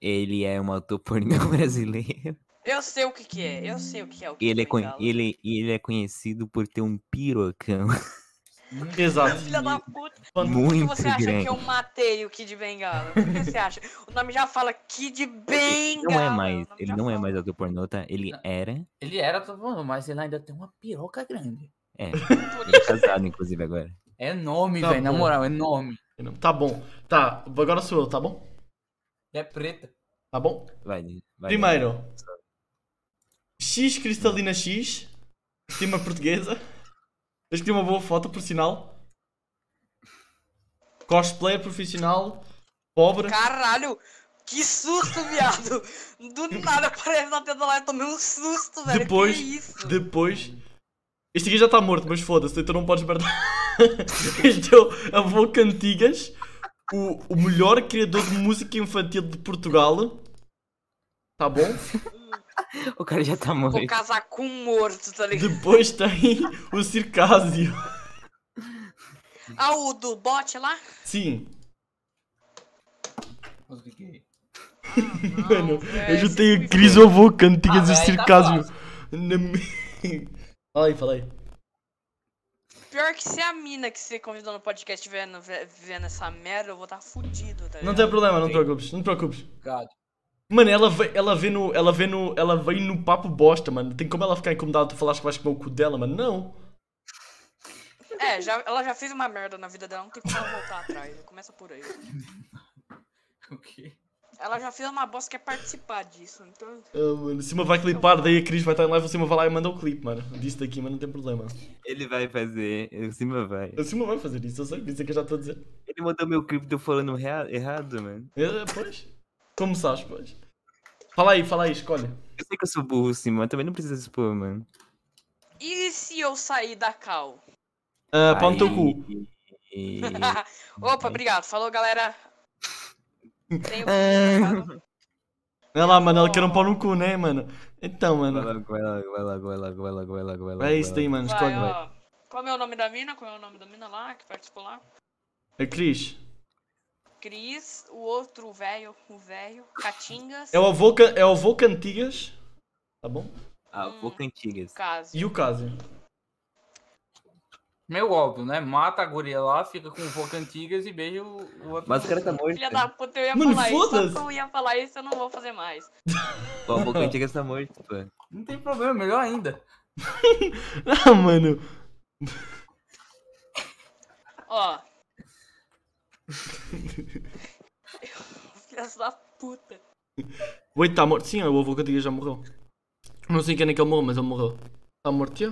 Speaker 3: ele é um ator pornô brasileiro.
Speaker 2: Eu sei o que que é, eu sei o que é o Kid
Speaker 3: Ele é, conhe-
Speaker 2: Bengala.
Speaker 3: ele, e ele é conhecido por ter um pirocão é
Speaker 1: Exato.
Speaker 2: Filha da puta. Por que
Speaker 3: muito
Speaker 2: você acha
Speaker 3: grande.
Speaker 2: que é um eu matei o Kid Bengala? Por que você acha? O nome já fala Kid Bengala.
Speaker 3: Não é
Speaker 2: o
Speaker 3: mais,
Speaker 2: nome
Speaker 3: ele
Speaker 2: já
Speaker 3: não é
Speaker 2: fala.
Speaker 3: mais ator pornô, tá? Ele
Speaker 4: Não.
Speaker 3: era.
Speaker 4: Ele era, todo mundo, mas ele ainda tem uma piroca grande.
Speaker 3: É,
Speaker 2: Por
Speaker 3: ele é casado, inclusive, agora.
Speaker 4: É enorme,
Speaker 1: Tá
Speaker 4: velho. Na
Speaker 1: bom.
Speaker 4: moral, é enorme.
Speaker 1: Tá bom. Tá, agora sou eu, tá bom?
Speaker 4: Ele é preta.
Speaker 1: Tá bom?
Speaker 3: Vai, vai. vai.
Speaker 1: Primeiro. X Cristalina X. Estima portuguesa. Eu escolhi uma boa foto, por sinal. Cosplayer profissional. Pobre.
Speaker 2: Caralho, que susto, viado. Do nada aparece na tela lá, eu tomei um susto, velho.
Speaker 1: Depois-
Speaker 2: que isso?
Speaker 1: Depois. Este aqui já está morto, mas foda-se, tu não podes guardar. este é o Avô Cantigas, o, o melhor criador de música infantil de Portugal. Tá bom?
Speaker 3: O cara já tá
Speaker 2: Vou
Speaker 3: morto.
Speaker 2: casar com um morto, tá ligado?
Speaker 1: Depois tem o Circásio.
Speaker 2: Ah, o do bot lá?
Speaker 1: Sim,
Speaker 4: Mas o que que é?
Speaker 1: Mano, eu juntei a
Speaker 2: Cris
Speaker 1: Crisovô, cantigas ah,
Speaker 4: Ah, velho, tá
Speaker 1: circásio.
Speaker 4: fácil.
Speaker 1: Na me- Fala aí, fala aí.
Speaker 2: Pior que se a mina que você convidou no podcast vendo, vendo essa merda, eu vou estar fudido, tá
Speaker 4: É,
Speaker 1: Não
Speaker 2: ligado?
Speaker 1: tem problema, não te preocupes, não te preocupes.
Speaker 4: Obrigado.
Speaker 1: Mano, ela, ve- ela vê no. Ela vê no. Ela vem no papo bosta, mano. Tem como ela ficar incomodada tu falaste que vais comer o cu dela, mano? Não.
Speaker 2: É, já, ela já fez uma merda na vida dela, não tem como ela voltar atrás. Começa por aí.
Speaker 4: é? O quê?
Speaker 2: Ela já fez uma bosta que é participar disso, então.
Speaker 1: Ah, mano, se uma vai clipar, daí a Cris vai estar em live, você vai lá e manda o clipe, mano. Disso daqui, mas não tem problema.
Speaker 3: Ele vai fazer, o Simba vai.
Speaker 1: A Sima vai fazer isso, eu sei, isso é que eu já estou a dizer.
Speaker 3: Ele mandou meu clipe, tô falando rea- errado, mano.
Speaker 1: É, pois. Como sabes, pois. Fala aí, fala aí, escolhe.
Speaker 3: Eu sei que eu sou burro, Simba, mas também não precisa se expor, mano.
Speaker 2: E se eu sair da cal?
Speaker 1: Ah, pau no
Speaker 3: Aí-
Speaker 1: teu cu.
Speaker 3: e- Uhum.
Speaker 2: Opa, obrigado. Falou, galera. Tenho-
Speaker 3: Ah.
Speaker 1: Olha lá, mano, ela quer um pau no cu, né, mano? Então,
Speaker 3: Vai
Speaker 1: mano.
Speaker 3: logo, vai logo, vai logo, vai logo, vai logo, vai logo, vai logo.
Speaker 1: É isso
Speaker 3: vai
Speaker 1: daí, mano,
Speaker 2: Vai,
Speaker 1: escolhe, vai.
Speaker 2: ó. Qual é o nome da mina? Qual é o nome da mina lá que participou lá?
Speaker 1: A É Cris.
Speaker 2: Cris, o outro, o velho, o velho, Catingas,
Speaker 1: É o avô, Ca- é o avô Cantigas. Tá bom?
Speaker 3: logo. Ah, vou cantigas.
Speaker 2: Casio.
Speaker 1: E o Cásio.
Speaker 4: Meio óbvio, né? Mata a guria lá, fica com o Voca Antigas e beija o, o outro.
Speaker 3: Mas o cara tá morto.
Speaker 2: Filha da puta, eu ia
Speaker 1: Mano,
Speaker 2: falar isso. Só
Speaker 1: foda-se.
Speaker 2: que eu ia falar isso, eu não vou fazer mais.
Speaker 3: O Boca Antigas tá morto, pô.
Speaker 4: Não tem problema, melhor ainda.
Speaker 1: Ah, mano.
Speaker 2: Ó. Filha da puta.
Speaker 1: O Eito tá morto. Sim, o avô Cantigas já morreu. Não sei quem é que ele morreu, mas ele morreu. Tá morto, já?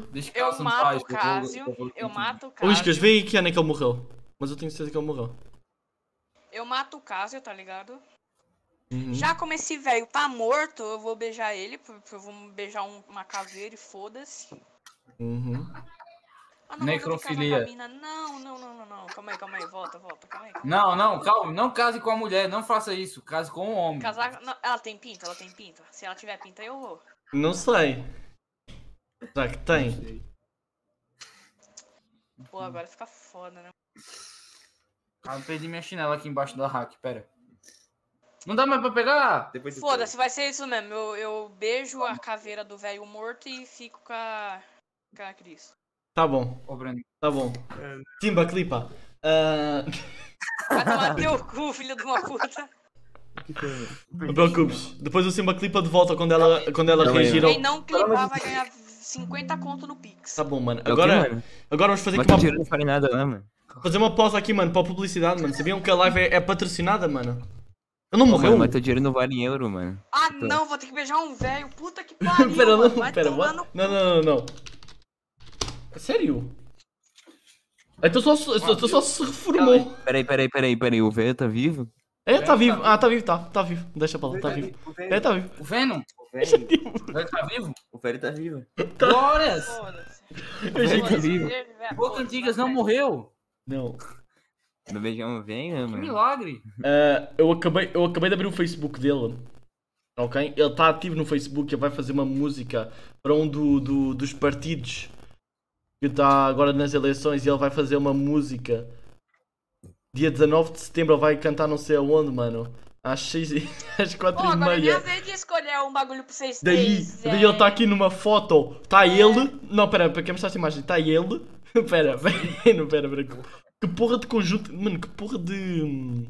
Speaker 2: Eu
Speaker 4: Descalço no
Speaker 2: mato o
Speaker 4: paz, vou-
Speaker 2: Cásio,
Speaker 4: vou-
Speaker 2: Eu mato o
Speaker 1: Ô, Iscas,
Speaker 2: Cásio.
Speaker 1: vê aí que ano é que ele morreu. Mas eu tenho certeza que ele morreu.
Speaker 2: Eu mato o Cásio, tá ligado?
Speaker 1: Uhum.
Speaker 2: Já como esse velho tá morto, eu vou beijar ele, porque eu vou beijar um- uma caveira e foda-se.
Speaker 1: Uhum.
Speaker 2: Ah, não, mas eu tenho que casar com a
Speaker 4: Necrofilia.
Speaker 2: mina. Não, não, não, não, não. Calma aí, calma aí. Volta, volta. Calma aí. calma aí.
Speaker 4: Não, não, calma, não case com a mulher, não faça isso, case com o homem.
Speaker 2: Casar. não, ela tem pinta, ela tem pinta. Se ela tiver pinta, eu vou.
Speaker 1: Não sei. Será que tem?
Speaker 2: Pô,
Speaker 1: Uhum.
Speaker 2: agora fica foda, né?
Speaker 4: Ah, eu perdi minha chinela aqui embaixo da rack, pera. Não dá mais pra pegar?
Speaker 3: Depois
Speaker 2: Foda-se, vai ser isso mesmo. Eu, eu beijo a caveira do velho morto e fico com a. com a Cris.
Speaker 1: Tá bom,
Speaker 4: Ô, Breno.
Speaker 1: tá bom. Simba, clipa. Ah,
Speaker 2: Vai tomar teu cu, filho de uma puta.
Speaker 1: não te preocupes. Depois o Simba clipa de volta quando ela, quando ela
Speaker 3: Não,
Speaker 1: reagir ao.
Speaker 2: Quem não clipar vai ganhar 50 conto no Pix.
Speaker 1: Tá bom, mano.
Speaker 3: É o quê,
Speaker 1: Agora,
Speaker 3: mano?
Speaker 1: agora vamos fazer
Speaker 3: Mas
Speaker 1: aqui
Speaker 3: tá
Speaker 1: uma,
Speaker 3: tirando farinha nada lá, mano.
Speaker 1: fazer uma pausa aqui, mano, para a publicidade, mano. Sabiam que a live é, é patrocinada, mano? Eu não morreu?
Speaker 3: Mano, mas teu dinheiro não vale em euro, mano.
Speaker 2: Ah, não, vou ter que beijar um velho. Puta que pariu.
Speaker 1: Então. pera,
Speaker 2: mano.
Speaker 1: não,
Speaker 2: Vai
Speaker 1: pera,
Speaker 2: tomar
Speaker 1: what?
Speaker 2: no
Speaker 1: não, não, não, não. É Sério? Então só, se- então só se reformou.
Speaker 3: Peraí, peraí, peraí, peraí. O velho tá vivo?
Speaker 1: É, tá vivo. Ah, tá vivo, tá. Tá vivo. Deixa pra lá, tá vivo. É, tá vivo.
Speaker 4: O Venom?
Speaker 5: O velho,
Speaker 4: Ele tá vivo?
Speaker 5: o velho tá vivo.
Speaker 4: Glórias!
Speaker 2: Foda-se.
Speaker 1: achei que
Speaker 2: Foda-se,
Speaker 1: vivo.
Speaker 2: beijo, velho.
Speaker 4: Boca Antigas não morreu!
Speaker 1: Não.
Speaker 3: No beijão vem, né,
Speaker 4: Que
Speaker 3: mano?
Speaker 4: milagre!
Speaker 1: Ah, eu, acabei, eu acabei de abrir o Facebook dele. Ok? Ele está ativo no Facebook. Ele vai fazer uma música para um do- do- dos partidos que está agora nas eleições. E ele vai fazer uma música. Dia 19 de setembro ele vai cantar não sei aonde, mano. Às 6 às 4
Speaker 2: Pô,
Speaker 1: e
Speaker 2: agora é
Speaker 1: meia.
Speaker 2: minha vez de escolher um bagulho pra vocês
Speaker 1: Daí,
Speaker 2: três.
Speaker 1: daí
Speaker 2: é.
Speaker 1: ele está aqui numa foto. Está ele. Não, pera, para quem mostrar esta imagem? Está ele. Pera, pera, pera, pera. Que porra de conjunto. Mano, que porra de.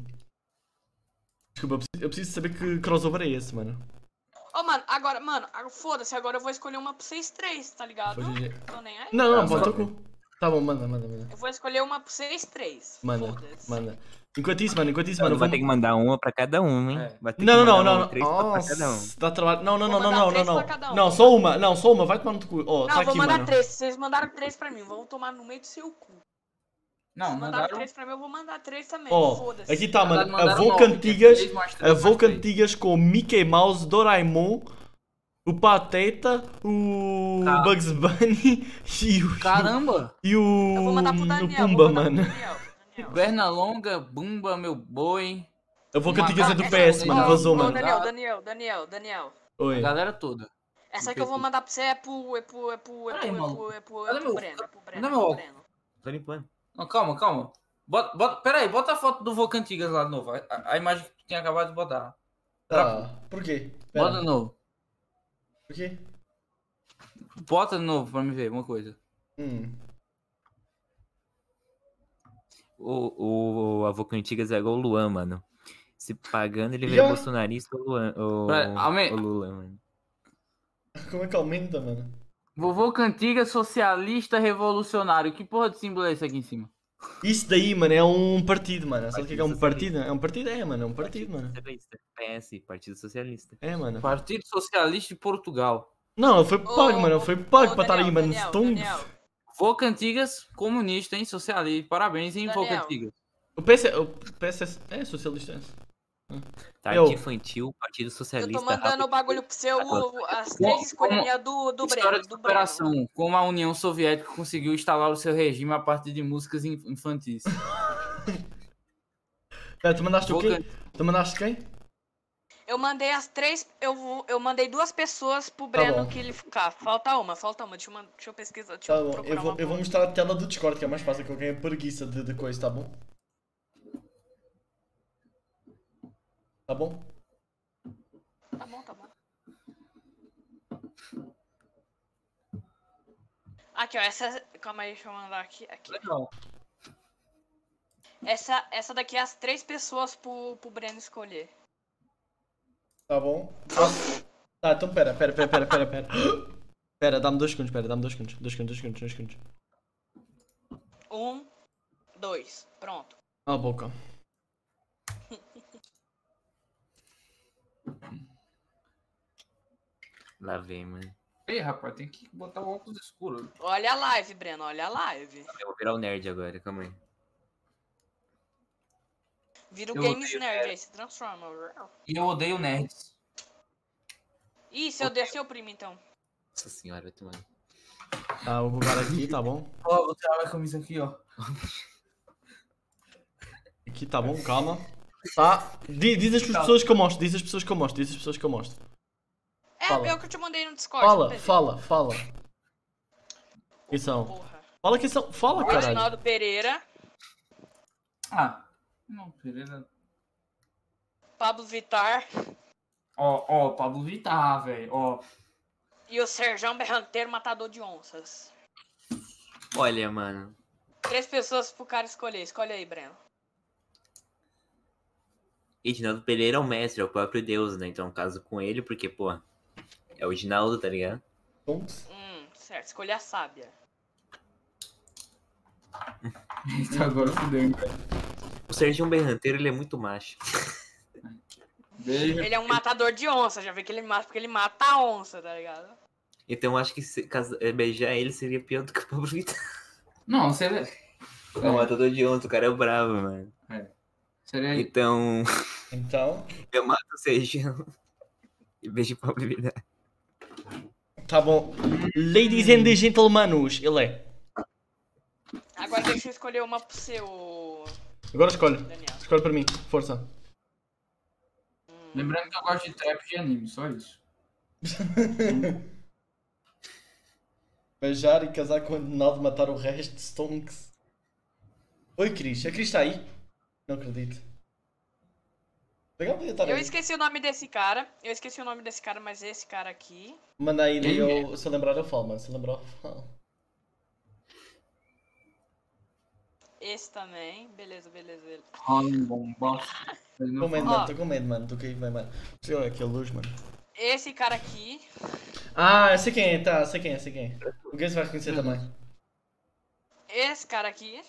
Speaker 1: Desculpa, eu preciso, eu preciso saber que crossover é esse, mano.
Speaker 2: Ô, mano, agora, mano, ah, foda-se, agora eu vou escolher uma pra vocês três, tá ligado?
Speaker 1: Vou dizer-
Speaker 2: Tô nem aí.
Speaker 1: Não, não,
Speaker 3: Ah,
Speaker 1: bota o
Speaker 3: manda.
Speaker 1: cu. Tá bom, manda, manda, manda.
Speaker 2: Eu vou escolher uma pra vocês três.
Speaker 1: Manda,
Speaker 2: Foda-se.
Speaker 1: manda. Enquanto isso, mano, enquanto isso, mano.
Speaker 3: Mano, vai
Speaker 1: vamos-
Speaker 3: ter que mandar uma pra cada um, hein?
Speaker 4: É.
Speaker 3: Vai ter
Speaker 1: Não,
Speaker 3: que
Speaker 1: não,
Speaker 3: mandar
Speaker 1: não,
Speaker 3: uma,
Speaker 1: não.
Speaker 3: três pra cada um.
Speaker 1: Nossa, dá trabalho. Não, não, não,
Speaker 2: Vou
Speaker 1: não,
Speaker 2: mandar
Speaker 1: não, não,
Speaker 2: três
Speaker 1: não.
Speaker 2: pra cada um.
Speaker 1: Não, só uma, não, só uma, vai tomar no cu. Ó,
Speaker 2: Não,
Speaker 1: tá
Speaker 2: vou
Speaker 1: aqui,
Speaker 2: mandar
Speaker 1: mano.
Speaker 2: três. Se vocês mandaram três pra mim, vão tomar no meio do seu cu.
Speaker 4: Não,
Speaker 2: Se mandaram
Speaker 4: mandaram.
Speaker 2: três pra mim, eu vou mandar três também.
Speaker 1: Ó,
Speaker 2: foda-se.
Speaker 1: aqui tá,
Speaker 4: mandaram-
Speaker 1: mano.
Speaker 4: mandaram
Speaker 1: Avô
Speaker 4: nove, que é
Speaker 1: Cantigas.
Speaker 4: três mais três
Speaker 1: Avô
Speaker 4: mais três.
Speaker 1: Cantigas com Mickey Mouse, Doraemon, o Pateta, o
Speaker 4: Tá.
Speaker 1: Bugs Bunny e o,
Speaker 4: Caramba!
Speaker 1: e o,
Speaker 2: Eu vou mandar pro Daniel.
Speaker 1: o
Speaker 2: vou
Speaker 1: um Pumba,
Speaker 2: mandar pro
Speaker 1: mano.
Speaker 2: Daniel, Daniel.
Speaker 4: Perna longa, bumba, meu boi,
Speaker 1: Avô
Speaker 4: Uma-
Speaker 1: Cantigas é do
Speaker 2: Ah,
Speaker 1: PS,
Speaker 2: essa-
Speaker 1: mano.
Speaker 2: ó,
Speaker 1: Vazou,
Speaker 2: ó,
Speaker 1: mano.
Speaker 2: Daniel, Daniel, Daniel, Daniel.
Speaker 1: Oi.
Speaker 2: Tá.
Speaker 4: galera toda.
Speaker 2: Essa que eu vou mandar pra você é pro. É pro. É pro. É
Speaker 4: Peraí,
Speaker 2: pro.
Speaker 4: maluco.
Speaker 2: É pro. É
Speaker 4: Cadê
Speaker 2: pro. É pro
Speaker 4: meu-
Speaker 2: Breno. É pro Breno.
Speaker 4: cadê
Speaker 2: É pro
Speaker 4: meu-
Speaker 2: Breno.
Speaker 3: Tô limpando.
Speaker 4: Não, calma, calma. Bota, bota, pera aí, bota a foto do Vocantigas lá de novo. A, a- a imagem que tu tinha acabado de botar.
Speaker 1: Tá. Porquê? Pera,
Speaker 4: Bota de novo.
Speaker 1: Porquê?
Speaker 4: Bota de novo pra me ver uma coisa.
Speaker 1: Hum.
Speaker 3: O, o avô Cantigas é igual o Luan, mano. Se pagando, ele
Speaker 1: Já.
Speaker 3: vira bolsonarista ou Luan. Ou,
Speaker 4: Pra- Amém.
Speaker 3: ou Lula, mano.
Speaker 1: Como é que aumenta, mano?
Speaker 4: Vovô Cantiga Socialista Revolucionário. Que porra de símbolo é esse aqui em cima?
Speaker 1: Isso daí, mano, é um partido, mano. Sabe o que é que é um
Speaker 3: Partido
Speaker 1: partido? É um partido, é, mano. É um partido, mano.
Speaker 3: Socialista. PS, Partido Socialista.
Speaker 1: É, mano.
Speaker 4: Partido Socialista de Portugal.
Speaker 1: Não, foi pago,
Speaker 2: Ô,
Speaker 1: mano. Foi
Speaker 2: ô,
Speaker 1: pago pra estar
Speaker 2: Daniel,
Speaker 1: aí, mano.
Speaker 2: Daniel,
Speaker 1: Stonks.
Speaker 2: Daniel,
Speaker 4: Vovô Cantigas, comunista, hein? Socialista. Parabéns, hein, Vovô
Speaker 2: Daniel.
Speaker 4: Cantigas.
Speaker 1: O PS, é- o PS é, é socialista. é.
Speaker 3: Tarde
Speaker 1: Eu.
Speaker 3: infantil, Partido
Speaker 2: Eu
Speaker 3: Socialista.
Speaker 2: tô mandando o
Speaker 3: rápido.
Speaker 2: bagulho pro seu, o- as três
Speaker 4: Como-
Speaker 2: escolinhas do, do
Speaker 4: História
Speaker 2: Breno.
Speaker 4: de
Speaker 2: Do Breno.
Speaker 4: superação. Como a União Soviética conseguiu instalar o seu regime a partir de músicas in- infantis.
Speaker 1: Pera, tu mandaste o
Speaker 4: Vovô
Speaker 1: quê?
Speaker 4: Cantigas.
Speaker 1: Tu mandaste quem?
Speaker 2: Eu mandei as três. Eu, vou- eu mandei duas pessoas
Speaker 4: Tá
Speaker 2: pro Breno
Speaker 1: bom.
Speaker 2: que ele ficar. Falta uma, falta uma. Deixa eu, man- deixa eu pesquisar. Deixa
Speaker 1: Tá
Speaker 2: eu
Speaker 1: bom,
Speaker 2: procurar
Speaker 1: eu vou,
Speaker 2: uma
Speaker 1: eu vou
Speaker 2: boa.
Speaker 1: mostrar a tela do Discord, que é mais fácil que eu ganhei preguiça de, de coisa, tá bom? Tá bom?
Speaker 2: Tá bom, tá bom. Aqui, ó. Essa. Calma aí, deixa eu mandar aqui. aqui.
Speaker 4: Legal.
Speaker 2: Essa, essa daqui é as três pessoas pro, pro Breno escolher.
Speaker 1: Tá bom? Tá, então pera, pera, pera, pera, pera, pera. Pera, dá-me dois segundos, pera, dá-me dois segundos, dois segundos, dois segundos, dois segundos.
Speaker 2: Um, dois. Pronto.
Speaker 1: Ah, boca.
Speaker 3: Lá vem, mano.
Speaker 4: Ei, rapaz, tem que botar o óculos escuro.
Speaker 2: Olha a live, Breno. Olha a live.
Speaker 3: Eu vou virar o nerd agora, calma aí.
Speaker 2: Vira o
Speaker 4: Eu
Speaker 2: Games
Speaker 4: odeio
Speaker 2: Nerd aí, se transforma.
Speaker 4: E eu odeio nerds.
Speaker 2: Ih, seu, de- seu primo, então.
Speaker 3: Nossa senhora, vai tomar.
Speaker 1: Tá, vou colocar aqui, tá bom?
Speaker 4: Ó, vou tirar a camisa aqui, ó.
Speaker 1: Aqui, tá bom, calma. Tá, Di- diz, as pessoas que eu mostro, diz as pessoas que eu mostro, diz as pessoas que eu mostro.
Speaker 2: É,
Speaker 1: Fala.
Speaker 2: é o que eu te mandei no Discord. não
Speaker 1: Fala,
Speaker 2: teve?
Speaker 1: fala, fala. Quem são?
Speaker 2: Porra.
Speaker 1: Fala quem são, fala, caralho.
Speaker 2: Reginaldo Pereira,
Speaker 4: Ah, não, Pereira.
Speaker 2: Pablo Vitar
Speaker 4: Ó, ó, Pablo Vittar, Ah, velho. Ó,
Speaker 2: e o Serjão Berranteiro, matador de onças.
Speaker 3: Olha, mano.
Speaker 2: Três pessoas pro cara escolher. Escolhe aí, Breno.
Speaker 3: Edinaldo Pereira é o mestre, é o próprio Deus, né? Então, caso com ele, porque, pô, é o Edinaldo, tá ligado?
Speaker 2: Hum, certo. Escolhe a sábia.
Speaker 4: Eita, agora fudeu, hein?
Speaker 3: O Serginho Berranteiro, ele é muito macho.
Speaker 4: Beijo.
Speaker 2: Ele é um matador de onça. Já vê que ele mata porque ele mata a onça, tá ligado?
Speaker 3: Então, eu acho que se, casa- eh, beijar ele seria pior do que o Pablo Vittar.
Speaker 4: Não, seria.
Speaker 3: É um matador de onça, o cara é bravo, mano.
Speaker 4: Seria.
Speaker 3: Então,
Speaker 1: Então,
Speaker 3: eu mato o Serginho e beijo o Pablo Vittar.
Speaker 1: tá bom. Ladies and gentlemen, ele é.
Speaker 2: Agora deixa eu escolher uma pro seu,
Speaker 1: Agora escolhe.
Speaker 2: Daniel.
Speaker 1: Escolhe para mim, força.
Speaker 4: Lembrando que eu gosto de trap de anime, só isso.
Speaker 1: Beijar e casar com o Adinaldo, matar o resto de Stonks. Oi, Cris. A Cris está aí? Não acredito. Legal, podia estar
Speaker 2: Eu
Speaker 1: aí.
Speaker 2: esqueci o nome desse cara. Eu esqueci o nome desse cara, mas esse cara aqui.
Speaker 1: Manda aí, daí
Speaker 4: Quem
Speaker 1: eu, se eu lembrar eu falo, mano. Se eu lembrar é eu falo.
Speaker 2: Esse também. Beleza, beleza, beleza.
Speaker 4: Ron Bombosta. Ele
Speaker 1: Tô com
Speaker 4: não
Speaker 1: medo,
Speaker 4: fala.
Speaker 1: mano.
Speaker 2: Ó.
Speaker 1: Tô com medo, mano. Tô caído, mano. Sei lá, aquele luz, mano.
Speaker 2: Esse cara aqui.
Speaker 1: Ah, eu sei quem é, tá. Sei quem é, sei quem é. O Gaze vai reconhecer também.
Speaker 2: Esse cara aqui.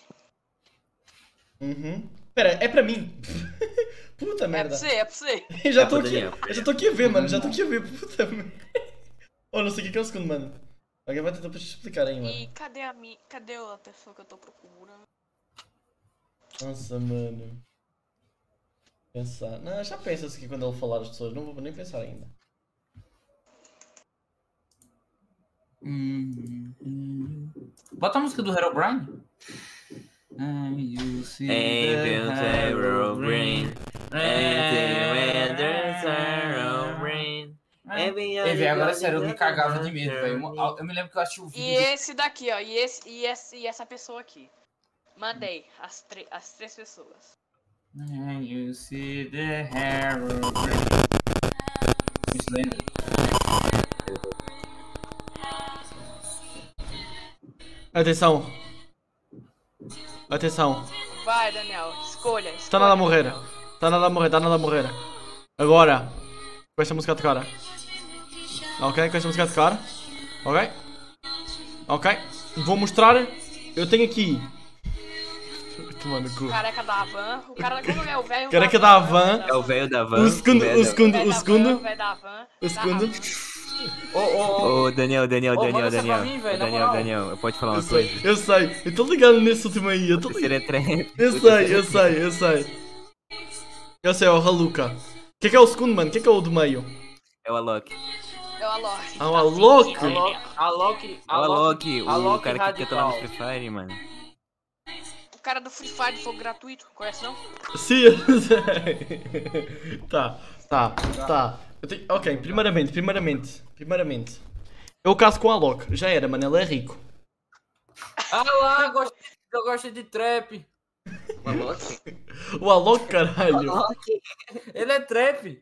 Speaker 2: É
Speaker 1: Uhum. Pera, é pra mim. Puta
Speaker 2: É pra
Speaker 1: merda.
Speaker 2: você, é pra você.
Speaker 1: Eu já
Speaker 3: É
Speaker 1: tô
Speaker 3: pro
Speaker 1: aqui.
Speaker 3: Daniel.
Speaker 1: Eu já tô aqui a ver, mano. Já tô aqui a ver. Puta merda. Oh, não sei o que é que é o segundo, mano. Alguém vai tentar explicar aí, mano.
Speaker 2: E cadê a mim? Cadê a pessoa que eu tô procurando?
Speaker 1: Nossa, mano. Pensar. Não, já pensa-se que quando ele falar as pessoas, não vou nem pensar ainda.
Speaker 4: Hum, hum. Bota a música do Herobrine. And you see
Speaker 3: Angels
Speaker 4: the
Speaker 3: are all green. And the windows are all green.
Speaker 4: Ah. Ei, velho, agora sério, eu me cagava de medo, velho. Eu me lembro que eu achei o
Speaker 2: E
Speaker 4: vídeo.
Speaker 2: esse daqui, ó. E, esse, e, esse, e essa pessoa aqui. Mandei as, tre- as três pessoas.
Speaker 4: And you see the Herobrine. Slender.
Speaker 1: Atenção. Atenção.
Speaker 2: Vai, Daniel, escolha. escolha
Speaker 1: Tá nada a morrer.
Speaker 2: Daniel.
Speaker 1: Tá nada a morrer, tá nada a morrer. Agora. Com esta música de cara. Ok, com esta música de cara. Ok. Ok. Vou mostrar. Eu tenho aqui. Toma no cu.
Speaker 2: O careca da Havan. O cara como é o velho.
Speaker 1: Careca da Havan.
Speaker 3: É o velho da van.
Speaker 1: O segundo,
Speaker 3: velho
Speaker 1: o
Speaker 3: da-
Speaker 1: segundo,
Speaker 2: velho
Speaker 1: o
Speaker 2: da Havan,
Speaker 1: segundo.
Speaker 2: velho da Havan,
Speaker 1: O
Speaker 2: da
Speaker 1: segundo.
Speaker 2: Havan.
Speaker 4: Ô, ô, ô,
Speaker 3: Ô, Daniel, Daniel,
Speaker 4: Ô,
Speaker 3: Daniel,
Speaker 4: manda essa
Speaker 3: Daniel.
Speaker 4: pra mim, velho, na
Speaker 3: Daniel,
Speaker 4: moral.
Speaker 3: Daniel, eu posso falar
Speaker 1: Eu
Speaker 3: uma
Speaker 1: sei,
Speaker 3: coisa?
Speaker 1: eu sei. Eu tô ligado nesse último aí. Eu tô ligado.
Speaker 3: Terceira é trap.
Speaker 1: Eu sei, eu sei, eu sei. Eu sei, é o Haluca. O que é que é o segundo, mano? O que é que é o do meio?
Speaker 3: É o Alok.
Speaker 2: É o Alok.
Speaker 1: Ah, o Alok!
Speaker 4: a Loki, a Loki,
Speaker 3: É o Alok, o
Speaker 4: Alok
Speaker 3: cara que canta lá no
Speaker 4: radical.
Speaker 3: Free Fire, mano.
Speaker 2: O cara do Free Fire de fogo gratuito. Conhece não?
Speaker 1: Sim, eu sei. Tá, tá, tá. Eu tenho- Ok, primeiramente, primeiramente, primeiramente. Eu caso com o Alok. Já era, mano. Ele é rico.
Speaker 4: Ah lá, eu gosto, eu gosto de trap.
Speaker 1: O Alok, caralho.
Speaker 4: Ele é trap.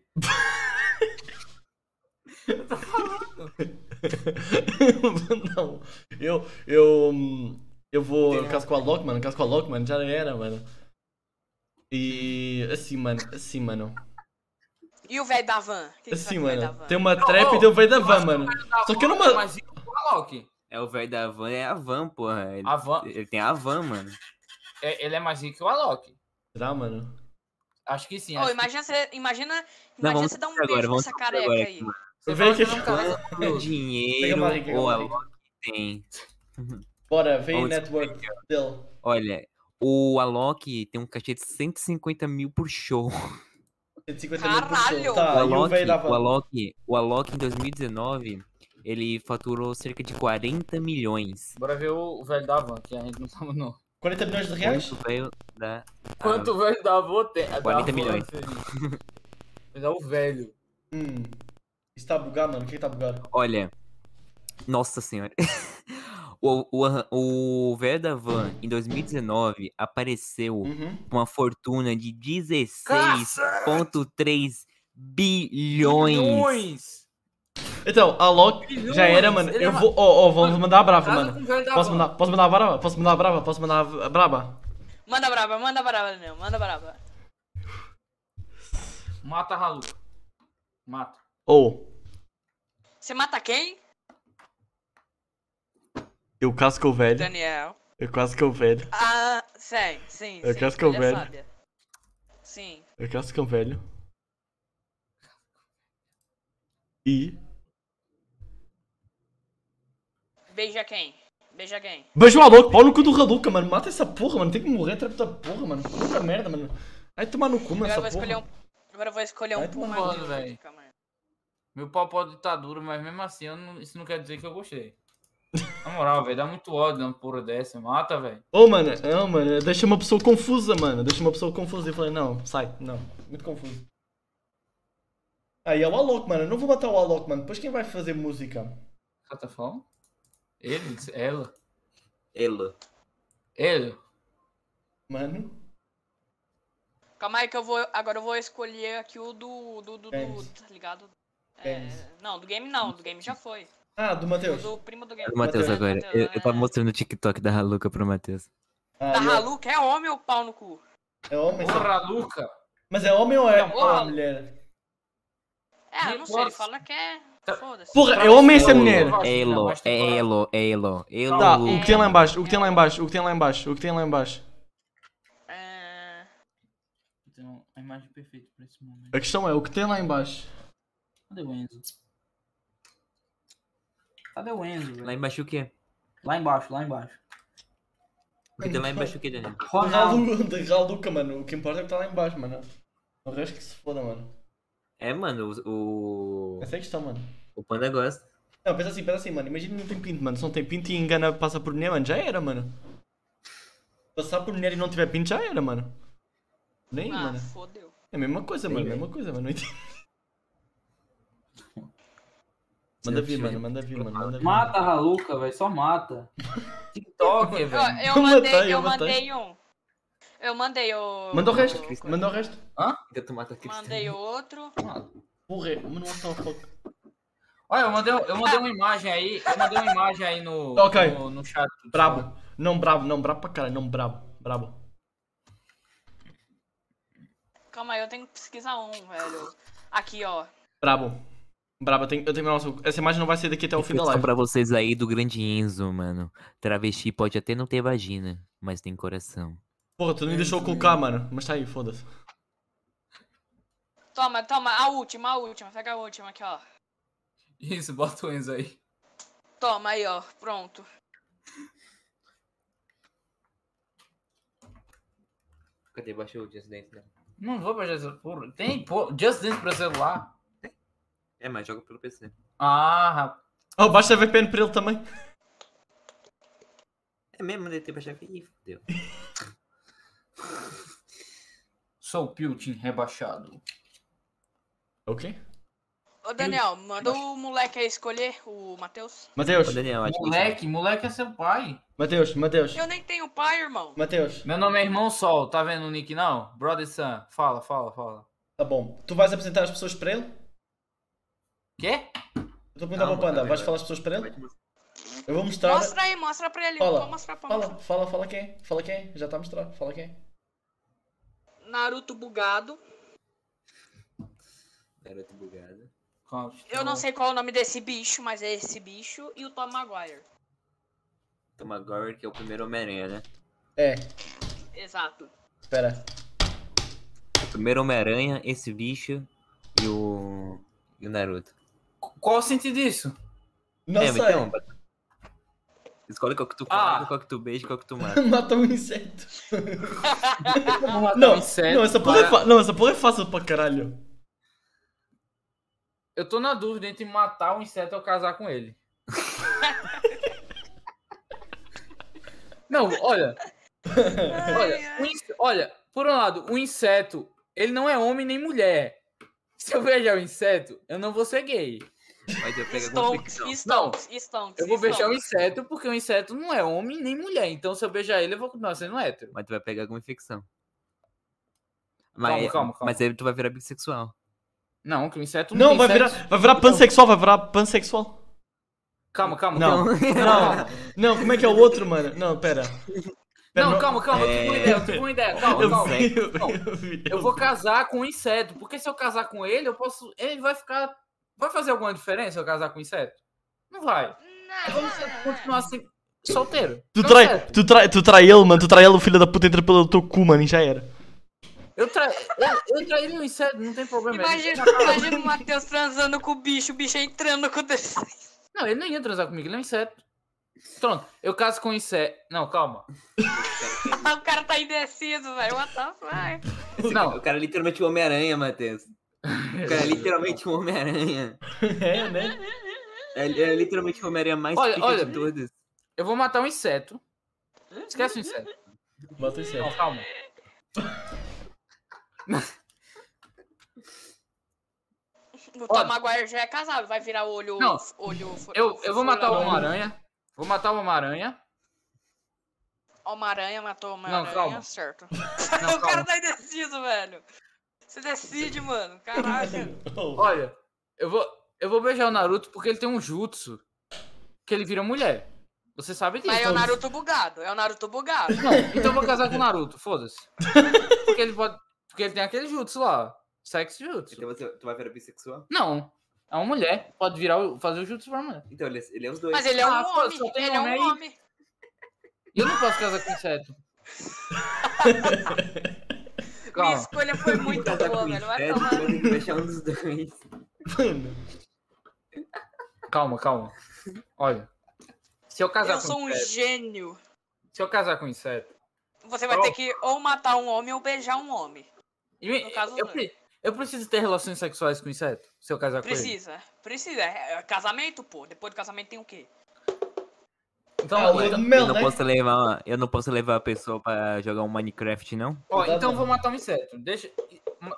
Speaker 1: Não. Eu, eu, hum, eu vou. Eu caso com o Alok, mano. eu Caso com o Alok, mano. Já era, mano. E assim, mano, assim, mano.
Speaker 2: E o velho da Havan? Quem que
Speaker 1: Assim,
Speaker 2: vai com o velho
Speaker 1: mano.
Speaker 2: da Havan?
Speaker 1: Tem uma trap e deu veio da van, mano. Só que eu não. ma-
Speaker 4: Mas e o Alok?
Speaker 3: É o velho da van, é a van, porra. Ele,
Speaker 4: A van,
Speaker 3: ele tem a van, mano.
Speaker 4: é- ele é mais rico que o Alok.
Speaker 1: Será, mano?
Speaker 4: Acho que sim.
Speaker 1: um-
Speaker 2: Ô,
Speaker 4: acho que-
Speaker 2: imagina você. Imagina,
Speaker 3: Não,
Speaker 2: imagina
Speaker 3: vamos
Speaker 2: você dar um
Speaker 3: discutir
Speaker 2: beijo
Speaker 3: agora, vamos
Speaker 2: nessa
Speaker 3: discutir
Speaker 2: careca
Speaker 3: agora
Speaker 2: aí.
Speaker 3: aqui, mano.
Speaker 4: Você
Speaker 1: Vem
Speaker 4: fala
Speaker 1: que-
Speaker 4: que não é um cara
Speaker 3: Quanto
Speaker 4: cabeludo.
Speaker 1: Pega
Speaker 3: dinheiro
Speaker 1: uma rica, pega
Speaker 3: é o
Speaker 1: uma
Speaker 3: Alok tem?
Speaker 1: Bora, vem aí,
Speaker 3: Vamos
Speaker 1: network dele.
Speaker 3: Olha, o Alok tem um cachê de 150 mil por show.
Speaker 1: 150 mil por
Speaker 2: Caralho!
Speaker 1: show.
Speaker 3: o,
Speaker 1: Tá, e o
Speaker 3: Alok,
Speaker 1: veio da
Speaker 3: o,
Speaker 1: van.
Speaker 3: Alok, o Alok, em 2019, ele faturou cerca de 40 milhões.
Speaker 4: Bora ver o, o velho da van, que a gente não sabe não.
Speaker 1: 40 milhões de reais?
Speaker 3: Quanto veio da...
Speaker 1: Ah.
Speaker 4: Quanto o velho da van tem? da
Speaker 3: 40
Speaker 4: van
Speaker 3: milhões.
Speaker 4: tem? Mas é o velho.
Speaker 1: Hum. Isso tá a bugar, mano. O que que tá a bugar?
Speaker 3: Olha, nossa senhora. O, o, o velho da van, em 2019, apareceu
Speaker 1: Uhum.
Speaker 3: com uma fortuna de 16,3 bilhões.
Speaker 4: Milhões!
Speaker 1: Então, Alok já era, mano.
Speaker 4: Ele
Speaker 1: Eu
Speaker 4: é uma-
Speaker 1: vou. Ó, ó, vou mandar a brava,
Speaker 4: Casa com
Speaker 1: mano.
Speaker 4: o velho da
Speaker 2: Tá
Speaker 1: Posso
Speaker 4: van.
Speaker 1: mandar, posso mandar a brava? Posso mandar a brava? Posso mandar a braba?
Speaker 2: Manda braba, manda braba, Daniel. Manda braba.
Speaker 4: Mata Haluca. Mata.
Speaker 1: Ou.
Speaker 2: Você mata quem?
Speaker 1: Eu caso com o velho.
Speaker 2: Daniel.
Speaker 1: Eu caso com o velho.
Speaker 2: Ah, sim, sim.
Speaker 1: Eu
Speaker 2: sim.
Speaker 1: quero ficar
Speaker 2: Ele é
Speaker 1: velho.
Speaker 2: sábia. Sim.
Speaker 1: Eu caso com o velho. E.
Speaker 2: Beija quem? Beija quem?
Speaker 1: Beijo o Alok, pau no cu do Raluca, mano. Mata essa porra, mano. Tem que morrer atrás da porra, mano. Puta merda, mano. Vai tomar no cu, mano,
Speaker 2: Agora eu vou
Speaker 1: essa
Speaker 2: escolher
Speaker 1: porra.
Speaker 2: um. Agora eu vou escolher
Speaker 1: Vai
Speaker 2: um
Speaker 1: tomar
Speaker 2: Puma.
Speaker 4: no cu, velho. Meu pau pode estar duro, mas mesmo assim, eu não- isso não quer dizer que eu gostei. Na moral, velho, dá muito ódio uma porra dessa. Mata, velho.
Speaker 1: Ô, mano, não, mano. Deixa uma pessoa confusa, mano. Deixa uma pessoa confusa. E falei, não, sai, não. Muito confuso. Aí é o Alok, mano. Eu não vou matar o Alok, mano. Depois quem vai fazer música?
Speaker 4: Ela tá falando? Ele? Ela?
Speaker 3: Elo.
Speaker 4: Ele?
Speaker 1: Mano.
Speaker 2: Calma aí que eu vou. Agora eu vou escolher aqui o do. do, do, do-
Speaker 1: Games.
Speaker 2: tá ligado? É,
Speaker 1: Games.
Speaker 2: não, do game não, do game já foi.
Speaker 1: Ah, do
Speaker 2: O
Speaker 1: Mateus.
Speaker 2: do primo do game.
Speaker 3: O Matheus
Speaker 1: Mateus,
Speaker 3: agora.
Speaker 2: Mateus,
Speaker 3: Eu, eu tava
Speaker 2: né?
Speaker 3: mostrando o TikTok da Haluca pro Matheus.
Speaker 1: Ah,
Speaker 2: Tá
Speaker 1: e é-
Speaker 2: maluco? É homem ou pau no cu?
Speaker 1: é homem. sabe?
Speaker 4: Porra, Luca!
Speaker 1: Mas é homem ou é,
Speaker 4: Não,
Speaker 1: ou é
Speaker 2: porra.
Speaker 1: mulher?
Speaker 2: É, eu não sei, ele
Speaker 4: Nossa.
Speaker 2: fala que é.
Speaker 4: Tá.
Speaker 2: Foda-se.
Speaker 1: Porra, é homem essa mulher?
Speaker 3: Elo, é Elo, é Elo. Elo.
Speaker 1: Tá, o que tem lá embaixo, o que tem lá embaixo, o que tem lá embaixo, o que tem lá embaixo.
Speaker 2: É,
Speaker 4: Então, a imagem perfeita pra esse momento.
Speaker 1: A questão é, o que tem lá embaixo?
Speaker 4: Cadê o Enzo? Cadê o Enzo,
Speaker 3: Lá
Speaker 4: velho?
Speaker 3: embaixo o quê?
Speaker 4: Lá embaixo, lá embaixo.
Speaker 3: O que tem lá embaixo o quê, Daniel?
Speaker 1: Do Ralu- do Raluca, mano. O que importa é o que tá lá embaixo, mano. O resto que se foda, mano.
Speaker 3: É, mano, o. o-
Speaker 1: Essa é a questão, mano.
Speaker 3: O Panda gosta.
Speaker 1: Não, pensa assim, pensa assim, mano. Imagina que não tem pinto, mano. Se não tem pinto e engana, passa por mulher, mano, já era, mano. Passar por mulher e não tiver pinto, já era, mano. Nem,
Speaker 2: ah,
Speaker 1: mano.
Speaker 2: fodeu.
Speaker 1: É a mesma coisa, mano. É a mesma coisa, mano. Não entendo. Manda vir, mano. Manda vir, mano. Manda vir.
Speaker 4: Mata a Haluca, velho, só mata. TikTok,
Speaker 2: Eu,
Speaker 4: velho.
Speaker 2: eu
Speaker 1: Eu
Speaker 2: mandei,
Speaker 1: matei, eu
Speaker 2: eu
Speaker 1: matei.
Speaker 2: mandei um. Eu mandei o.
Speaker 1: Manda o
Speaker 2: o-
Speaker 1: resto. Manda o resto.
Speaker 3: Então tu mata a Cristina.
Speaker 2: Mandei outro.
Speaker 1: Porra, é- mas não what the fuck.
Speaker 4: Olha, eu mandei, eu mandei uma imagem aí, eu mandei uma imagem aí no,
Speaker 1: Ok.
Speaker 4: no, no chat. do Discord.
Speaker 1: Brabo. Não, brabo, não, brabo pra caralho, não, brabo, brabo.
Speaker 2: Calma aí, eu tenho que pesquisar um, velho. Aqui, ó.
Speaker 1: Brabo. Brabo, eu tenho, eu tenho. Nossa, essa imagem não vai sair daqui até o fim da
Speaker 11: Reflexão
Speaker 1: live.
Speaker 11: pra vocês aí do grande Enzo, mano. Travesti pode até não ter vagina, mas tem coração.
Speaker 1: Porra, tu não me deixou colocar, mano. Mas tá aí, foda-se.
Speaker 2: Toma, toma, a última, a última. Pega a última aqui, ó.
Speaker 4: Isso, bota o Enzo aí.
Speaker 2: Toma aí, ó. Pronto.
Speaker 3: Cadê? Baixou o Just Dance, né?
Speaker 4: Não vou pra Jesus. Por... Tem, pô, Just Dance pra celular.
Speaker 3: É, mas joga pelo PC.
Speaker 4: Ah, rapaz.
Speaker 1: Oh, basta a VPN pra ele também.
Speaker 3: É mesmo, né? Tem baixar. Ih, fodeu.
Speaker 4: Sou o Piltin rebaixado.
Speaker 1: É O quê?
Speaker 2: Ô, Daniel, manda o moleque aí escolher, o Matheus.
Speaker 1: Mateus,
Speaker 11: Ô, Daniel, acho que.
Speaker 4: Moleque, moleque é seu pai.
Speaker 1: Mateus, Mateus,
Speaker 2: Eu nem tenho pai, irmão.
Speaker 1: Mateus.
Speaker 4: Meu nome é Irmão Sol, tá vendo o nick não? Brother Sam, fala, fala, fala.
Speaker 1: Tá bom. Tu vais apresentar as pessoas para ele? Eu
Speaker 4: Quê?
Speaker 1: estou a perguntar
Speaker 3: Não,
Speaker 1: para o Panda.
Speaker 3: tá bem,
Speaker 1: Vais
Speaker 3: vai.
Speaker 1: falar as pessoas para
Speaker 3: Vai
Speaker 1: ele?
Speaker 3: te mostrar.
Speaker 1: Eu vou mostrar.
Speaker 2: Mostra aí, mostra pra ele.
Speaker 1: Fala,
Speaker 2: Vou mostrar pra mostrar.
Speaker 1: Fala, fala, fala quem é. Fala quem é. Já está a mostrar. Fala quem é.
Speaker 2: Naruto bugado.
Speaker 11: é
Speaker 3: Garoto bugado.
Speaker 2: Eu
Speaker 4: Então-
Speaker 2: não sei qual é o nome desse bicho, mas é esse bicho. E o Tom Maguire.
Speaker 3: Toma Gore, que é o primeiro Homem-Aranha, né?
Speaker 1: É,
Speaker 2: Exato.
Speaker 1: espera.
Speaker 11: O primeiro Homem-Aranha, esse bicho e o. E o Naruto.
Speaker 4: Qual o sentido disso?
Speaker 1: Não
Speaker 11: é,
Speaker 1: sei.
Speaker 11: então. Escolhe qual que tu
Speaker 4: Ah.
Speaker 11: come, qual que tu beija, qual que tu mata.
Speaker 1: Mata um inseto.
Speaker 4: Um
Speaker 1: Não,
Speaker 4: inseto
Speaker 1: não, essa porra é
Speaker 4: para-
Speaker 1: fa- não, essa porra é fácil pra caralho.
Speaker 4: Eu tô na dúvida entre matar o inseto ou casar com ele. não, olha, olha, o inse- olha, por um lado, o inseto, ele não é homem nem mulher. Se eu beijar o inseto, eu não vou ser gay.
Speaker 3: Mas eu pego alguma
Speaker 2: Stonks,
Speaker 3: ficção.
Speaker 2: Stonks, Stonks.
Speaker 4: Eu vou beijar o
Speaker 2: Stonks.
Speaker 4: inseto porque o inseto não é homem nem mulher. Então, se eu beijar ele, eu vou continuar sendo hétero.
Speaker 11: Mas tu vai pegar alguma infecção.
Speaker 4: Calma,
Speaker 11: Mas, é-
Speaker 4: calma, calma.
Speaker 11: mas aí tu vai virar bissexual.
Speaker 4: Não, que o inseto Então. não,
Speaker 1: Não,
Speaker 4: tem
Speaker 1: vai
Speaker 4: sexo.
Speaker 1: virar, vai virar pansexual, vai virar pansexual.
Speaker 4: Calma, calma,
Speaker 1: Não.
Speaker 4: calma.
Speaker 1: Não, não, como é que é o outro, mano? Não, pera. Pera,
Speaker 4: Não, calma, calma, eu tive uma
Speaker 11: É.
Speaker 4: ideia, eu tive uma ideia. Calma,
Speaker 11: Eu
Speaker 4: calma.
Speaker 11: sei.
Speaker 1: Eu,
Speaker 4: Não,
Speaker 1: vi,
Speaker 4: Eu vou casar com o inseto, porque se eu casar com ele, eu posso. Ele vai ficar. Vai fazer alguma diferença eu casar com o inseto? Não vai.
Speaker 2: Não,
Speaker 4: Vamos continuar assim, solteiro.
Speaker 1: Tu
Speaker 4: Tá
Speaker 1: trai,
Speaker 4: certo.
Speaker 1: tu, trai, tu trai ele, mano, tu trai ele, o filho da puta entra pelo teu cu, mano, e já era.
Speaker 4: Eu, tra... eu, eu trairia o inseto, não tem problema.
Speaker 2: Imagina,
Speaker 4: Ele-
Speaker 2: imagina o Matheus transando com o bicho, o bicho entrando com o desenho.
Speaker 4: Não, ele não ia transar comigo, ele é um inseto. Pronto, eu caso com o inseto. Não, calma.
Speaker 2: O cara tá indeciso, velho. What the fuck?
Speaker 4: Não,
Speaker 3: O cara é literalmente o Homem-Aranha, Matheus. O cara é literalmente o Homem-Aranha.
Speaker 1: É, né?
Speaker 3: É, é literalmente o Homem-Aranha mais
Speaker 4: Olha,
Speaker 3: pica
Speaker 4: olha.
Speaker 3: de todos.
Speaker 4: eu vou matar o inseto. Esquece o inseto.
Speaker 1: Bota isso aí.
Speaker 4: Não, calma.
Speaker 2: O
Speaker 4: Olha.
Speaker 2: Tom Maguire já é casado, vai virar olho.
Speaker 4: Não.
Speaker 2: olho fu-
Speaker 4: Eu, eu vou matar o
Speaker 2: furado.
Speaker 4: Homem-Aranha. Vou matar o Homem-Aranha.
Speaker 2: Homem-Aranha matou o
Speaker 4: Não,
Speaker 2: Homem-Aranha,
Speaker 4: calma.
Speaker 2: certo.
Speaker 4: Não,
Speaker 2: o cara
Speaker 4: calma.
Speaker 2: tá indeciso, velho. Você decide, mano. Caraca.
Speaker 4: Então,
Speaker 1: Oh,
Speaker 4: Olha, eu vou, eu vou beijar o Naruto porque ele tem um jutsu. Que ele vira mulher. Você sabe disso.
Speaker 2: Mas é o Naruto bugado, é o Naruto bugado.
Speaker 4: então, Não, então eu vou casar com o Naruto, foda-se. Porque ele pode. Porque ele tem aquele jutsu lá. Sex jutsu.
Speaker 3: Então você, tu vai virar bissexual?
Speaker 4: Não. É uma mulher. Pode virar o- fazer o jutsu pra mulher.
Speaker 3: Então ele, é- ele é os dois.
Speaker 2: Mas ele é um
Speaker 4: Ah, só-
Speaker 2: homem,
Speaker 4: só tem
Speaker 2: ele é
Speaker 4: homem aí.
Speaker 2: um homem.
Speaker 4: E eu não posso casar com o inseto.
Speaker 2: Minha
Speaker 4: Calma. Então tá
Speaker 2: escolha foi muito
Speaker 3: casar
Speaker 2: boa,
Speaker 3: Então
Speaker 2: velho.
Speaker 3: tá com um
Speaker 2: Vai
Speaker 3: inseto,
Speaker 2: tomar.
Speaker 4: né?
Speaker 3: tu vai ter que deixar um dos dois.
Speaker 4: Calma, calma. Olha. Se eu casar
Speaker 2: Eu
Speaker 4: Tá com
Speaker 2: sou
Speaker 4: o
Speaker 2: um
Speaker 4: inseto,
Speaker 2: gênio.
Speaker 4: se eu casar com o inseto,
Speaker 2: Você vai
Speaker 4: Tá
Speaker 2: ter
Speaker 4: bom.
Speaker 2: que ou matar um homem ou beijar um
Speaker 4: Tá
Speaker 2: homem.
Speaker 4: E me-
Speaker 2: No caso,
Speaker 4: eu,
Speaker 2: não.
Speaker 4: pre- eu preciso ter relações sexuais com o inseto? Se eu casar
Speaker 2: Precisa, precisa. É é casamento, pô. Depois do casamento tem o quê?
Speaker 4: com ele? Então,
Speaker 1: Ah, lua de
Speaker 4: então,
Speaker 1: mel,
Speaker 11: eu, não
Speaker 1: né?
Speaker 11: posso levar, eu não posso levar a pessoa pra jogar um Minecraft, não?
Speaker 5: Tá
Speaker 4: ó, então eu vou matar um inseto. Deixa,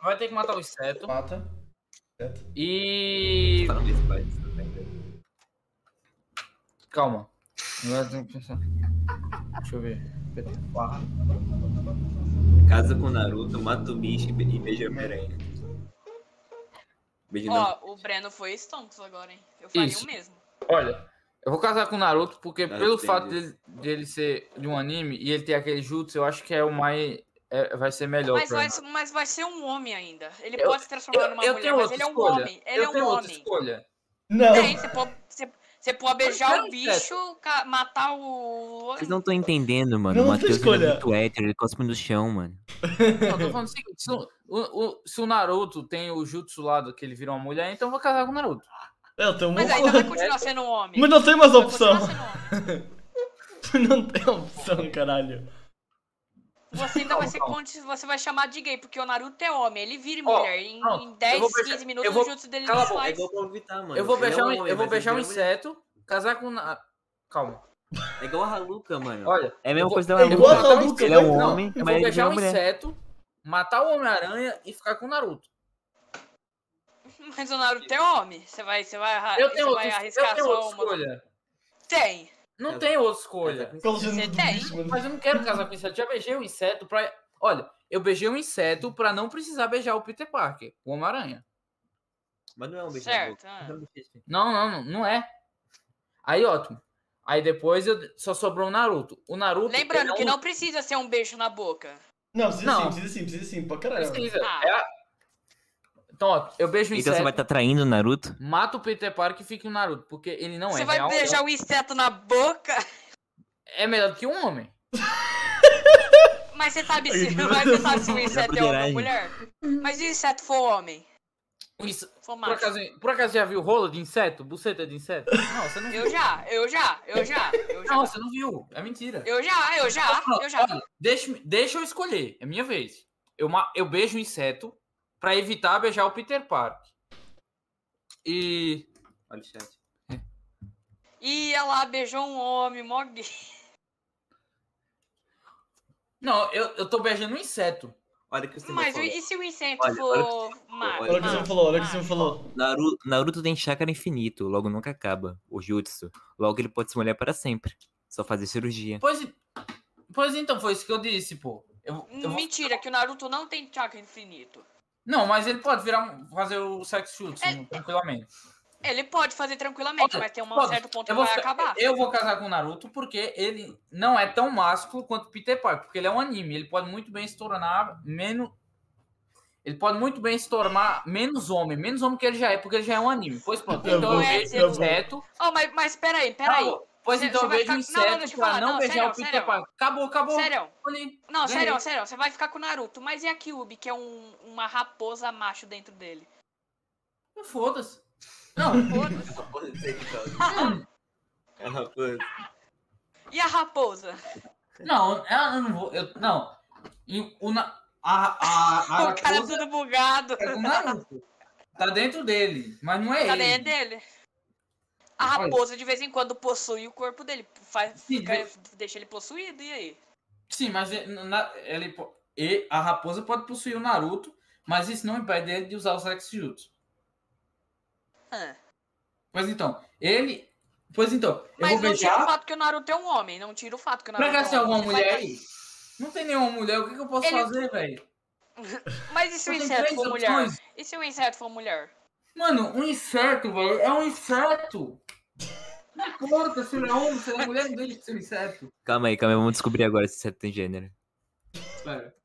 Speaker 4: vai ter que matar o inseto.
Speaker 1: Mata.
Speaker 4: E.
Speaker 3: Falando isso, pai. isso não tem graça.
Speaker 4: Calma. Agora eu tenho que pensar. Deixa eu ver. PT4.
Speaker 3: Casa com o Naruto, mata o bicho e be- e beija o Homem-Aranha.
Speaker 5: Beijo não.
Speaker 2: Ó, o Breno foi Stonks agora, hein? Eu faria
Speaker 4: Isso.
Speaker 2: o mesmo.
Speaker 4: Olha, eu vou casar com o Naruto porque
Speaker 5: Naruto
Speaker 4: pelo
Speaker 5: tem
Speaker 4: fato
Speaker 5: isso.
Speaker 4: dele, dele ser de um anime e ele ter aquele jutsu, eu acho que é o mais... é- vai ser melhor
Speaker 2: Mas
Speaker 4: pra
Speaker 2: vai,
Speaker 4: ele.
Speaker 2: mas vai ser um homem ainda. Ele
Speaker 4: Eu-
Speaker 2: pode se transformar
Speaker 4: eu-
Speaker 2: numa
Speaker 4: eu
Speaker 2: mulher,
Speaker 4: tenho
Speaker 2: mas
Speaker 4: outra
Speaker 2: ele é um
Speaker 4: escolha.
Speaker 2: homem. Ele é
Speaker 4: eu tenho
Speaker 2: um
Speaker 4: outra
Speaker 2: homem.
Speaker 4: escolha.
Speaker 1: Não!
Speaker 2: Tem, você pode, você, você pode beijar
Speaker 4: não,
Speaker 2: o bicho, ca- matar o.
Speaker 3: Vocês não estão entendendo, mano.
Speaker 1: Não
Speaker 3: o
Speaker 1: tem
Speaker 3: Matheus ele
Speaker 1: escolha.
Speaker 3: é muito hétero, ele cospe no chão, mano.
Speaker 4: Eu tô falando o seguinte, se o, o- o- se o Naruto tem o jutsu lá do que ele vira uma mulher, então eu vou casar com o Naruto.
Speaker 1: Eu tô
Speaker 2: Mas
Speaker 1: muito-
Speaker 2: ainda vai continuar sendo um homem.
Speaker 1: Mas não tem mais
Speaker 2: Vai
Speaker 1: opção.
Speaker 2: continuar sendo um homem.
Speaker 1: Não tem opção, caralho.
Speaker 2: Você ainda vai ser
Speaker 4: Calma,
Speaker 2: conti- você vai chamar de gay, porque o Naruto é homem, ele vira
Speaker 4: Ó,
Speaker 2: mulher. Em,
Speaker 4: não,
Speaker 2: em
Speaker 4: eu vou
Speaker 2: 10,
Speaker 4: beijar-
Speaker 2: 15 minutos
Speaker 4: eu vou-
Speaker 2: o jutsu dele
Speaker 4: cala a
Speaker 2: não
Speaker 4: boca,
Speaker 5: É
Speaker 2: faz.
Speaker 5: igual pra evitar, mano.
Speaker 4: eu vou
Speaker 5: Ele é
Speaker 4: beijar um,
Speaker 5: homem,
Speaker 4: eu
Speaker 5: mas
Speaker 4: vou
Speaker 5: ele
Speaker 4: beijar um
Speaker 5: vira mulher.
Speaker 4: inseto, casar com... Na... Calma,
Speaker 5: É igual a Haluca, mano.
Speaker 4: olha.
Speaker 3: É a mesma
Speaker 4: vou-
Speaker 3: coisa
Speaker 4: eu
Speaker 3: da
Speaker 4: vou
Speaker 3: Luca.
Speaker 1: Igual
Speaker 4: matar
Speaker 1: a Luca,
Speaker 4: um inseto.
Speaker 3: Ele é um
Speaker 4: Não,
Speaker 3: homem,
Speaker 4: Eu
Speaker 3: mas
Speaker 4: vou
Speaker 3: ele
Speaker 4: beijar
Speaker 3: virou
Speaker 4: um
Speaker 3: mulher.
Speaker 4: inseto, matar o Homem-Aranha e ficar com o Naruto.
Speaker 2: Mas o Naruto é homem. Você vai, você vai, arra-
Speaker 4: Eu
Speaker 2: você
Speaker 4: tenho,
Speaker 2: Ah, vai
Speaker 4: outra, eu
Speaker 2: arriscar
Speaker 4: tenho
Speaker 2: só
Speaker 4: outra
Speaker 2: uma.
Speaker 4: escolha.
Speaker 2: Tem.
Speaker 4: Não
Speaker 5: Eu-
Speaker 4: tem outra
Speaker 5: Olha,
Speaker 2: é
Speaker 4: escolha.
Speaker 1: Qual o gênero
Speaker 2: Você
Speaker 1: do
Speaker 2: tem?
Speaker 1: bicho, mano?
Speaker 4: Mas eu não quero casar com inseto. Já beijei um inseto pra. Olha, eu beijei um inseto pra não precisar beijar o Peter Parker, o Homem-Aranha.
Speaker 5: mas não é um beijo na
Speaker 2: Certo.
Speaker 5: boca.
Speaker 4: tá.
Speaker 2: ah.
Speaker 5: Não é
Speaker 3: Então
Speaker 5: um beijo na boca.
Speaker 4: Não, não, não, não é. Aí, ótimo. Aí depois eu... só sobrou o Naruto. O Naruto. ele é
Speaker 2: Lembrando que
Speaker 4: um-
Speaker 2: não precisa ser um beijo na boca.
Speaker 1: Não, precisa
Speaker 4: Não.
Speaker 1: sim, precisa sim, precisa sim, pra caralho.
Speaker 4: precisa.
Speaker 2: Ah.
Speaker 4: É a- Então, ó, eu beijo o
Speaker 3: Então
Speaker 4: inseto,
Speaker 3: você vai estar traindo o Naruto?
Speaker 4: mato o Peter Parker e fica o Naruto, porque ele não
Speaker 2: você
Speaker 4: é
Speaker 2: vai
Speaker 4: real.
Speaker 2: beijar o inseto na boca,
Speaker 4: É melhor do que um homem.
Speaker 2: mas você sabe se, mas você sabe se o inseto é homem ou
Speaker 3: broderagem.
Speaker 2: mulher. Mas e o inseto for homem?
Speaker 4: Isso-
Speaker 2: For
Speaker 4: Por,
Speaker 2: macho?
Speaker 4: acaso, por acaso já viu rolo de inseto? Buceta de inseto? Não, você não viu.
Speaker 2: Eu já, eu já, eu já, eu já.
Speaker 4: Não, você não viu. É mentira.
Speaker 2: Eu já, eu já, eu já.
Speaker 4: Olha, deixa, deixa eu escolher. É minha vez. Eu, ma- eu beijo o inseto pra evitar beijar o Peter Parker. E.
Speaker 5: Olha o chat.
Speaker 2: E ela beijou um homem, mó gay.
Speaker 4: Não, eu, eu tô beijando um inseto.
Speaker 5: Olha o que você
Speaker 2: Mas
Speaker 5: falou.
Speaker 2: e se o inseto
Speaker 5: Olha, olha o
Speaker 2: for macho?
Speaker 1: Olha o que você
Speaker 2: macho,
Speaker 4: Ah.
Speaker 1: me falou, olha o que você me
Speaker 2: macho?
Speaker 1: falou.
Speaker 3: Naruto, Naruto tem chakra infinito, logo nunca acaba. O jutsu. Logo ele pode se molhar para sempre. Só fazer cirurgia.
Speaker 4: Pois, e- pois então, foi isso que eu disse, pô. Eu, eu vou-
Speaker 2: Mentira, que o Naruto não tem chakra infinito.
Speaker 4: Não, mas ele pode virar um- fazer o sex chute
Speaker 2: É-
Speaker 4: tranquilamente.
Speaker 2: Ele pode fazer tranquilamente,
Speaker 4: Olha,
Speaker 2: mas tem um
Speaker 4: pode.
Speaker 2: certo ponto que
Speaker 4: Eu vou,
Speaker 2: vai
Speaker 4: ficar- É,
Speaker 2: acabar.
Speaker 4: eu vou casar com o Naruto porque ele não é tão másculo quanto Peter Parker, porque ele é um anime. Ele pode muito bem se tornar menos. Ele pode muito bem se tornar menos homem, menos homem que ele já é, porque ele já é um anime. Pois pronto,
Speaker 1: Eu
Speaker 4: então
Speaker 2: vou,
Speaker 4: eu vejo
Speaker 2: eu
Speaker 4: o inseto.
Speaker 2: Oh, mas, mas peraí, peraí.
Speaker 4: Acabou. Pois
Speaker 2: Cê-
Speaker 4: então
Speaker 2: cê
Speaker 4: eu
Speaker 2: vai
Speaker 4: vejo o
Speaker 2: ficar- não, não,
Speaker 4: inseto
Speaker 2: deixa eu
Speaker 4: pra
Speaker 2: falar.
Speaker 4: não
Speaker 2: Não,
Speaker 4: beijar
Speaker 2: sério,
Speaker 4: o Peter
Speaker 2: sério.
Speaker 4: Parker. Acabou, acabou.
Speaker 2: Sério.
Speaker 4: Olhei.
Speaker 2: Não,
Speaker 4: Ganhei.
Speaker 2: sério, sério. Você vai ficar com o Naruto. Mas e a Kyubi, que é um, uma raposa macho dentro dele?
Speaker 4: Foda-se. Não,
Speaker 2: Foda-se.
Speaker 5: Olha o TikTok. É, rapaz.
Speaker 2: E a raposa?
Speaker 4: não, eu eu não vou. Eu, não. E o na- a, a, a
Speaker 2: o cara
Speaker 4: raposa-
Speaker 2: tudo bugado.
Speaker 4: É o Naruto. Tá dentro dele, mas não é
Speaker 2: Tá
Speaker 4: ele.
Speaker 2: dentro dele. A
Speaker 4: Olha.
Speaker 2: raposa de vez em quando possui o corpo dele. Faz,
Speaker 4: Sim,
Speaker 2: fica-
Speaker 4: mas-
Speaker 2: deixa ele possuído, e aí?
Speaker 4: Sim, mas ele- na- ele po- e a raposa pode possuir o Naruto, mas isso não impede ele de usar o Sex Jutsu.
Speaker 2: Ah.
Speaker 4: Pois então, ele. Pois então, eu
Speaker 2: Mas
Speaker 4: vou
Speaker 2: não tira o
Speaker 4: beijar
Speaker 2: fato que o Naruto é um homem. Não tira o fato que o
Speaker 4: pra
Speaker 2: Naruto
Speaker 4: gastar
Speaker 2: é um
Speaker 4: alguma
Speaker 2: homem. Você
Speaker 4: mulher
Speaker 2: vai-
Speaker 4: aí. Não tem nenhuma mulher, o que, que eu posso
Speaker 2: Ele-
Speaker 4: fazer, velho?
Speaker 2: Mas e se o
Speaker 4: Eu tenho
Speaker 2: inseto
Speaker 4: três
Speaker 2: for mulher?
Speaker 4: opções.
Speaker 2: E se o inseto for mulher?
Speaker 4: Mano, um inseto, velho, é um inseto. Não importa se ele é homem, se ele é mulher, não deixa de ser um inseto.
Speaker 3: Calma aí, calma aí. Vamos descobrir agora se certo tem gênero.
Speaker 4: Pera.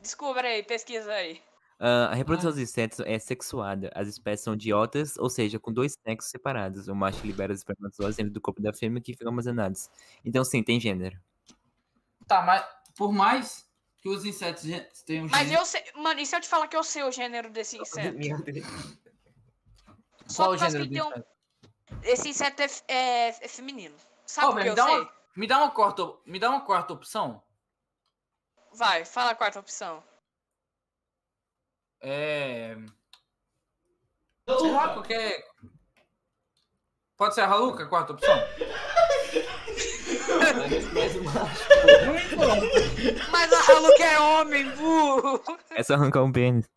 Speaker 2: Descubra aí, pesquisa aí.
Speaker 3: Ah, a reprodução dos insetos é sexuada. As espécies são diotas, ou seja, com dois sexos separados. O macho libera os espermatozoides dentro do corpo da fêmea que ficam armazenados. Então, sim, tem gênero.
Speaker 4: Tá, mas por mais que os insetos gen- tenham
Speaker 2: Mas
Speaker 4: gênero-
Speaker 2: eu sei. Mano, e se eu te falar que eu sei o gênero desse inseto?
Speaker 5: Meu Deus.
Speaker 2: Só
Speaker 4: Qual o
Speaker 2: por causa que
Speaker 4: gênero
Speaker 2: ele
Speaker 4: do
Speaker 2: tem um.
Speaker 4: inseto?
Speaker 2: Esse inseto é, f- é, é feminino. Sabe
Speaker 4: Ô,
Speaker 2: o que
Speaker 4: velho,
Speaker 2: eu
Speaker 4: dá
Speaker 2: sei?
Speaker 4: uma- Me dá uma quarta, me dá uma quarta opção.
Speaker 2: Vai, fala a quarta opção.
Speaker 4: É, sei lá, qualquer Pode ser a Haluca, a quarta opção?
Speaker 2: Mas a Haluca é homem, burro!
Speaker 3: É só arrancar um pênis.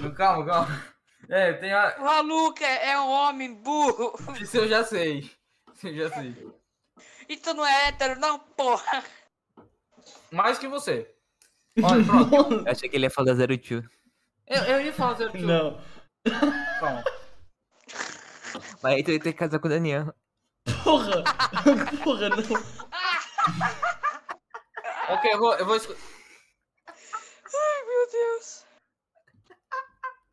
Speaker 4: Não, calma, calma. É, tem a...
Speaker 2: O Haluca é um homem, burro!
Speaker 4: Isso eu já sei. Isso eu já sei.
Speaker 2: E tu não é hétero, não, porra!
Speaker 4: Mais que você. Olha, pronto.
Speaker 3: Eu achei que ele ia falar zero tio.
Speaker 4: Eu, eu ia falar zero tio.
Speaker 1: Não.
Speaker 4: Calma.
Speaker 3: Mas aí tu ia ter que casar com o Daniel.
Speaker 1: Porra! Porra, não.
Speaker 4: Ok, eu vou. Eu vou esco-
Speaker 2: Meu Deus.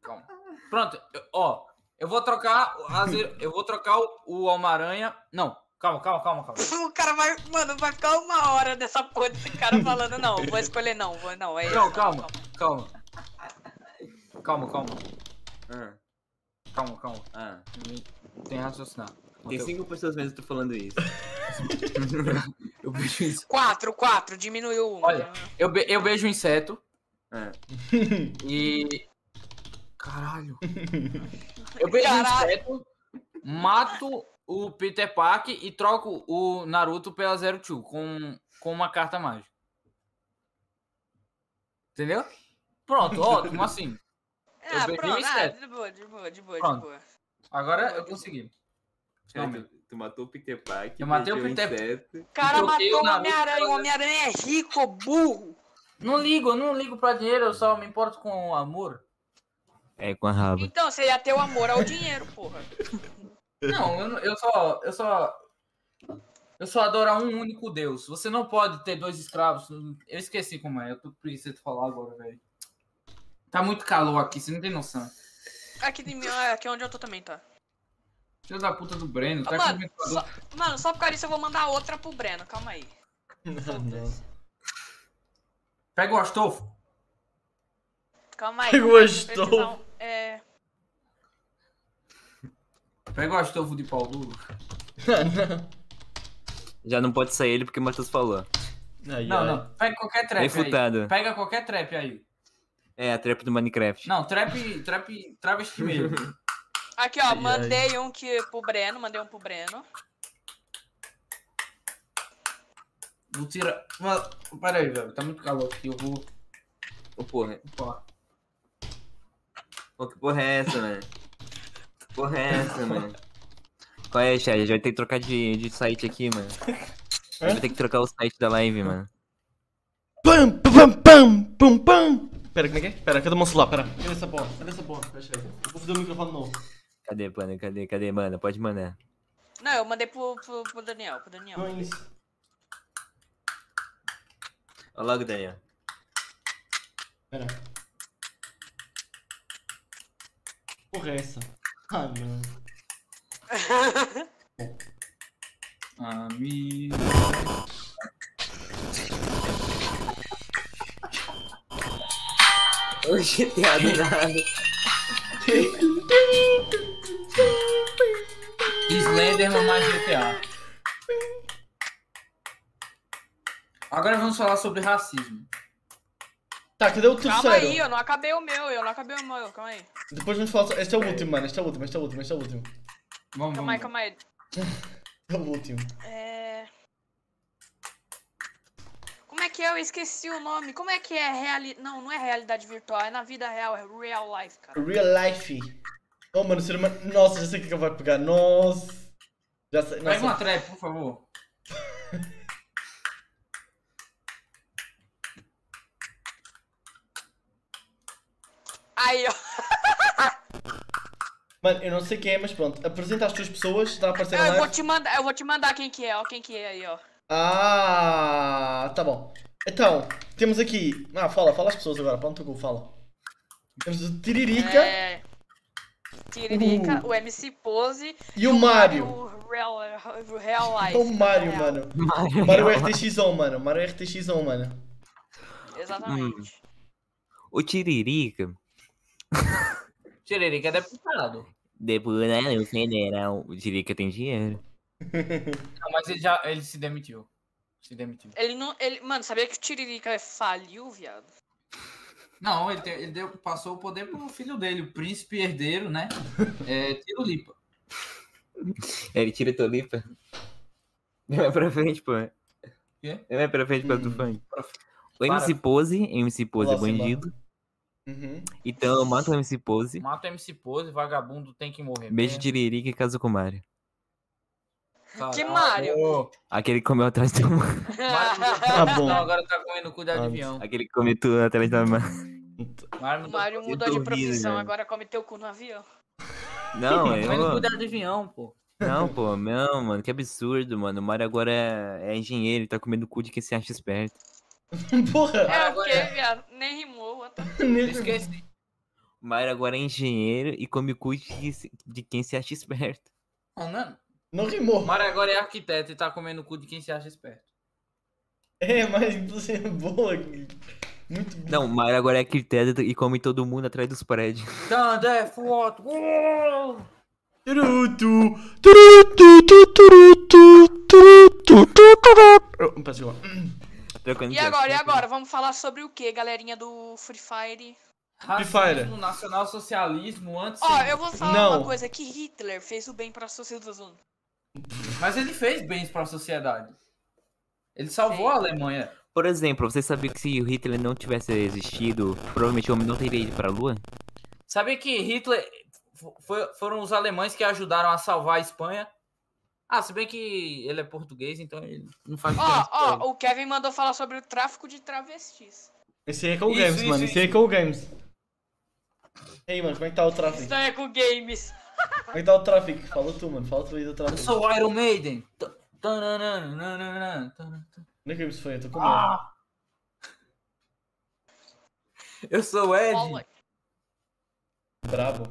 Speaker 4: Calma. Pronto, eu- ó. Eu vou trocar. o- as- Eu vou trocar o, o Homem-Aranha. Não, calma, calma, calma, calma.
Speaker 2: O cara vai. Mano, vai ficar uma hora dessa porra desse cara falando, não, vou escolher não, vou, não, é
Speaker 4: Não, calma, calma. Calma, calma,
Speaker 5: Ah,
Speaker 4: calma, calma.
Speaker 5: ah.
Speaker 4: Tem raciocinar.
Speaker 5: Tem cinco pessoas mesmo que tô falando isso.
Speaker 4: Eu beijo, inse-
Speaker 2: Quatro, quatro, diminuiu um.
Speaker 4: Olha. eu, be- eu beijo o inseto.
Speaker 5: É.
Speaker 4: E. Caralho. Eu beijo
Speaker 2: Caralho.
Speaker 4: o inseto, mato o Peter Park e troco o Naruto pela Zero Two com, com uma carta mágica. Entendeu? Pronto, ótimo, assim.
Speaker 2: Ah,
Speaker 4: beijo
Speaker 2: pronto, ah,
Speaker 4: inseto.
Speaker 2: de boa, de boa, de boa, de
Speaker 4: Pronto.
Speaker 2: boa.
Speaker 4: Agora eu consegui.
Speaker 5: Cara, tu, tu matou o Peter Parker.
Speaker 4: Eu matei o
Speaker 5: beijou
Speaker 4: Peter-
Speaker 5: inseto.
Speaker 2: O cara
Speaker 4: Eu troquei
Speaker 2: matou o
Speaker 4: o Naruto
Speaker 2: Homem-Aranha, o
Speaker 4: pela-
Speaker 2: Homem-Aranha é rico, burro.
Speaker 4: Não ligo, eu não ligo pra dinheiro, eu só me importo com o amor.
Speaker 3: É, com a raba.
Speaker 2: Então, você ia ter o amor ao dinheiro, porra.
Speaker 4: Não, eu, não- eu só. Eu só. Eu só adoro a um único Deus. Você não pode ter dois escravos. Eu esqueci como é. Eu tô precisando falar agora, velho. Tá muito calor aqui, você não tem noção.
Speaker 2: Aqui, de mim, ah, aqui onde eu tô também, tá?
Speaker 4: Filho da puta do Breno, tá
Speaker 2: Ah,
Speaker 4: com
Speaker 2: mano,
Speaker 4: ventilador.
Speaker 2: só, mano, só por causa disso eu vou mandar outra pro Breno, calma aí. Foda-se.
Speaker 4: Pega o astofo.
Speaker 2: Calma aí.
Speaker 1: Que
Speaker 2: calma aí, vou
Speaker 1: gostoso.
Speaker 2: precisar um- É.
Speaker 4: Pega o astofo de pau duro.
Speaker 3: Já não pode sair ele porque o Matheus falou.
Speaker 1: Ai,
Speaker 4: Não,
Speaker 1: ai.
Speaker 4: não. Pega qualquer trap aí.
Speaker 3: Refutado.
Speaker 4: Pega qualquer trap aí.
Speaker 3: É, a trap do Minecraft.
Speaker 4: Não, trap. Trap. Travesti mesmo.
Speaker 2: Aqui, ó, mandei um que, pro Breno, mandei um pro Breno.
Speaker 4: Vou tirar. Mas, pera aí, velho. Tá muito calor aqui. Eu vou.
Speaker 5: Ô, porra.
Speaker 4: Ó,
Speaker 5: Pô, que porra é essa, mano? Que porra é essa, mano?
Speaker 3: Qual é, chat? A gente vai ter que trocar de, de site aqui, mano. A gente vai ter que trocar o site da live, mano.
Speaker 1: Pam, pam, pam, pam, pam. Pera, como é que é? Pera, cadê o meu celular? Pera. Cadê essa porra? Cadê essa porra? Deixa aí. Eu Vou fazer o microfone novo.
Speaker 3: Cadê, mano? Cadê, cadê, mano? Pode mandar.
Speaker 2: Não, eu mandei pro, pro, pro Daniel, pro Daniel.
Speaker 1: Não é isso.
Speaker 5: Ó logo, Daniel.
Speaker 1: Pera. Porra é essa? Ah, não.
Speaker 4: Ah. Amigo.
Speaker 5: Ô, GTA do nada.
Speaker 4: Slenderman mais GTA. Agora vamos falar sobre racismo.
Speaker 1: Tá, cadê o terceiro?
Speaker 2: Calma aí, eu não acabei o meu, eu não acabei o meu, calma aí.
Speaker 1: Depois vamos falar. so- Este é o último, mano. Este é o último, este é o último, este é o último.
Speaker 4: Vamos,
Speaker 2: Calma aí,
Speaker 4: vamos.
Speaker 2: calma aí.
Speaker 1: Este é o último.
Speaker 2: É. Como é que é? Eu esqueci o nome. Como é que é reali... Não, não é realidade virtual, é na vida real, é real life, cara.
Speaker 1: Real life. Oh, mano, o ser humano. Nossa, já sei o que é que eu vou pegar. Nossa. Já sei.
Speaker 4: Pega uma
Speaker 1: Nossa.
Speaker 4: trap, por favor.
Speaker 2: Aí, ó.
Speaker 1: Mano, eu não sei quem é, mas pronto. Apresenta as tuas pessoas. Está a aparecer na
Speaker 2: Ah, Eu vou
Speaker 1: live.
Speaker 2: te mandar, eu vou te mandar quem que é, ó, quem que é aí, ó.
Speaker 1: Ah, tá bom. Então, temos aqui. Ah, fala, fala as pessoas agora. Pronto, Google, fala. Temos o Tiririca
Speaker 2: É. Tiririca, o MC Pose
Speaker 1: e o Uh. Mario.
Speaker 2: o Real, o real Life.
Speaker 1: O Mario,
Speaker 2: real.
Speaker 1: mano. é Mario RTX1, mano. é Mario RTX1, mano.
Speaker 2: Exatamente.
Speaker 4: Hum.
Speaker 3: O Tiririca,
Speaker 4: Tiririca é deputado.
Speaker 3: depois, né, o federal, o Tiririca tem dinheiro.
Speaker 4: Não, mas ele já ele se demitiu. Se demitiu.
Speaker 2: Ele não. Ele, mano, sabia que o Tiririca é faliu, viado?
Speaker 4: Não, ele, te- ele deu- passou o poder pro filho dele, o príncipe herdeiro, né? É, Tiro Lipa.
Speaker 3: É, Ele tira Tolipa. Não vai pra frente, pô. Não vai pra frente Hum. pra do funk. O MC Pose, MC Pose é
Speaker 1: Nossa,
Speaker 3: bandido.
Speaker 1: Uhum.
Speaker 3: Então, mata o MC Pose,
Speaker 4: Mata o MC Pose, vagabundo tem que morrer.
Speaker 3: beijo
Speaker 4: mesmo.
Speaker 3: Tiririca e casa com o Mario.
Speaker 4: Caralho.
Speaker 2: Que Mário?
Speaker 3: Aquele que comeu atrás da mão.
Speaker 4: Mário-
Speaker 1: Tá bom.
Speaker 2: É,
Speaker 4: Não, agora tá comendo cu de avião.
Speaker 3: Aquele que comeu tudo atrás da mão.
Speaker 4: Mário
Speaker 2: O
Speaker 4: não...
Speaker 2: Mário mudou
Speaker 3: tô
Speaker 2: de
Speaker 3: rindo,
Speaker 2: profissão,
Speaker 3: velho.
Speaker 2: agora come teu cu no avião.
Speaker 3: Não,
Speaker 4: Mas ele
Speaker 3: eu.
Speaker 4: cuida do avião, pô.
Speaker 3: Não, pô, não, mano, que absurdo, mano. O Mario agora é, é engenheiro, ele tá comendo cu de quem se acha esperto.
Speaker 1: Porra!
Speaker 2: É o
Speaker 4: agora
Speaker 2: quê,
Speaker 4: é.
Speaker 2: viado? Nem rimou. what the-
Speaker 4: Esqueci.
Speaker 3: O Mario agora é engenheiro e come cu de, que se- de quem se acha esperto.
Speaker 4: Ah, não.
Speaker 1: Não
Speaker 4: O
Speaker 1: rimou.
Speaker 4: Mário agora é arquiteto e tá comendo o cu de quem se acha esperto.
Speaker 1: É, mas você é boa. Muito boa.
Speaker 3: Não, o Mario agora é arquiteto e come todo mundo atrás dos prédios.
Speaker 4: Então, André, foto. Uh! Uou!
Speaker 1: Turutu, turutu, turutu, turutu, turutu. Eu- peço desculpa.
Speaker 3: Trocando
Speaker 2: E
Speaker 3: de
Speaker 2: agora, e
Speaker 3: assunto.
Speaker 2: agora? Vamos falar sobre o quê, galerinha do Free Fire?
Speaker 1: Fire.
Speaker 4: Racismo, nacionalsocialismo, antes.
Speaker 2: Ó, eu vou falar
Speaker 1: Não.
Speaker 2: uma coisa, que Hitler fez o bem pra sociedade.
Speaker 4: Mas ele fez bens pra sociedade. Ele salvou a Alemanha.
Speaker 3: Por exemplo, você sabia que se o Hitler não tivesse existido, provavelmente o homem não teria ido pra lua?
Speaker 4: Sabia que Hitler fo- foi- foram os alemães que ajudaram a salvar a Espanha? Ah, se bem que ele é português, então ele não faz
Speaker 2: Ó, ó, o Kevin mandou falar sobre o tráfico de travestis.
Speaker 1: Esse aí é Call
Speaker 4: Isso,
Speaker 1: Games,
Speaker 4: isso,
Speaker 1: mano. Esse aí é Call Games. E aí, mano, como é que tá o tráfico?
Speaker 2: Isso é com games.
Speaker 1: Como é que tá o tráfico? Fala tu, mano. Fala tu aí do
Speaker 4: Eu
Speaker 1: tráfico.
Speaker 4: sou o Iron Maiden. Tan- tananana, nananana, tanan-
Speaker 1: Não é que isso foi, eu tô com medo.
Speaker 4: Ah! Eu sou o Ed.
Speaker 2: Olha,
Speaker 1: Brabo.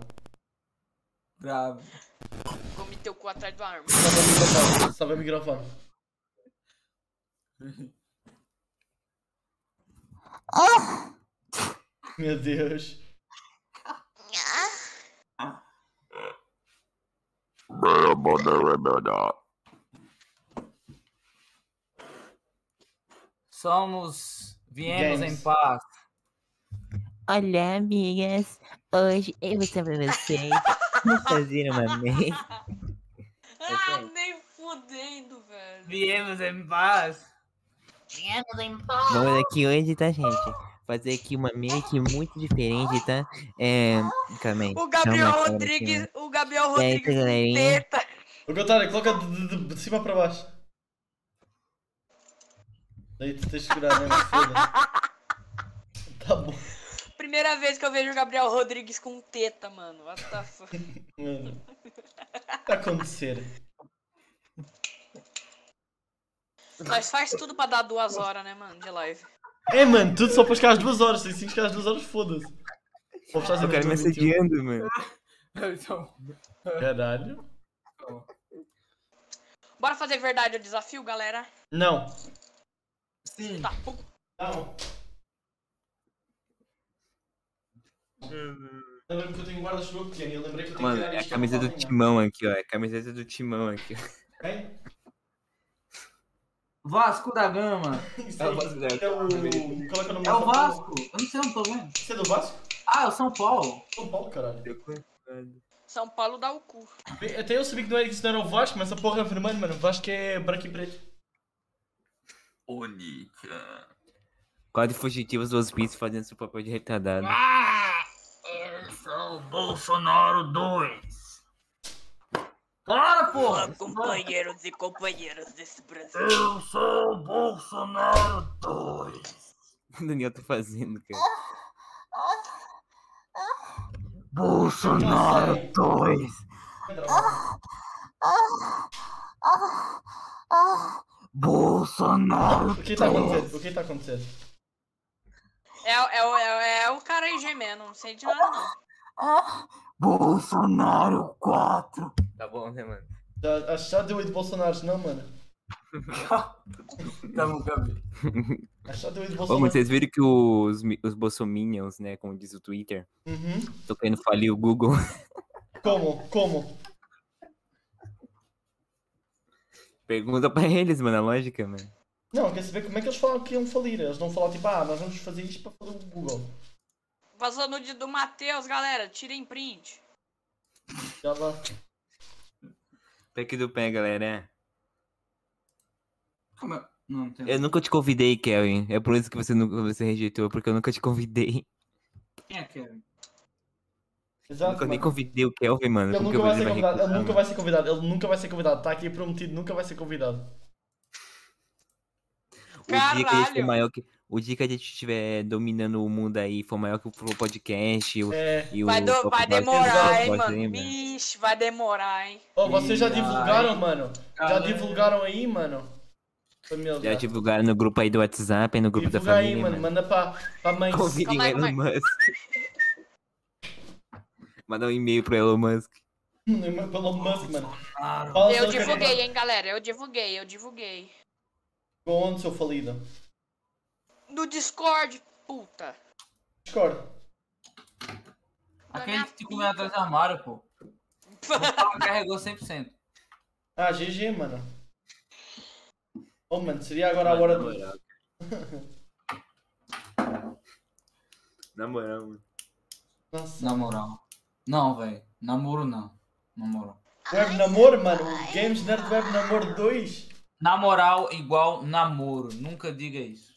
Speaker 4: Bravo.
Speaker 2: come teu cu atrás da arma.
Speaker 1: Salve o microfone. Salve o microfone.
Speaker 4: Ah!
Speaker 1: Meu Deus.
Speaker 4: Somos. Viemos
Speaker 1: Games.
Speaker 4: em paz.
Speaker 8: Olha, amigas, hoje eu vou mostrar pra vocês.
Speaker 3: Vamos fazer tá uma meia. É
Speaker 2: Ah, nem fudendo, velho.
Speaker 4: Viemos em paz.
Speaker 3: Vamos aqui hoje, tá, gente? Fazer aqui uma meia aqui muito diferente, tá? É. Calma aí.
Speaker 2: O
Speaker 3: Calma
Speaker 2: Gabriel
Speaker 3: aí, calma aí,
Speaker 2: Rodrigues, o Gabriel
Speaker 3: E aí,
Speaker 2: Rodrigues com
Speaker 3: galerinha?
Speaker 2: teta.
Speaker 1: O Gotara, coloca de, de- de- de cima para baixo. Daí tu tens de segurar, né? Foda. Tá bom,
Speaker 2: Primeira vez que eu vejo o Gabriel Rodrigues com teta, mano. What the fuck?
Speaker 1: mano. Tá acontecendo.
Speaker 2: Nós faz tudo pra dar duas horas, né, mano, de live.
Speaker 1: É, mano, tudo só para chegar às duas horas. Tem cinco chegar às duas horas, foda-se. Vou fechar
Speaker 3: calma aí. O cara me
Speaker 1: esse vídeo.
Speaker 3: assediando, mano.
Speaker 4: Então,
Speaker 1: Caralho.
Speaker 2: Bora fazer verdade o desafio, galera?
Speaker 1: Não.
Speaker 4: sim.
Speaker 2: Tá, pum.
Speaker 1: Não. Eu lembro que eu tenho um guarda-chuva pequeno e eu lembrei que eu tenho
Speaker 3: Mano,
Speaker 1: que tirar
Speaker 3: é a
Speaker 1: isto
Speaker 3: camisa
Speaker 1: da
Speaker 3: do
Speaker 1: cozinha.
Speaker 3: timão aqui, ó. É a camiseta do timão aqui. ó. É
Speaker 1: Hein?
Speaker 4: Vasco da Gama.
Speaker 1: Isso
Speaker 3: É o
Speaker 1: aí.
Speaker 3: Vasco, né?
Speaker 1: É o. Coloca no
Speaker 4: É o
Speaker 1: meu-
Speaker 4: Vasco. Eu não sei, eu não tô vendo.
Speaker 1: Isso é do Vasco?
Speaker 4: Ah, é o São Paulo.
Speaker 1: São Paulo, caralho.
Speaker 2: São Paulo dá o cu.
Speaker 1: Bem, Até eu sabia que não era, isso não era o Vasco, mas essa porra é vermelho, mano. O Vasco é branco e preto.
Speaker 5: Onica.
Speaker 3: Quatro fugitivos do hospício fazendo seu papel de retardado.
Speaker 4: Ah, eu sou o Bolsonaro 2. Para, porra.
Speaker 2: companheiros e companheiras desse Brasil.
Speaker 4: Eu sou o Bolsonaro 2.
Speaker 3: O que o Daniel tá fazendo, cara?
Speaker 1: Bolsonaro
Speaker 4: 2. Bolsonaro.
Speaker 1: O que tá acontecendo? O que tá acontecendo?
Speaker 2: É, é, o- é, é o cara aí gemendo, não sei de nada, não.
Speaker 4: Bolsonaro 4.
Speaker 3: Tá bom, né, mano?
Speaker 1: Já, acho que já deu 8 Bolsonaros, não, mano?
Speaker 4: Tá bom, Gabi.
Speaker 1: Acho que já deu 8
Speaker 3: Ô, mas
Speaker 1: Bolsonaros.
Speaker 3: vocês viram que os, mi- os bolsominions, né, como diz o Twitter,
Speaker 1: Uhum.
Speaker 3: tô querendo falir o Google.
Speaker 1: Como? Como?
Speaker 3: Pergunta pra eles, mano, a lógica, mano.
Speaker 1: Não, quer saber como é que eles falam que iam falir? Eles não falam tipo, ah, nós vamos fazer isto para fazer o Google.
Speaker 2: Vazou nude do Matheus, galera. Tirem print.
Speaker 1: Já lá.
Speaker 3: Pé que do pé, galera.
Speaker 1: é.
Speaker 4: Como é? Não, não tem.
Speaker 3: Eu nunca te convidei, Kevin. É por isso que você, nunca, você rejeitou, porque eu nunca te convidei.
Speaker 4: Quem é Kevin?
Speaker 1: Exato.
Speaker 3: nunca
Speaker 1: mano.
Speaker 3: nem convidei o Kelvin, mano.
Speaker 1: Ele
Speaker 3: Como
Speaker 1: nunca
Speaker 3: que
Speaker 1: vai
Speaker 3: você
Speaker 1: ser convidado, ele
Speaker 3: recusar,
Speaker 1: nunca
Speaker 3: mano?
Speaker 1: vai ser convidado, ele nunca vai ser convidado. Tá aqui prometido, nunca vai ser convidado.
Speaker 3: O dia que a gente for
Speaker 2: Caralho.
Speaker 3: maior que. O dia que a gente estiver dominando o mundo aí, for maior que o pro podcast e o.
Speaker 1: É.
Speaker 3: e
Speaker 2: Vai,
Speaker 3: o
Speaker 2: do-
Speaker 3: Top
Speaker 2: vai
Speaker 3: Voice,
Speaker 2: demorar,
Speaker 3: Top
Speaker 2: hein,
Speaker 3: Voice
Speaker 2: mano.
Speaker 3: lembra?
Speaker 2: Vixe, vai demorar, hein.
Speaker 1: Ó, oh, vocês já
Speaker 4: Ih,
Speaker 1: divulgaram, mano? Já
Speaker 4: Caralho.
Speaker 1: divulgaram aí, mano? Família.
Speaker 3: Já divulgaram no grupo aí do WhatsApp, aí no grupo da
Speaker 1: Divulga aí,
Speaker 3: família.
Speaker 1: mano.
Speaker 3: mano.
Speaker 1: Manda pra, pra mãe.
Speaker 3: Convide
Speaker 2: Calma aí,
Speaker 3: Elon
Speaker 2: calma
Speaker 3: Musk. Manda um e-mail pro Elon Musk.
Speaker 1: Pelo é Musk, mano.
Speaker 4: Claro.
Speaker 1: Fala
Speaker 2: Eu
Speaker 1: sobre o que
Speaker 2: divulguei, hein, galera. Eu divulguei, eu divulguei.
Speaker 1: aconteceu é Onde, seu falido?
Speaker 2: No Discord, puta.
Speaker 1: Discord.
Speaker 4: Aquele que te comeu atrás do armário, pô. Ela carregou 100%.
Speaker 1: Ah, GG, mano. Oh, mano, seria agora a hora
Speaker 5: Na
Speaker 1: do.
Speaker 5: moral. Na moral, mano.
Speaker 1: Nossa.
Speaker 4: Na moral. Não, velho. Namoro não. Na moral.
Speaker 1: Web Namor, mano. Games Nerd Web Namor 2.
Speaker 4: Na moral igual namoro. Nunca diga isso.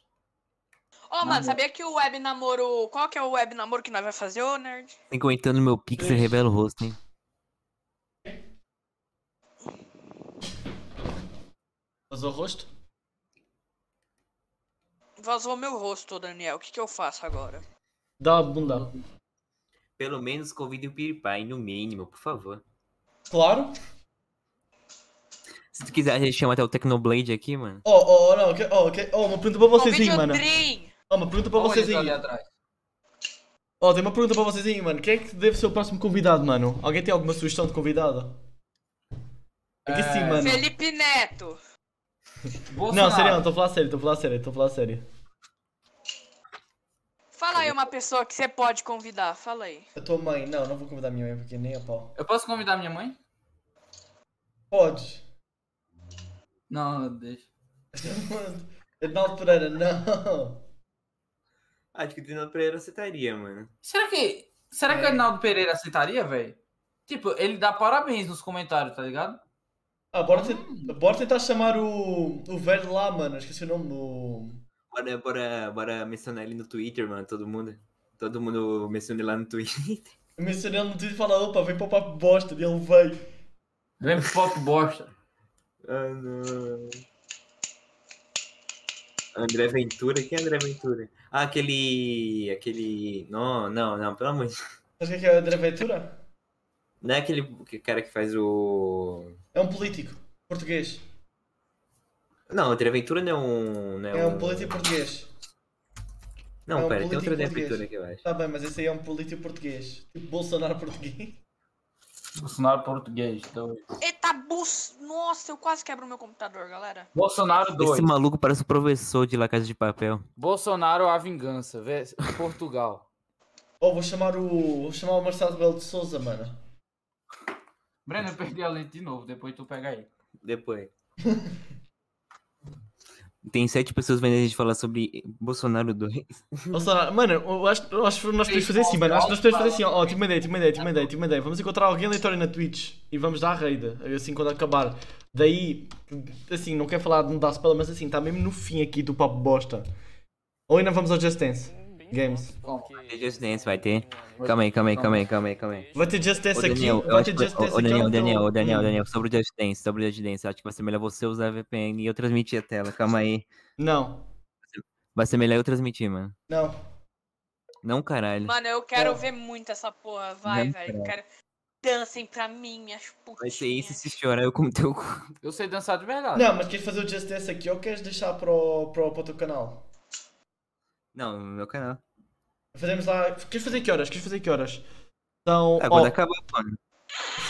Speaker 2: Ô, mano, sabia que o web namoro. Qual que é o web namoro que nós vai fazer, ô, nerd?
Speaker 3: Encontrando meu pixel, revela o rosto, hein?
Speaker 1: Vazou o rosto?
Speaker 2: Vazou meu rosto, ô, Daniel. O que, que eu faço agora?
Speaker 1: Dá a bunda.
Speaker 3: Pelo menos convide o PewDiePie, no mínimo, por favor.
Speaker 1: Claro.
Speaker 3: Se tu quiser, a gente chama até o Tecnoblade aqui, mano.
Speaker 1: Ó, ó, ó, Oh, não. que- Ó, que- ó, uma pergunta pra vocês aí,
Speaker 2: Convide o
Speaker 1: mano.
Speaker 2: Dream.
Speaker 1: Ó, uma pergunta pra
Speaker 4: Olha
Speaker 1: vocês
Speaker 4: ele ali
Speaker 1: aí.
Speaker 4: atrás.
Speaker 1: Ó, tem uma pergunta pra vocês aí, mano. Quem é que deve ser o próximo convidado, mano? Alguém tem alguma sugestão de convidado? Aqui sim,
Speaker 4: É,
Speaker 1: mano.
Speaker 2: Felipe Neto.
Speaker 1: Não,
Speaker 4: Bolsonaro.
Speaker 1: sério, não, tô falando sério, tô falando sério, tô falando sério.
Speaker 2: Fala aí uma pessoa que você pode convidar. Fala aí.
Speaker 1: A tua mãe, não, não vou convidar minha mãe porque nem a pau.
Speaker 4: Eu posso convidar minha mãe?
Speaker 1: Podes.
Speaker 4: Não, deixa.
Speaker 1: Arnaldo Pereira, não.
Speaker 5: Ah, Acho que o Dino Pereira aceitaria, mano.
Speaker 4: Será que. Será
Speaker 1: É.
Speaker 4: que o Arnaldo Pereira aceitaria, velho? Tipo, ele dá parabéns nos comentários, tá ligado?
Speaker 1: Ah, bora, te- bora tentar chamar o, o velho lá, mano. Esqueci o nome do.
Speaker 5: Bora, bora, bora mencionar ele no Twitter, mano, todo mundo. Todo mundo menciona ele lá no Twitter.
Speaker 1: Eu mencionei ele no Twitter e falei, opa, vem para o papo bosta, e ele veio.
Speaker 4: Vem pro pop bosta.
Speaker 5: Ah, não. André Ventura? Quem é André Ventura? Ah, aquele. Aquele. Não, não, não, pelo amor de Deus.
Speaker 1: Mas o que é que é a André Ventura?
Speaker 5: Não é aquele cara que faz o.
Speaker 1: É um político português.
Speaker 5: Não, André Ventura não é um. Não, é
Speaker 1: É um
Speaker 5: um-
Speaker 1: político português.
Speaker 5: não
Speaker 1: é um
Speaker 5: pera, tem
Speaker 1: político
Speaker 5: outro André
Speaker 1: português.
Speaker 5: Ventura que eu acho.
Speaker 1: Tá bem, mas esse aí é um político português. Tipo Bolsonaro português.
Speaker 4: Bolsonaro português. dois.
Speaker 2: Eita, bus... Nossa, eu quase quebro meu computador, galera.
Speaker 4: Bolsonaro 2.
Speaker 3: Esse maluco parece o professor de La Casa de Papel.
Speaker 4: Bolsonaro a vingança. vê- Portugal.
Speaker 1: Ó, vou chamar o. Vou chamar o Marcelo Belo de Souza, mano.
Speaker 4: Breno, eu perdi a lente de novo. Depois tu pega aí.
Speaker 5: Depois.
Speaker 3: Tem sete pessoas vendo a gente falar sobre Bolsonaro 2.
Speaker 1: Bolsonaro, mano, eu acho, eu acho que nós podemos fazer assim, mano. Acho que nós podemos fazer assim, ó, te mandei, te mandei, te mandei, te mandei. Vamos encontrar alguém aleatório na Twitch e vamos dar a raid, assim, quando acabar. Daí, assim, não quero falar de mudar spell, mas assim, tá mesmo no fim aqui do papo bosta. Ou ainda vamos ao Just Dance Games.
Speaker 3: Tem Just
Speaker 12: É
Speaker 3: Dance, vai ter. Calma aí, calma aí, calma aí, calma aí, calma aí.
Speaker 1: Vai ter Just
Speaker 3: Ô,
Speaker 1: Dance aqui,
Speaker 3: Daniel, eu
Speaker 1: vai
Speaker 3: acho
Speaker 1: ter
Speaker 3: que-
Speaker 1: Just
Speaker 3: ô,
Speaker 1: Dance
Speaker 3: ô,
Speaker 1: aqui.
Speaker 3: Daniel,
Speaker 1: ao teu-
Speaker 3: Daniel, ô, Daniel,
Speaker 1: Hum.
Speaker 3: Daniel, sobre o Just Dance, sobre o Just Dance. Eu acho que vai ser melhor você usar a VPN e eu transmitir a tela. Calma aí.
Speaker 1: Não,
Speaker 3: Vai ser melhor eu transmitir, mano.
Speaker 1: não.
Speaker 3: Não, caralho.
Speaker 2: Mano, eu quero
Speaker 1: Não.
Speaker 2: ver muito essa porra. Vai,
Speaker 3: Não,
Speaker 2: velho. Eu quero. Dancem pra mim, minhas putinhas.
Speaker 3: Vai ser isso se chorar eu como teu cu.
Speaker 4: Eu sei dançar de
Speaker 3: Ah.
Speaker 4: verdade.
Speaker 1: Não, mas queres fazer o Just Dance aqui ou queres deixar para o, para o, para o teu canal?
Speaker 3: Não, no meu canal.
Speaker 1: Fazemos lá. Queres fazer que horas? Queres fazer que horas? São.
Speaker 3: Ah, quando
Speaker 1: ó,
Speaker 3: acabar, mano.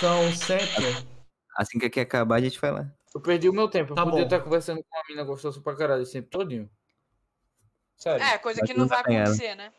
Speaker 1: são sete.
Speaker 3: Assim que aqui acabar, a gente vai lá.
Speaker 4: Eu perdi o meu tempo. Eu
Speaker 1: Tá
Speaker 4: podia
Speaker 1: bom.
Speaker 4: estar conversando com uma mina gostosa pra caralho esse tempo todinho. Sério.
Speaker 2: É, coisa
Speaker 3: Mas
Speaker 2: que não
Speaker 3: não
Speaker 2: vai
Speaker 3: vai ganhar.
Speaker 2: acontecer, né?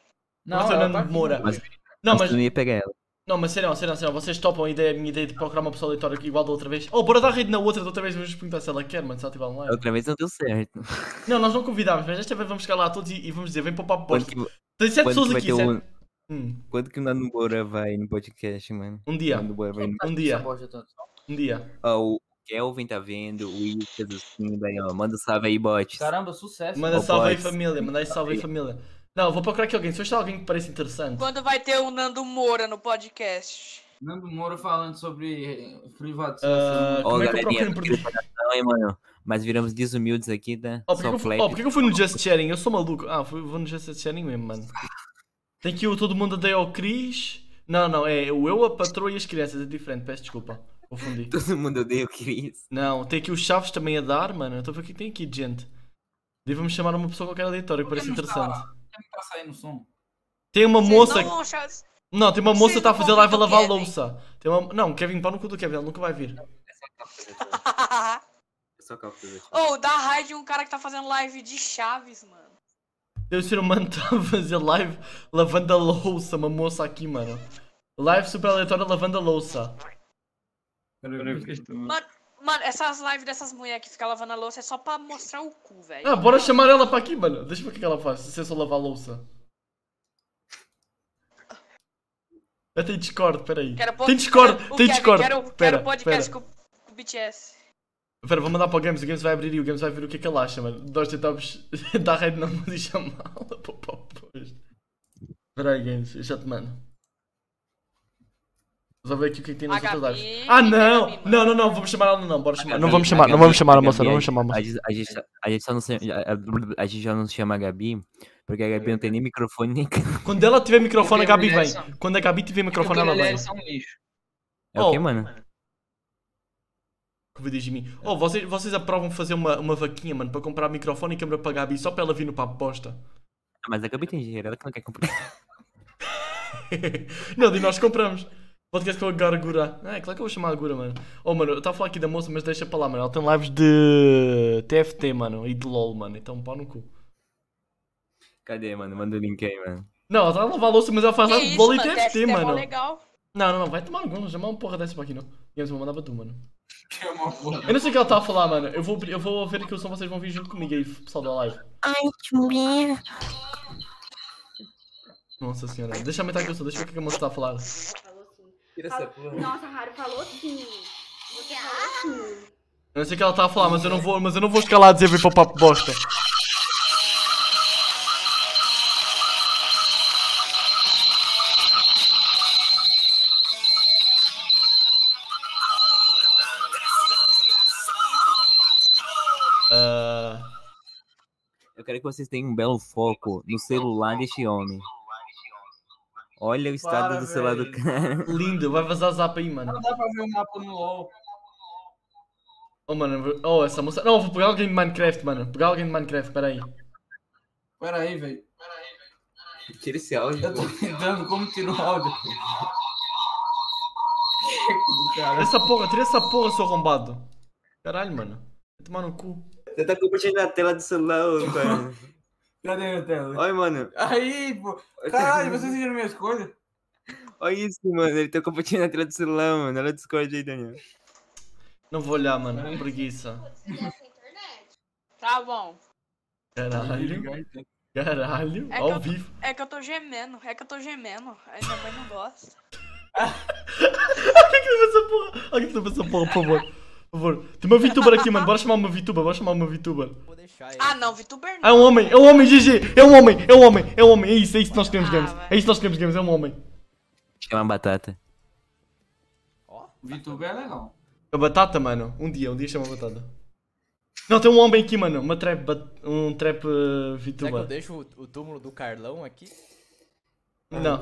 Speaker 1: Não, é um
Speaker 4: ela
Speaker 1: Fernando
Speaker 4: tá aqui,
Speaker 1: Moura.
Speaker 4: mano.
Speaker 1: Não,
Speaker 3: Mas
Speaker 1: mas
Speaker 3: tu não ia pegar ela.
Speaker 1: Não, mas serão, serão, serão. Vocês topam a, ideia, a minha ideia de procurar uma pessoa aleatória igual da outra vez? Oh, bora dar rede na outra, da outra vez vamos perguntar se ela quer, mano, se ela estiver
Speaker 3: A
Speaker 1: online.
Speaker 3: Outra vez não deu certo.
Speaker 1: Não, nós não convidámos, mas desta vez vamos chegar lá todos e, e vamos dizer, vem para o papo
Speaker 3: Quando
Speaker 1: posto.
Speaker 3: que,
Speaker 1: Tem sete
Speaker 3: quando que
Speaker 1: pessoas
Speaker 3: vai
Speaker 1: aqui,
Speaker 3: ter
Speaker 1: sete.
Speaker 3: um,
Speaker 1: Hum,
Speaker 3: quando que o Nando Moura vai no podcast, mano?
Speaker 1: um dia,
Speaker 3: Nando Moura vai no...
Speaker 1: um
Speaker 4: Essa
Speaker 1: dia,
Speaker 4: bosta tanto.
Speaker 1: um dia.
Speaker 3: Ó, o Kelvin tá vendo, o Ilka do Sim, daí, ó. Manda um salve aí, bots.
Speaker 4: Caramba, sucesso.
Speaker 1: Manda
Speaker 3: Ó,
Speaker 1: salve aí
Speaker 3: boys.
Speaker 1: família, manda aí salve aí família. Não, vou procurar aqui alguém, se achar alguém que pareça interessante.
Speaker 2: Quando vai ter o Nando Moura no podcast?
Speaker 4: Nando Moura falando sobre eh, privatização.
Speaker 1: Ah,
Speaker 3: Ó,
Speaker 1: como é que eu
Speaker 3: galerinha,
Speaker 1: é procuro em
Speaker 3: não
Speaker 1: português?
Speaker 3: quero pagar não, hein, mano. Mas viramos desumildes aqui, tá?
Speaker 1: Ó, por que
Speaker 3: Só
Speaker 1: que eu fui-
Speaker 3: flap.
Speaker 1: ó, por que que eu fui no Just Chatting? Eu sou maluco. Ah, fui, vou no Just Chatting mesmo, mano. Tem que o todo mundo odeia o Cris. Não, não, é o eu, a patroa e as crianças. É diferente, peço desculpa. Confundi.
Speaker 3: Todo mundo odeia o Chris.
Speaker 1: Não, tem aqui os Chaves também a dar, mano. Eu estou a ver o que tem aqui de gente. Devemos chamar uma pessoa qualquer aleatória que parece
Speaker 4: Quem não tá lá?
Speaker 1: interessante.
Speaker 4: Quem não tá saindo o som?
Speaker 1: Tem uma moça.
Speaker 2: Não, Charles,
Speaker 1: Não, tem uma
Speaker 2: Vocês
Speaker 1: moça que está a
Speaker 2: não
Speaker 1: fazer
Speaker 2: convidam
Speaker 1: live a
Speaker 2: o
Speaker 1: lavar a
Speaker 2: Kevin.
Speaker 1: louça. Tem uma... Não, Kevin, pau no cu do Kevin, ele nunca vai vir.
Speaker 2: É
Speaker 5: Só cálculos aqui.
Speaker 2: Ou dá raid em um cara que tá fazendo live de Chaves, mano.
Speaker 1: Tem um ser humano que está a fazer live lavando a louça, uma moça aqui, mano. Live super aleatória lavando a louça.
Speaker 2: Mano, essas lives dessas mulheres que ficam lavando a louça é só pra mostrar o cu, velho.
Speaker 1: Ah, bora chamar ela para aqui, mano. Deixa eu ver o que é que ela faz, se é só lavar a louça. Ah, Tem Discord, peraí.
Speaker 2: Quero po-
Speaker 1: Tem Discord,
Speaker 2: quero-
Speaker 1: tem
Speaker 2: o Kevin,
Speaker 1: Discord.
Speaker 2: Quero, quero
Speaker 1: Pera,
Speaker 2: podcast
Speaker 1: pera.
Speaker 2: Com, com o BTS.
Speaker 1: Espera, vou mandar para o Games, o Games vai abrir e o Games vai ver o que é que ela acha, mano. Nós tentámos dar raid na mão e chamá-la para o post. Espera aí, Games, eu já te mando. Vamos ver aqui o que é que tem nas
Speaker 2: A
Speaker 1: outras
Speaker 2: Gabi
Speaker 1: lives. Ah,
Speaker 2: e
Speaker 1: não!
Speaker 2: Gabi, mano.
Speaker 1: Não, não, não, vamos chamar ela, não, bora chamar.
Speaker 3: Gabi,
Speaker 1: Não vamos
Speaker 3: a
Speaker 1: chamar, não
Speaker 3: Gabi,
Speaker 1: vamos chamar a
Speaker 3: Gabi,
Speaker 1: moça, não vamos
Speaker 3: a-
Speaker 1: chamar a
Speaker 3: A
Speaker 1: moça.
Speaker 3: gente, a gente, a gente só não se- a- a gente já não se chama Gabi, porque a Gabi não tem nem microfone nem câmera.
Speaker 1: Quando ela tiver microfone, a
Speaker 12: Porque
Speaker 1: Gabi vem.
Speaker 12: mulheres são-
Speaker 1: Quando a Gabi tiver microfone,
Speaker 12: Porque
Speaker 1: ela vem.
Speaker 12: mulheres são um lixo.
Speaker 3: É o
Speaker 1: Oh.
Speaker 3: que, mano?
Speaker 1: Covid de mim. Oh, vocês, vocês aprovam fazer uma, uma vaquinha, mano, para comprar microfone e câmera para a Gabi só para ela vir no papo posta?
Speaker 3: Ah, Mas a Gabi tem dinheiro, ela que não quer comprar.
Speaker 1: Não, e nós compramos. Podcast com a Gara Gura. Ah, é claro que eu vou chamar a Gura, mano. Oh, mano, eu estava a falar aqui da moça, mas deixa para lá, mano. Ela tem lives de TFT, mano, e de LOL, mano. Então, pau no cu.
Speaker 3: Cadê, mano? Manda o link aí, mano.
Speaker 1: Não, ela está a lavar a louça, mas ela faz
Speaker 2: Que
Speaker 1: live de LOL e
Speaker 2: mano,
Speaker 1: TFT,
Speaker 2: é mó
Speaker 1: mano.
Speaker 2: legal.
Speaker 1: Não, não, não, vai tomar no cu, não chamar uma porra dessa para aqui, não. Games, eu mandava tu, mano.
Speaker 4: Que é uma porra.
Speaker 1: Eu não sei o que ela está a falar, mano. Eu vou, eu vou ver aqui o som, vocês vão vir junto comigo aí, pessoal da live.
Speaker 8: Ai, chumbinha.
Speaker 1: Nossa senhora, deixa eu aumentar aqui o som, deixa eu ver o que a moça está a falar.
Speaker 5: Tira essa porra.
Speaker 13: Nossa, Haru falou sim. Você falou sim.
Speaker 1: Eu não sei o que ela tá a falar, mas eu não vou, mas eu não vou ficar lá a dizer vem para o papo bosta. Ah,
Speaker 3: Eu quero que vocês tenham um belo foco no celular deste homem. Olha o estado
Speaker 4: Para,
Speaker 3: do celular do
Speaker 4: velho.
Speaker 3: cara.
Speaker 1: lindo, vai vazar zap aí, mano.
Speaker 4: Não dá pra ver o mapa no LOL.
Speaker 1: Oh, mano, oh, essa moça. Não, vou pegar alguém de Minecraft, mano. Pegar alguém de Minecraft, peraí.
Speaker 4: Pera aí, velho.
Speaker 5: Tira esse áudio.
Speaker 4: Eu tô tentando como tirou o áudio. Cara,
Speaker 1: Essa porra, tira essa porra, seu arrombado. Caralho, mano. Vai tomar no cu.
Speaker 5: Você tá compartilhando a tela do celular, ô, cara.
Speaker 4: cadê a tela?
Speaker 5: Olha, mano.
Speaker 4: Aí, pô. Caralho, vocês viram minhas coisas?
Speaker 5: Olha isso, mano. Ele tá compartilhando a tela do celular, mano. Olha o Discord aí, Daniel.
Speaker 1: Não vou olhar, mano. Preguiça.
Speaker 2: Tá bom.
Speaker 1: Caralho. Caralho.
Speaker 2: É que
Speaker 1: Ao
Speaker 2: eu-
Speaker 1: vivo.
Speaker 2: É que eu tô gemendo, é que eu tô gemendo. Aí minha mãe não gosta.
Speaker 1: Alguém que leva essa porra? Alguém que leva essa porra, por favor. Por favor. Tem uma VTuber aqui, mano. Bora chamar uma VTuber, bora chamar uma VTuber.
Speaker 2: Ah, não, VTuber não.
Speaker 1: É um homem, é um homem, GG. É um homem, é um homem, é um homem. É isso, é isso que nós queremos,
Speaker 2: Ah,
Speaker 1: games.
Speaker 2: vai.
Speaker 1: É isso que nós queremos, games. É um homem.
Speaker 3: Chama a batata.
Speaker 4: VTuber é legal.
Speaker 1: A batata, mano. Um dia, um dia chama a batata. Não, tem um homem aqui, mano. Uma trap, bat- um trap eh, VTuber.
Speaker 12: deixo o, túmulo do Carlão aqui?
Speaker 1: Não.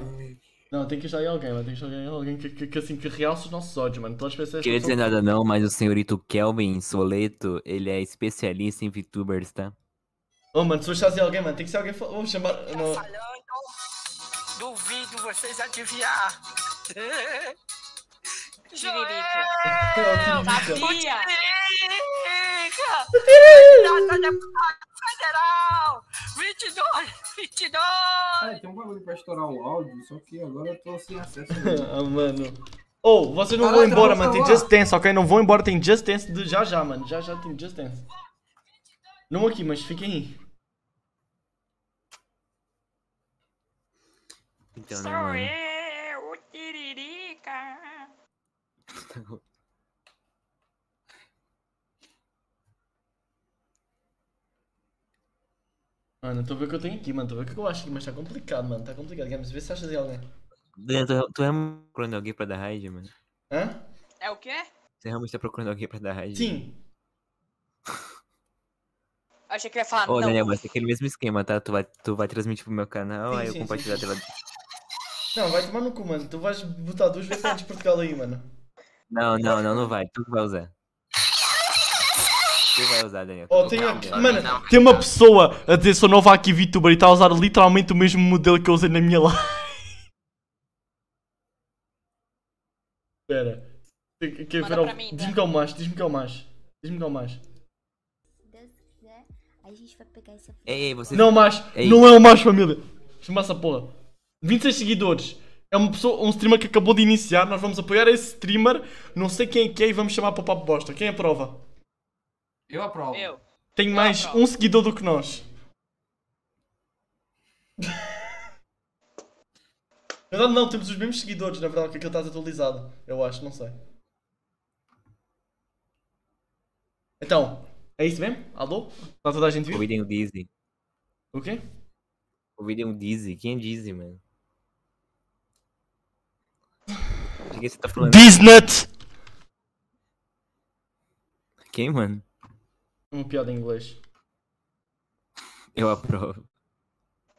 Speaker 1: Não, tem que achar aí alguém, mano. Tem que achar aí alguém que, que, que, assim, que realce os nossos olhos, mano. Todas as pessoas
Speaker 3: Queria
Speaker 1: que são-
Speaker 3: dizer nada não, mas o senhorito Kelvin Soleto, ele é especialista em VTubers, tá?
Speaker 1: Oh, mano, se eu achasse alguém, mano, tem que ser alguém... fa- Vamos chamar... não.
Speaker 12: Duvido vocês adivinhar.
Speaker 2: Tiririca. Sabia?
Speaker 12: Fica! Federal! 22! 22!
Speaker 4: Cara, tem um bagulho pra estourar o áudio, só que agora eu tô sem acesso.
Speaker 1: Ah, mano. Ou, oh, vocês não vão
Speaker 4: Caraca,
Speaker 1: embora,
Speaker 4: vamos
Speaker 1: mano. Tem
Speaker 4: falar.
Speaker 1: Just Dance, ok? Não vão embora, tem Just Dance de já já, mano. Já já tem Just Dance. Não aqui, mas fiquem aí.
Speaker 3: Então,
Speaker 2: Sou
Speaker 3: né, mano?
Speaker 2: eu, o Tiririca.
Speaker 1: Mano, estou a ver o que eu tenho aqui, mano. Estou a ver o que eu acho aqui, mas está complicado, mano. Está complicado. Games, vê se achas aí alguém.
Speaker 3: Daniel, tu, tu realmente tá procurando alguém pra dar raid, mano?
Speaker 1: Hã?
Speaker 2: É o quê?
Speaker 3: Você realmente tá procurando alguém pra dar raid?
Speaker 1: Sim.
Speaker 2: Achei que ele ia falar,
Speaker 3: Ô,
Speaker 2: não.
Speaker 3: Daniel, mas é aquele mesmo esquema, tá? Tu vai, tu vai transmitir pro meu canal,
Speaker 1: Sim,
Speaker 3: aí
Speaker 1: sim,
Speaker 3: eu compartilho a
Speaker 1: sim.
Speaker 3: tela.
Speaker 1: Não, vai tomar no cu, mano. Tu vais botar duas versões de Portugal aí, mano.
Speaker 3: Não, não, não, não vai. Tu que vai usar. Tu vai usar, Daniel.
Speaker 1: Oh, tem, mano, tem uma pessoa a dizer sou nova aqui VTuber e está a usar literalmente o mesmo modelo que eu usei na minha live. Espera. Tem- Quer
Speaker 7: Manda
Speaker 1: ver?
Speaker 7: pra
Speaker 1: ao-
Speaker 7: mim, então.
Speaker 1: Diz-me que é o mais, diz-me que é o mais. Diz-me que é o mais.
Speaker 13: Deus quiser, a gente vai pegar essa
Speaker 3: Ei, ei, você...
Speaker 1: Não é o mais,
Speaker 3: Ei,
Speaker 1: não é o mais, família. Chama essa porra. 26 seguidores. É uma pessoa, um streamer que acabou de iniciar. Nós vamos apoiar esse streamer. Não sei quem é que é e vamos chamar para o papo bosta. Quem aprova?
Speaker 4: Eu aprovo.
Speaker 2: Eu.
Speaker 1: Tem mais um seguidor do que nós. Na verdade, não, temos os mesmos seguidores, na verdade, que aquilo está atualizado. Eu acho, não sei. Então, é isso mesmo? Alô? Está toda a gente
Speaker 3: Convidem o é um Dizzy.
Speaker 1: O quê?
Speaker 3: Convidem o Dizzy. Quem é Dizzy, mano? De quem você tá falando?
Speaker 1: Disney!
Speaker 3: Quem, mano?
Speaker 1: Uma piada em inglês.
Speaker 3: Eu aprovo.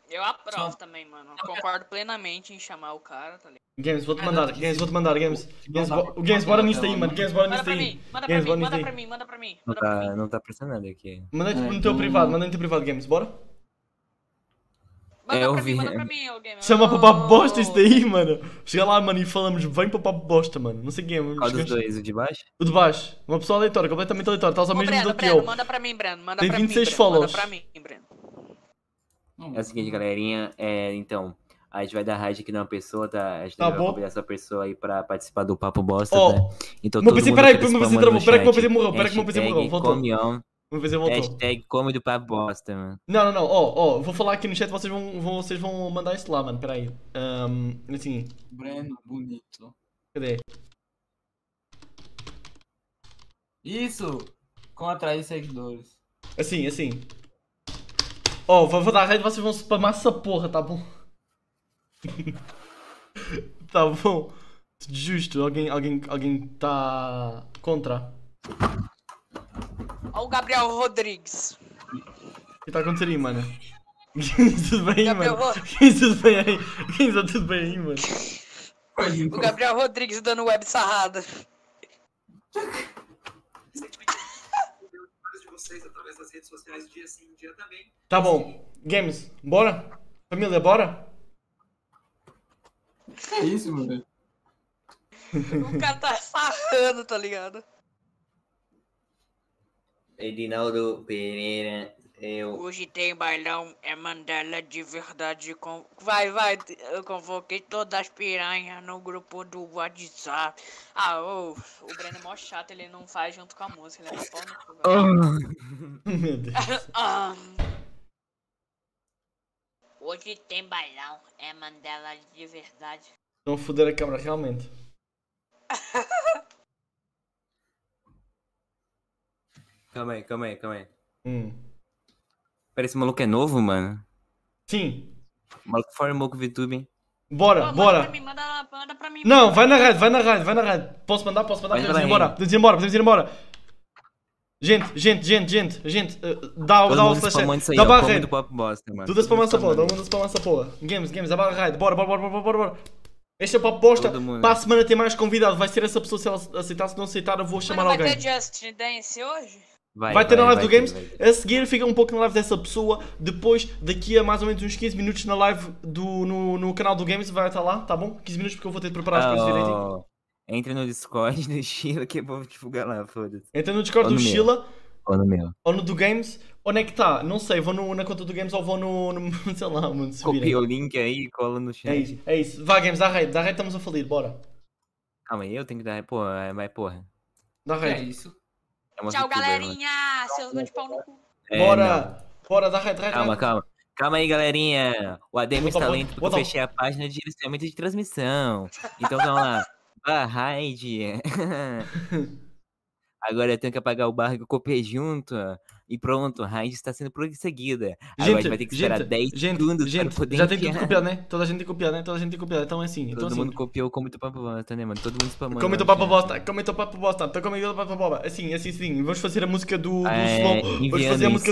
Speaker 2: Eu aprovo também, mano. Concordo plenamente em chamar o cara, tá ligado?
Speaker 1: Games, vou-te mandar, Games, vou-te mandar, Games. Games, bo- Games, bora nisso aí, mano. Games, bora
Speaker 2: Manda
Speaker 1: nisso
Speaker 2: pra
Speaker 1: aí.
Speaker 2: mim, manda pra
Speaker 1: Games,
Speaker 2: mim,
Speaker 1: bora nisso
Speaker 2: manda pra
Speaker 1: aí.
Speaker 2: mim, manda pra mim.
Speaker 3: Não tá, não tá pressionando aqui.
Speaker 1: Manda no teu privado, manda no teu privado, Games, bora?
Speaker 3: É, eu vi.
Speaker 1: Chama para papo bosta isso daí, mano. Chega lá, mano, e falamos bem para papo bosta, mano. Não sei quem é, mas
Speaker 3: Qual dos
Speaker 1: chegamos-
Speaker 3: dois? O de baixo?
Speaker 1: O de baixo. Uma pessoa aleatória, completamente aleatória. Tá Estás ao
Speaker 2: Ô,
Speaker 1: mesmo
Speaker 2: Breno,
Speaker 1: nível que
Speaker 2: Breno,
Speaker 1: eu.
Speaker 2: manda pra mim, Breno. Manda
Speaker 1: Tem
Speaker 2: pra
Speaker 1: 26
Speaker 2: mim, Breno.
Speaker 1: followers.
Speaker 2: Manda pra mim, Breno.
Speaker 3: É o seguinte, galerinha. É, então, a gente vai dar raid aqui numa pessoa, tá? A gente
Speaker 1: Tá
Speaker 3: vai
Speaker 1: bom.
Speaker 3: convidar essa pessoa aí pra participar do Papo Bosta,
Speaker 1: Ó,
Speaker 3: tá? Então,
Speaker 1: meu
Speaker 3: todo
Speaker 1: PC,
Speaker 3: mundo
Speaker 1: peraí,
Speaker 3: participa,
Speaker 1: meu PC
Speaker 3: manda no
Speaker 1: travou, peraí que meu
Speaker 3: chat.
Speaker 1: PC morreu, peraí que meu PC morreu,
Speaker 3: Hashtag
Speaker 1: voltou.
Speaker 3: Come on.
Speaker 1: Meu PC voltou.
Speaker 3: Hashtag come do Papo Bosta, mano.
Speaker 1: Não, não, não. Ó, ó, vou falar aqui no chat, vocês vão, vão- vocês vão mandar isso lá, mano. Peraí. Ahm, assim.
Speaker 4: Breno, bonito.
Speaker 1: Cadê?
Speaker 4: Isso! Com atrair seguidores.
Speaker 1: Assim, assim. Ó, vou, vou dar raid, vocês vão spamar essa porra, tá bom? tá bom. Justo, alguém, alguém, alguém tá contra.
Speaker 2: Ó o Gabriel Rodrigues.
Speaker 1: O que tá acontecendo aí, mano? tudo bem aí,
Speaker 2: Gabriel,
Speaker 1: mano? tá Tudo bem aí? Quem está tudo bem aí, mano?
Speaker 2: O Gabriel Rodrigues dando web sarrada.
Speaker 5: de vocês através das redes sociais dia sim, dia também.
Speaker 1: Tá bom. Games, bora? Família, bora?
Speaker 4: Que é isso, mano?
Speaker 2: O cara tá sarrando, tá ligado?
Speaker 5: Edinaldo Pereira, eu.
Speaker 2: Hoje tem bailão, é Mandela de verdade. Com... Vai, vai, eu convoquei todas as piranhas no grupo do WhatsApp. Ah, ô, o Breno é mó chato, ele não faz junto com a música, ele é mó pau no cu, velho.
Speaker 1: Meu Deus.
Speaker 2: Ah. Hoje tem bailão, é Mandela de verdade.
Speaker 1: Estão a foder a câmera, realmente.
Speaker 3: Calma aí, calma aí, calma aí.
Speaker 1: Hum.
Speaker 3: Peraí, esse maluco é novo, mano?
Speaker 1: Sim.
Speaker 3: O maluco formou com o VTube, hein?
Speaker 1: Bora, bora. Não, vai na raid, vai na raid, vai na raid. Posso mandar, posso mandar,
Speaker 3: Vai
Speaker 1: podemos
Speaker 3: pra
Speaker 1: ir embora,
Speaker 3: aí.
Speaker 1: podemos ir embora, podemos ir embora. Gente, gente, gente, gente, gente, eh, dá,
Speaker 3: Todo
Speaker 1: dá o
Speaker 3: mundo spamando
Speaker 1: slash,
Speaker 3: isso aí,
Speaker 1: dá
Speaker 3: ó,
Speaker 1: barra
Speaker 3: come
Speaker 1: raid.
Speaker 3: do Papo Bosta, mano.
Speaker 1: Tudo spamando essa porra, todo mundo spamando essa porra. Games, games, a barra raid, bora, bora, bora, bora, bora, bora. Este é o papo bosta,
Speaker 3: Todo mundo.
Speaker 1: para a semana tem mais convidado, vai ser essa pessoa, se ela aceitar, se não aceitar eu vou chamar
Speaker 2: Mano, vai
Speaker 1: alguém.
Speaker 2: ter Justin Dance hoje?
Speaker 1: Vai, ter na live do Games. A seguir fica um pouco na live dessa pessoa. Depois, daqui a mais ou menos uns 15 minutos na live do, no, no canal do Games, vai estar lá, tá bom? 15 minutos porque eu vou ter de preparar as
Speaker 3: Ah,
Speaker 1: coisas direitinho.
Speaker 3: Ó, Entra no Discord do Sheila que eu vou divulgar lá, foda-se.
Speaker 1: Entra Então, no Discord
Speaker 3: Ou
Speaker 1: do
Speaker 3: meu.
Speaker 1: Sheila.
Speaker 3: Ou no meu.
Speaker 1: Ou no do Games. Onde é que tá? Não sei, vou no- na conta do Games ou vou no. no- sei lá, mano, se virem.
Speaker 3: Copia o link aí e cola no chat.
Speaker 1: É isso, é isso. Vá, Games, dá raid, dá raid, estamos a falir, bora.
Speaker 3: Calma aí, eu tenho que dar, pô, é, mas porra.
Speaker 1: Dá raid.
Speaker 3: É uma
Speaker 2: Tchau,
Speaker 3: VTuber, mano.
Speaker 2: galerinha! Seus dois de pau no cu.
Speaker 3: É, não.
Speaker 1: Bora! Bora, dá raid, raid,
Speaker 3: Calma,
Speaker 1: raid.
Speaker 3: calma. Calma aí, galerinha. O é ADM
Speaker 1: Bota,
Speaker 3: está
Speaker 1: bota,
Speaker 3: lento porque
Speaker 1: bota.
Speaker 3: eu fechei a página de direcionamento de transmissão. Então vamos lá. Vá, raid. Agora eu tenho que apagar o barco que eu copiei junto. E pronto, a raid está sendo prosseguida. Agora a gente vai ter que esperar 10 segundos para poder
Speaker 1: já tem tudo
Speaker 3: enviar.
Speaker 1: copiado, né? Toda a gente tem copiado, né? Toda a gente tem copiado, então é assim. então
Speaker 3: Todo
Speaker 1: assim.
Speaker 3: mundo copiou como tu papo bosta, né, mano? Todo mundo spamando.
Speaker 1: Comenta o
Speaker 3: lá no
Speaker 1: papo
Speaker 3: chat.
Speaker 1: bosta, É comenta o papo bosta, tá comenta o papo bosta. Assim, assim, assim. Vamos fazer a música do, do
Speaker 3: É,
Speaker 1: Slow. Vamos
Speaker 3: enviando
Speaker 1: fazer a
Speaker 3: em
Speaker 1: música do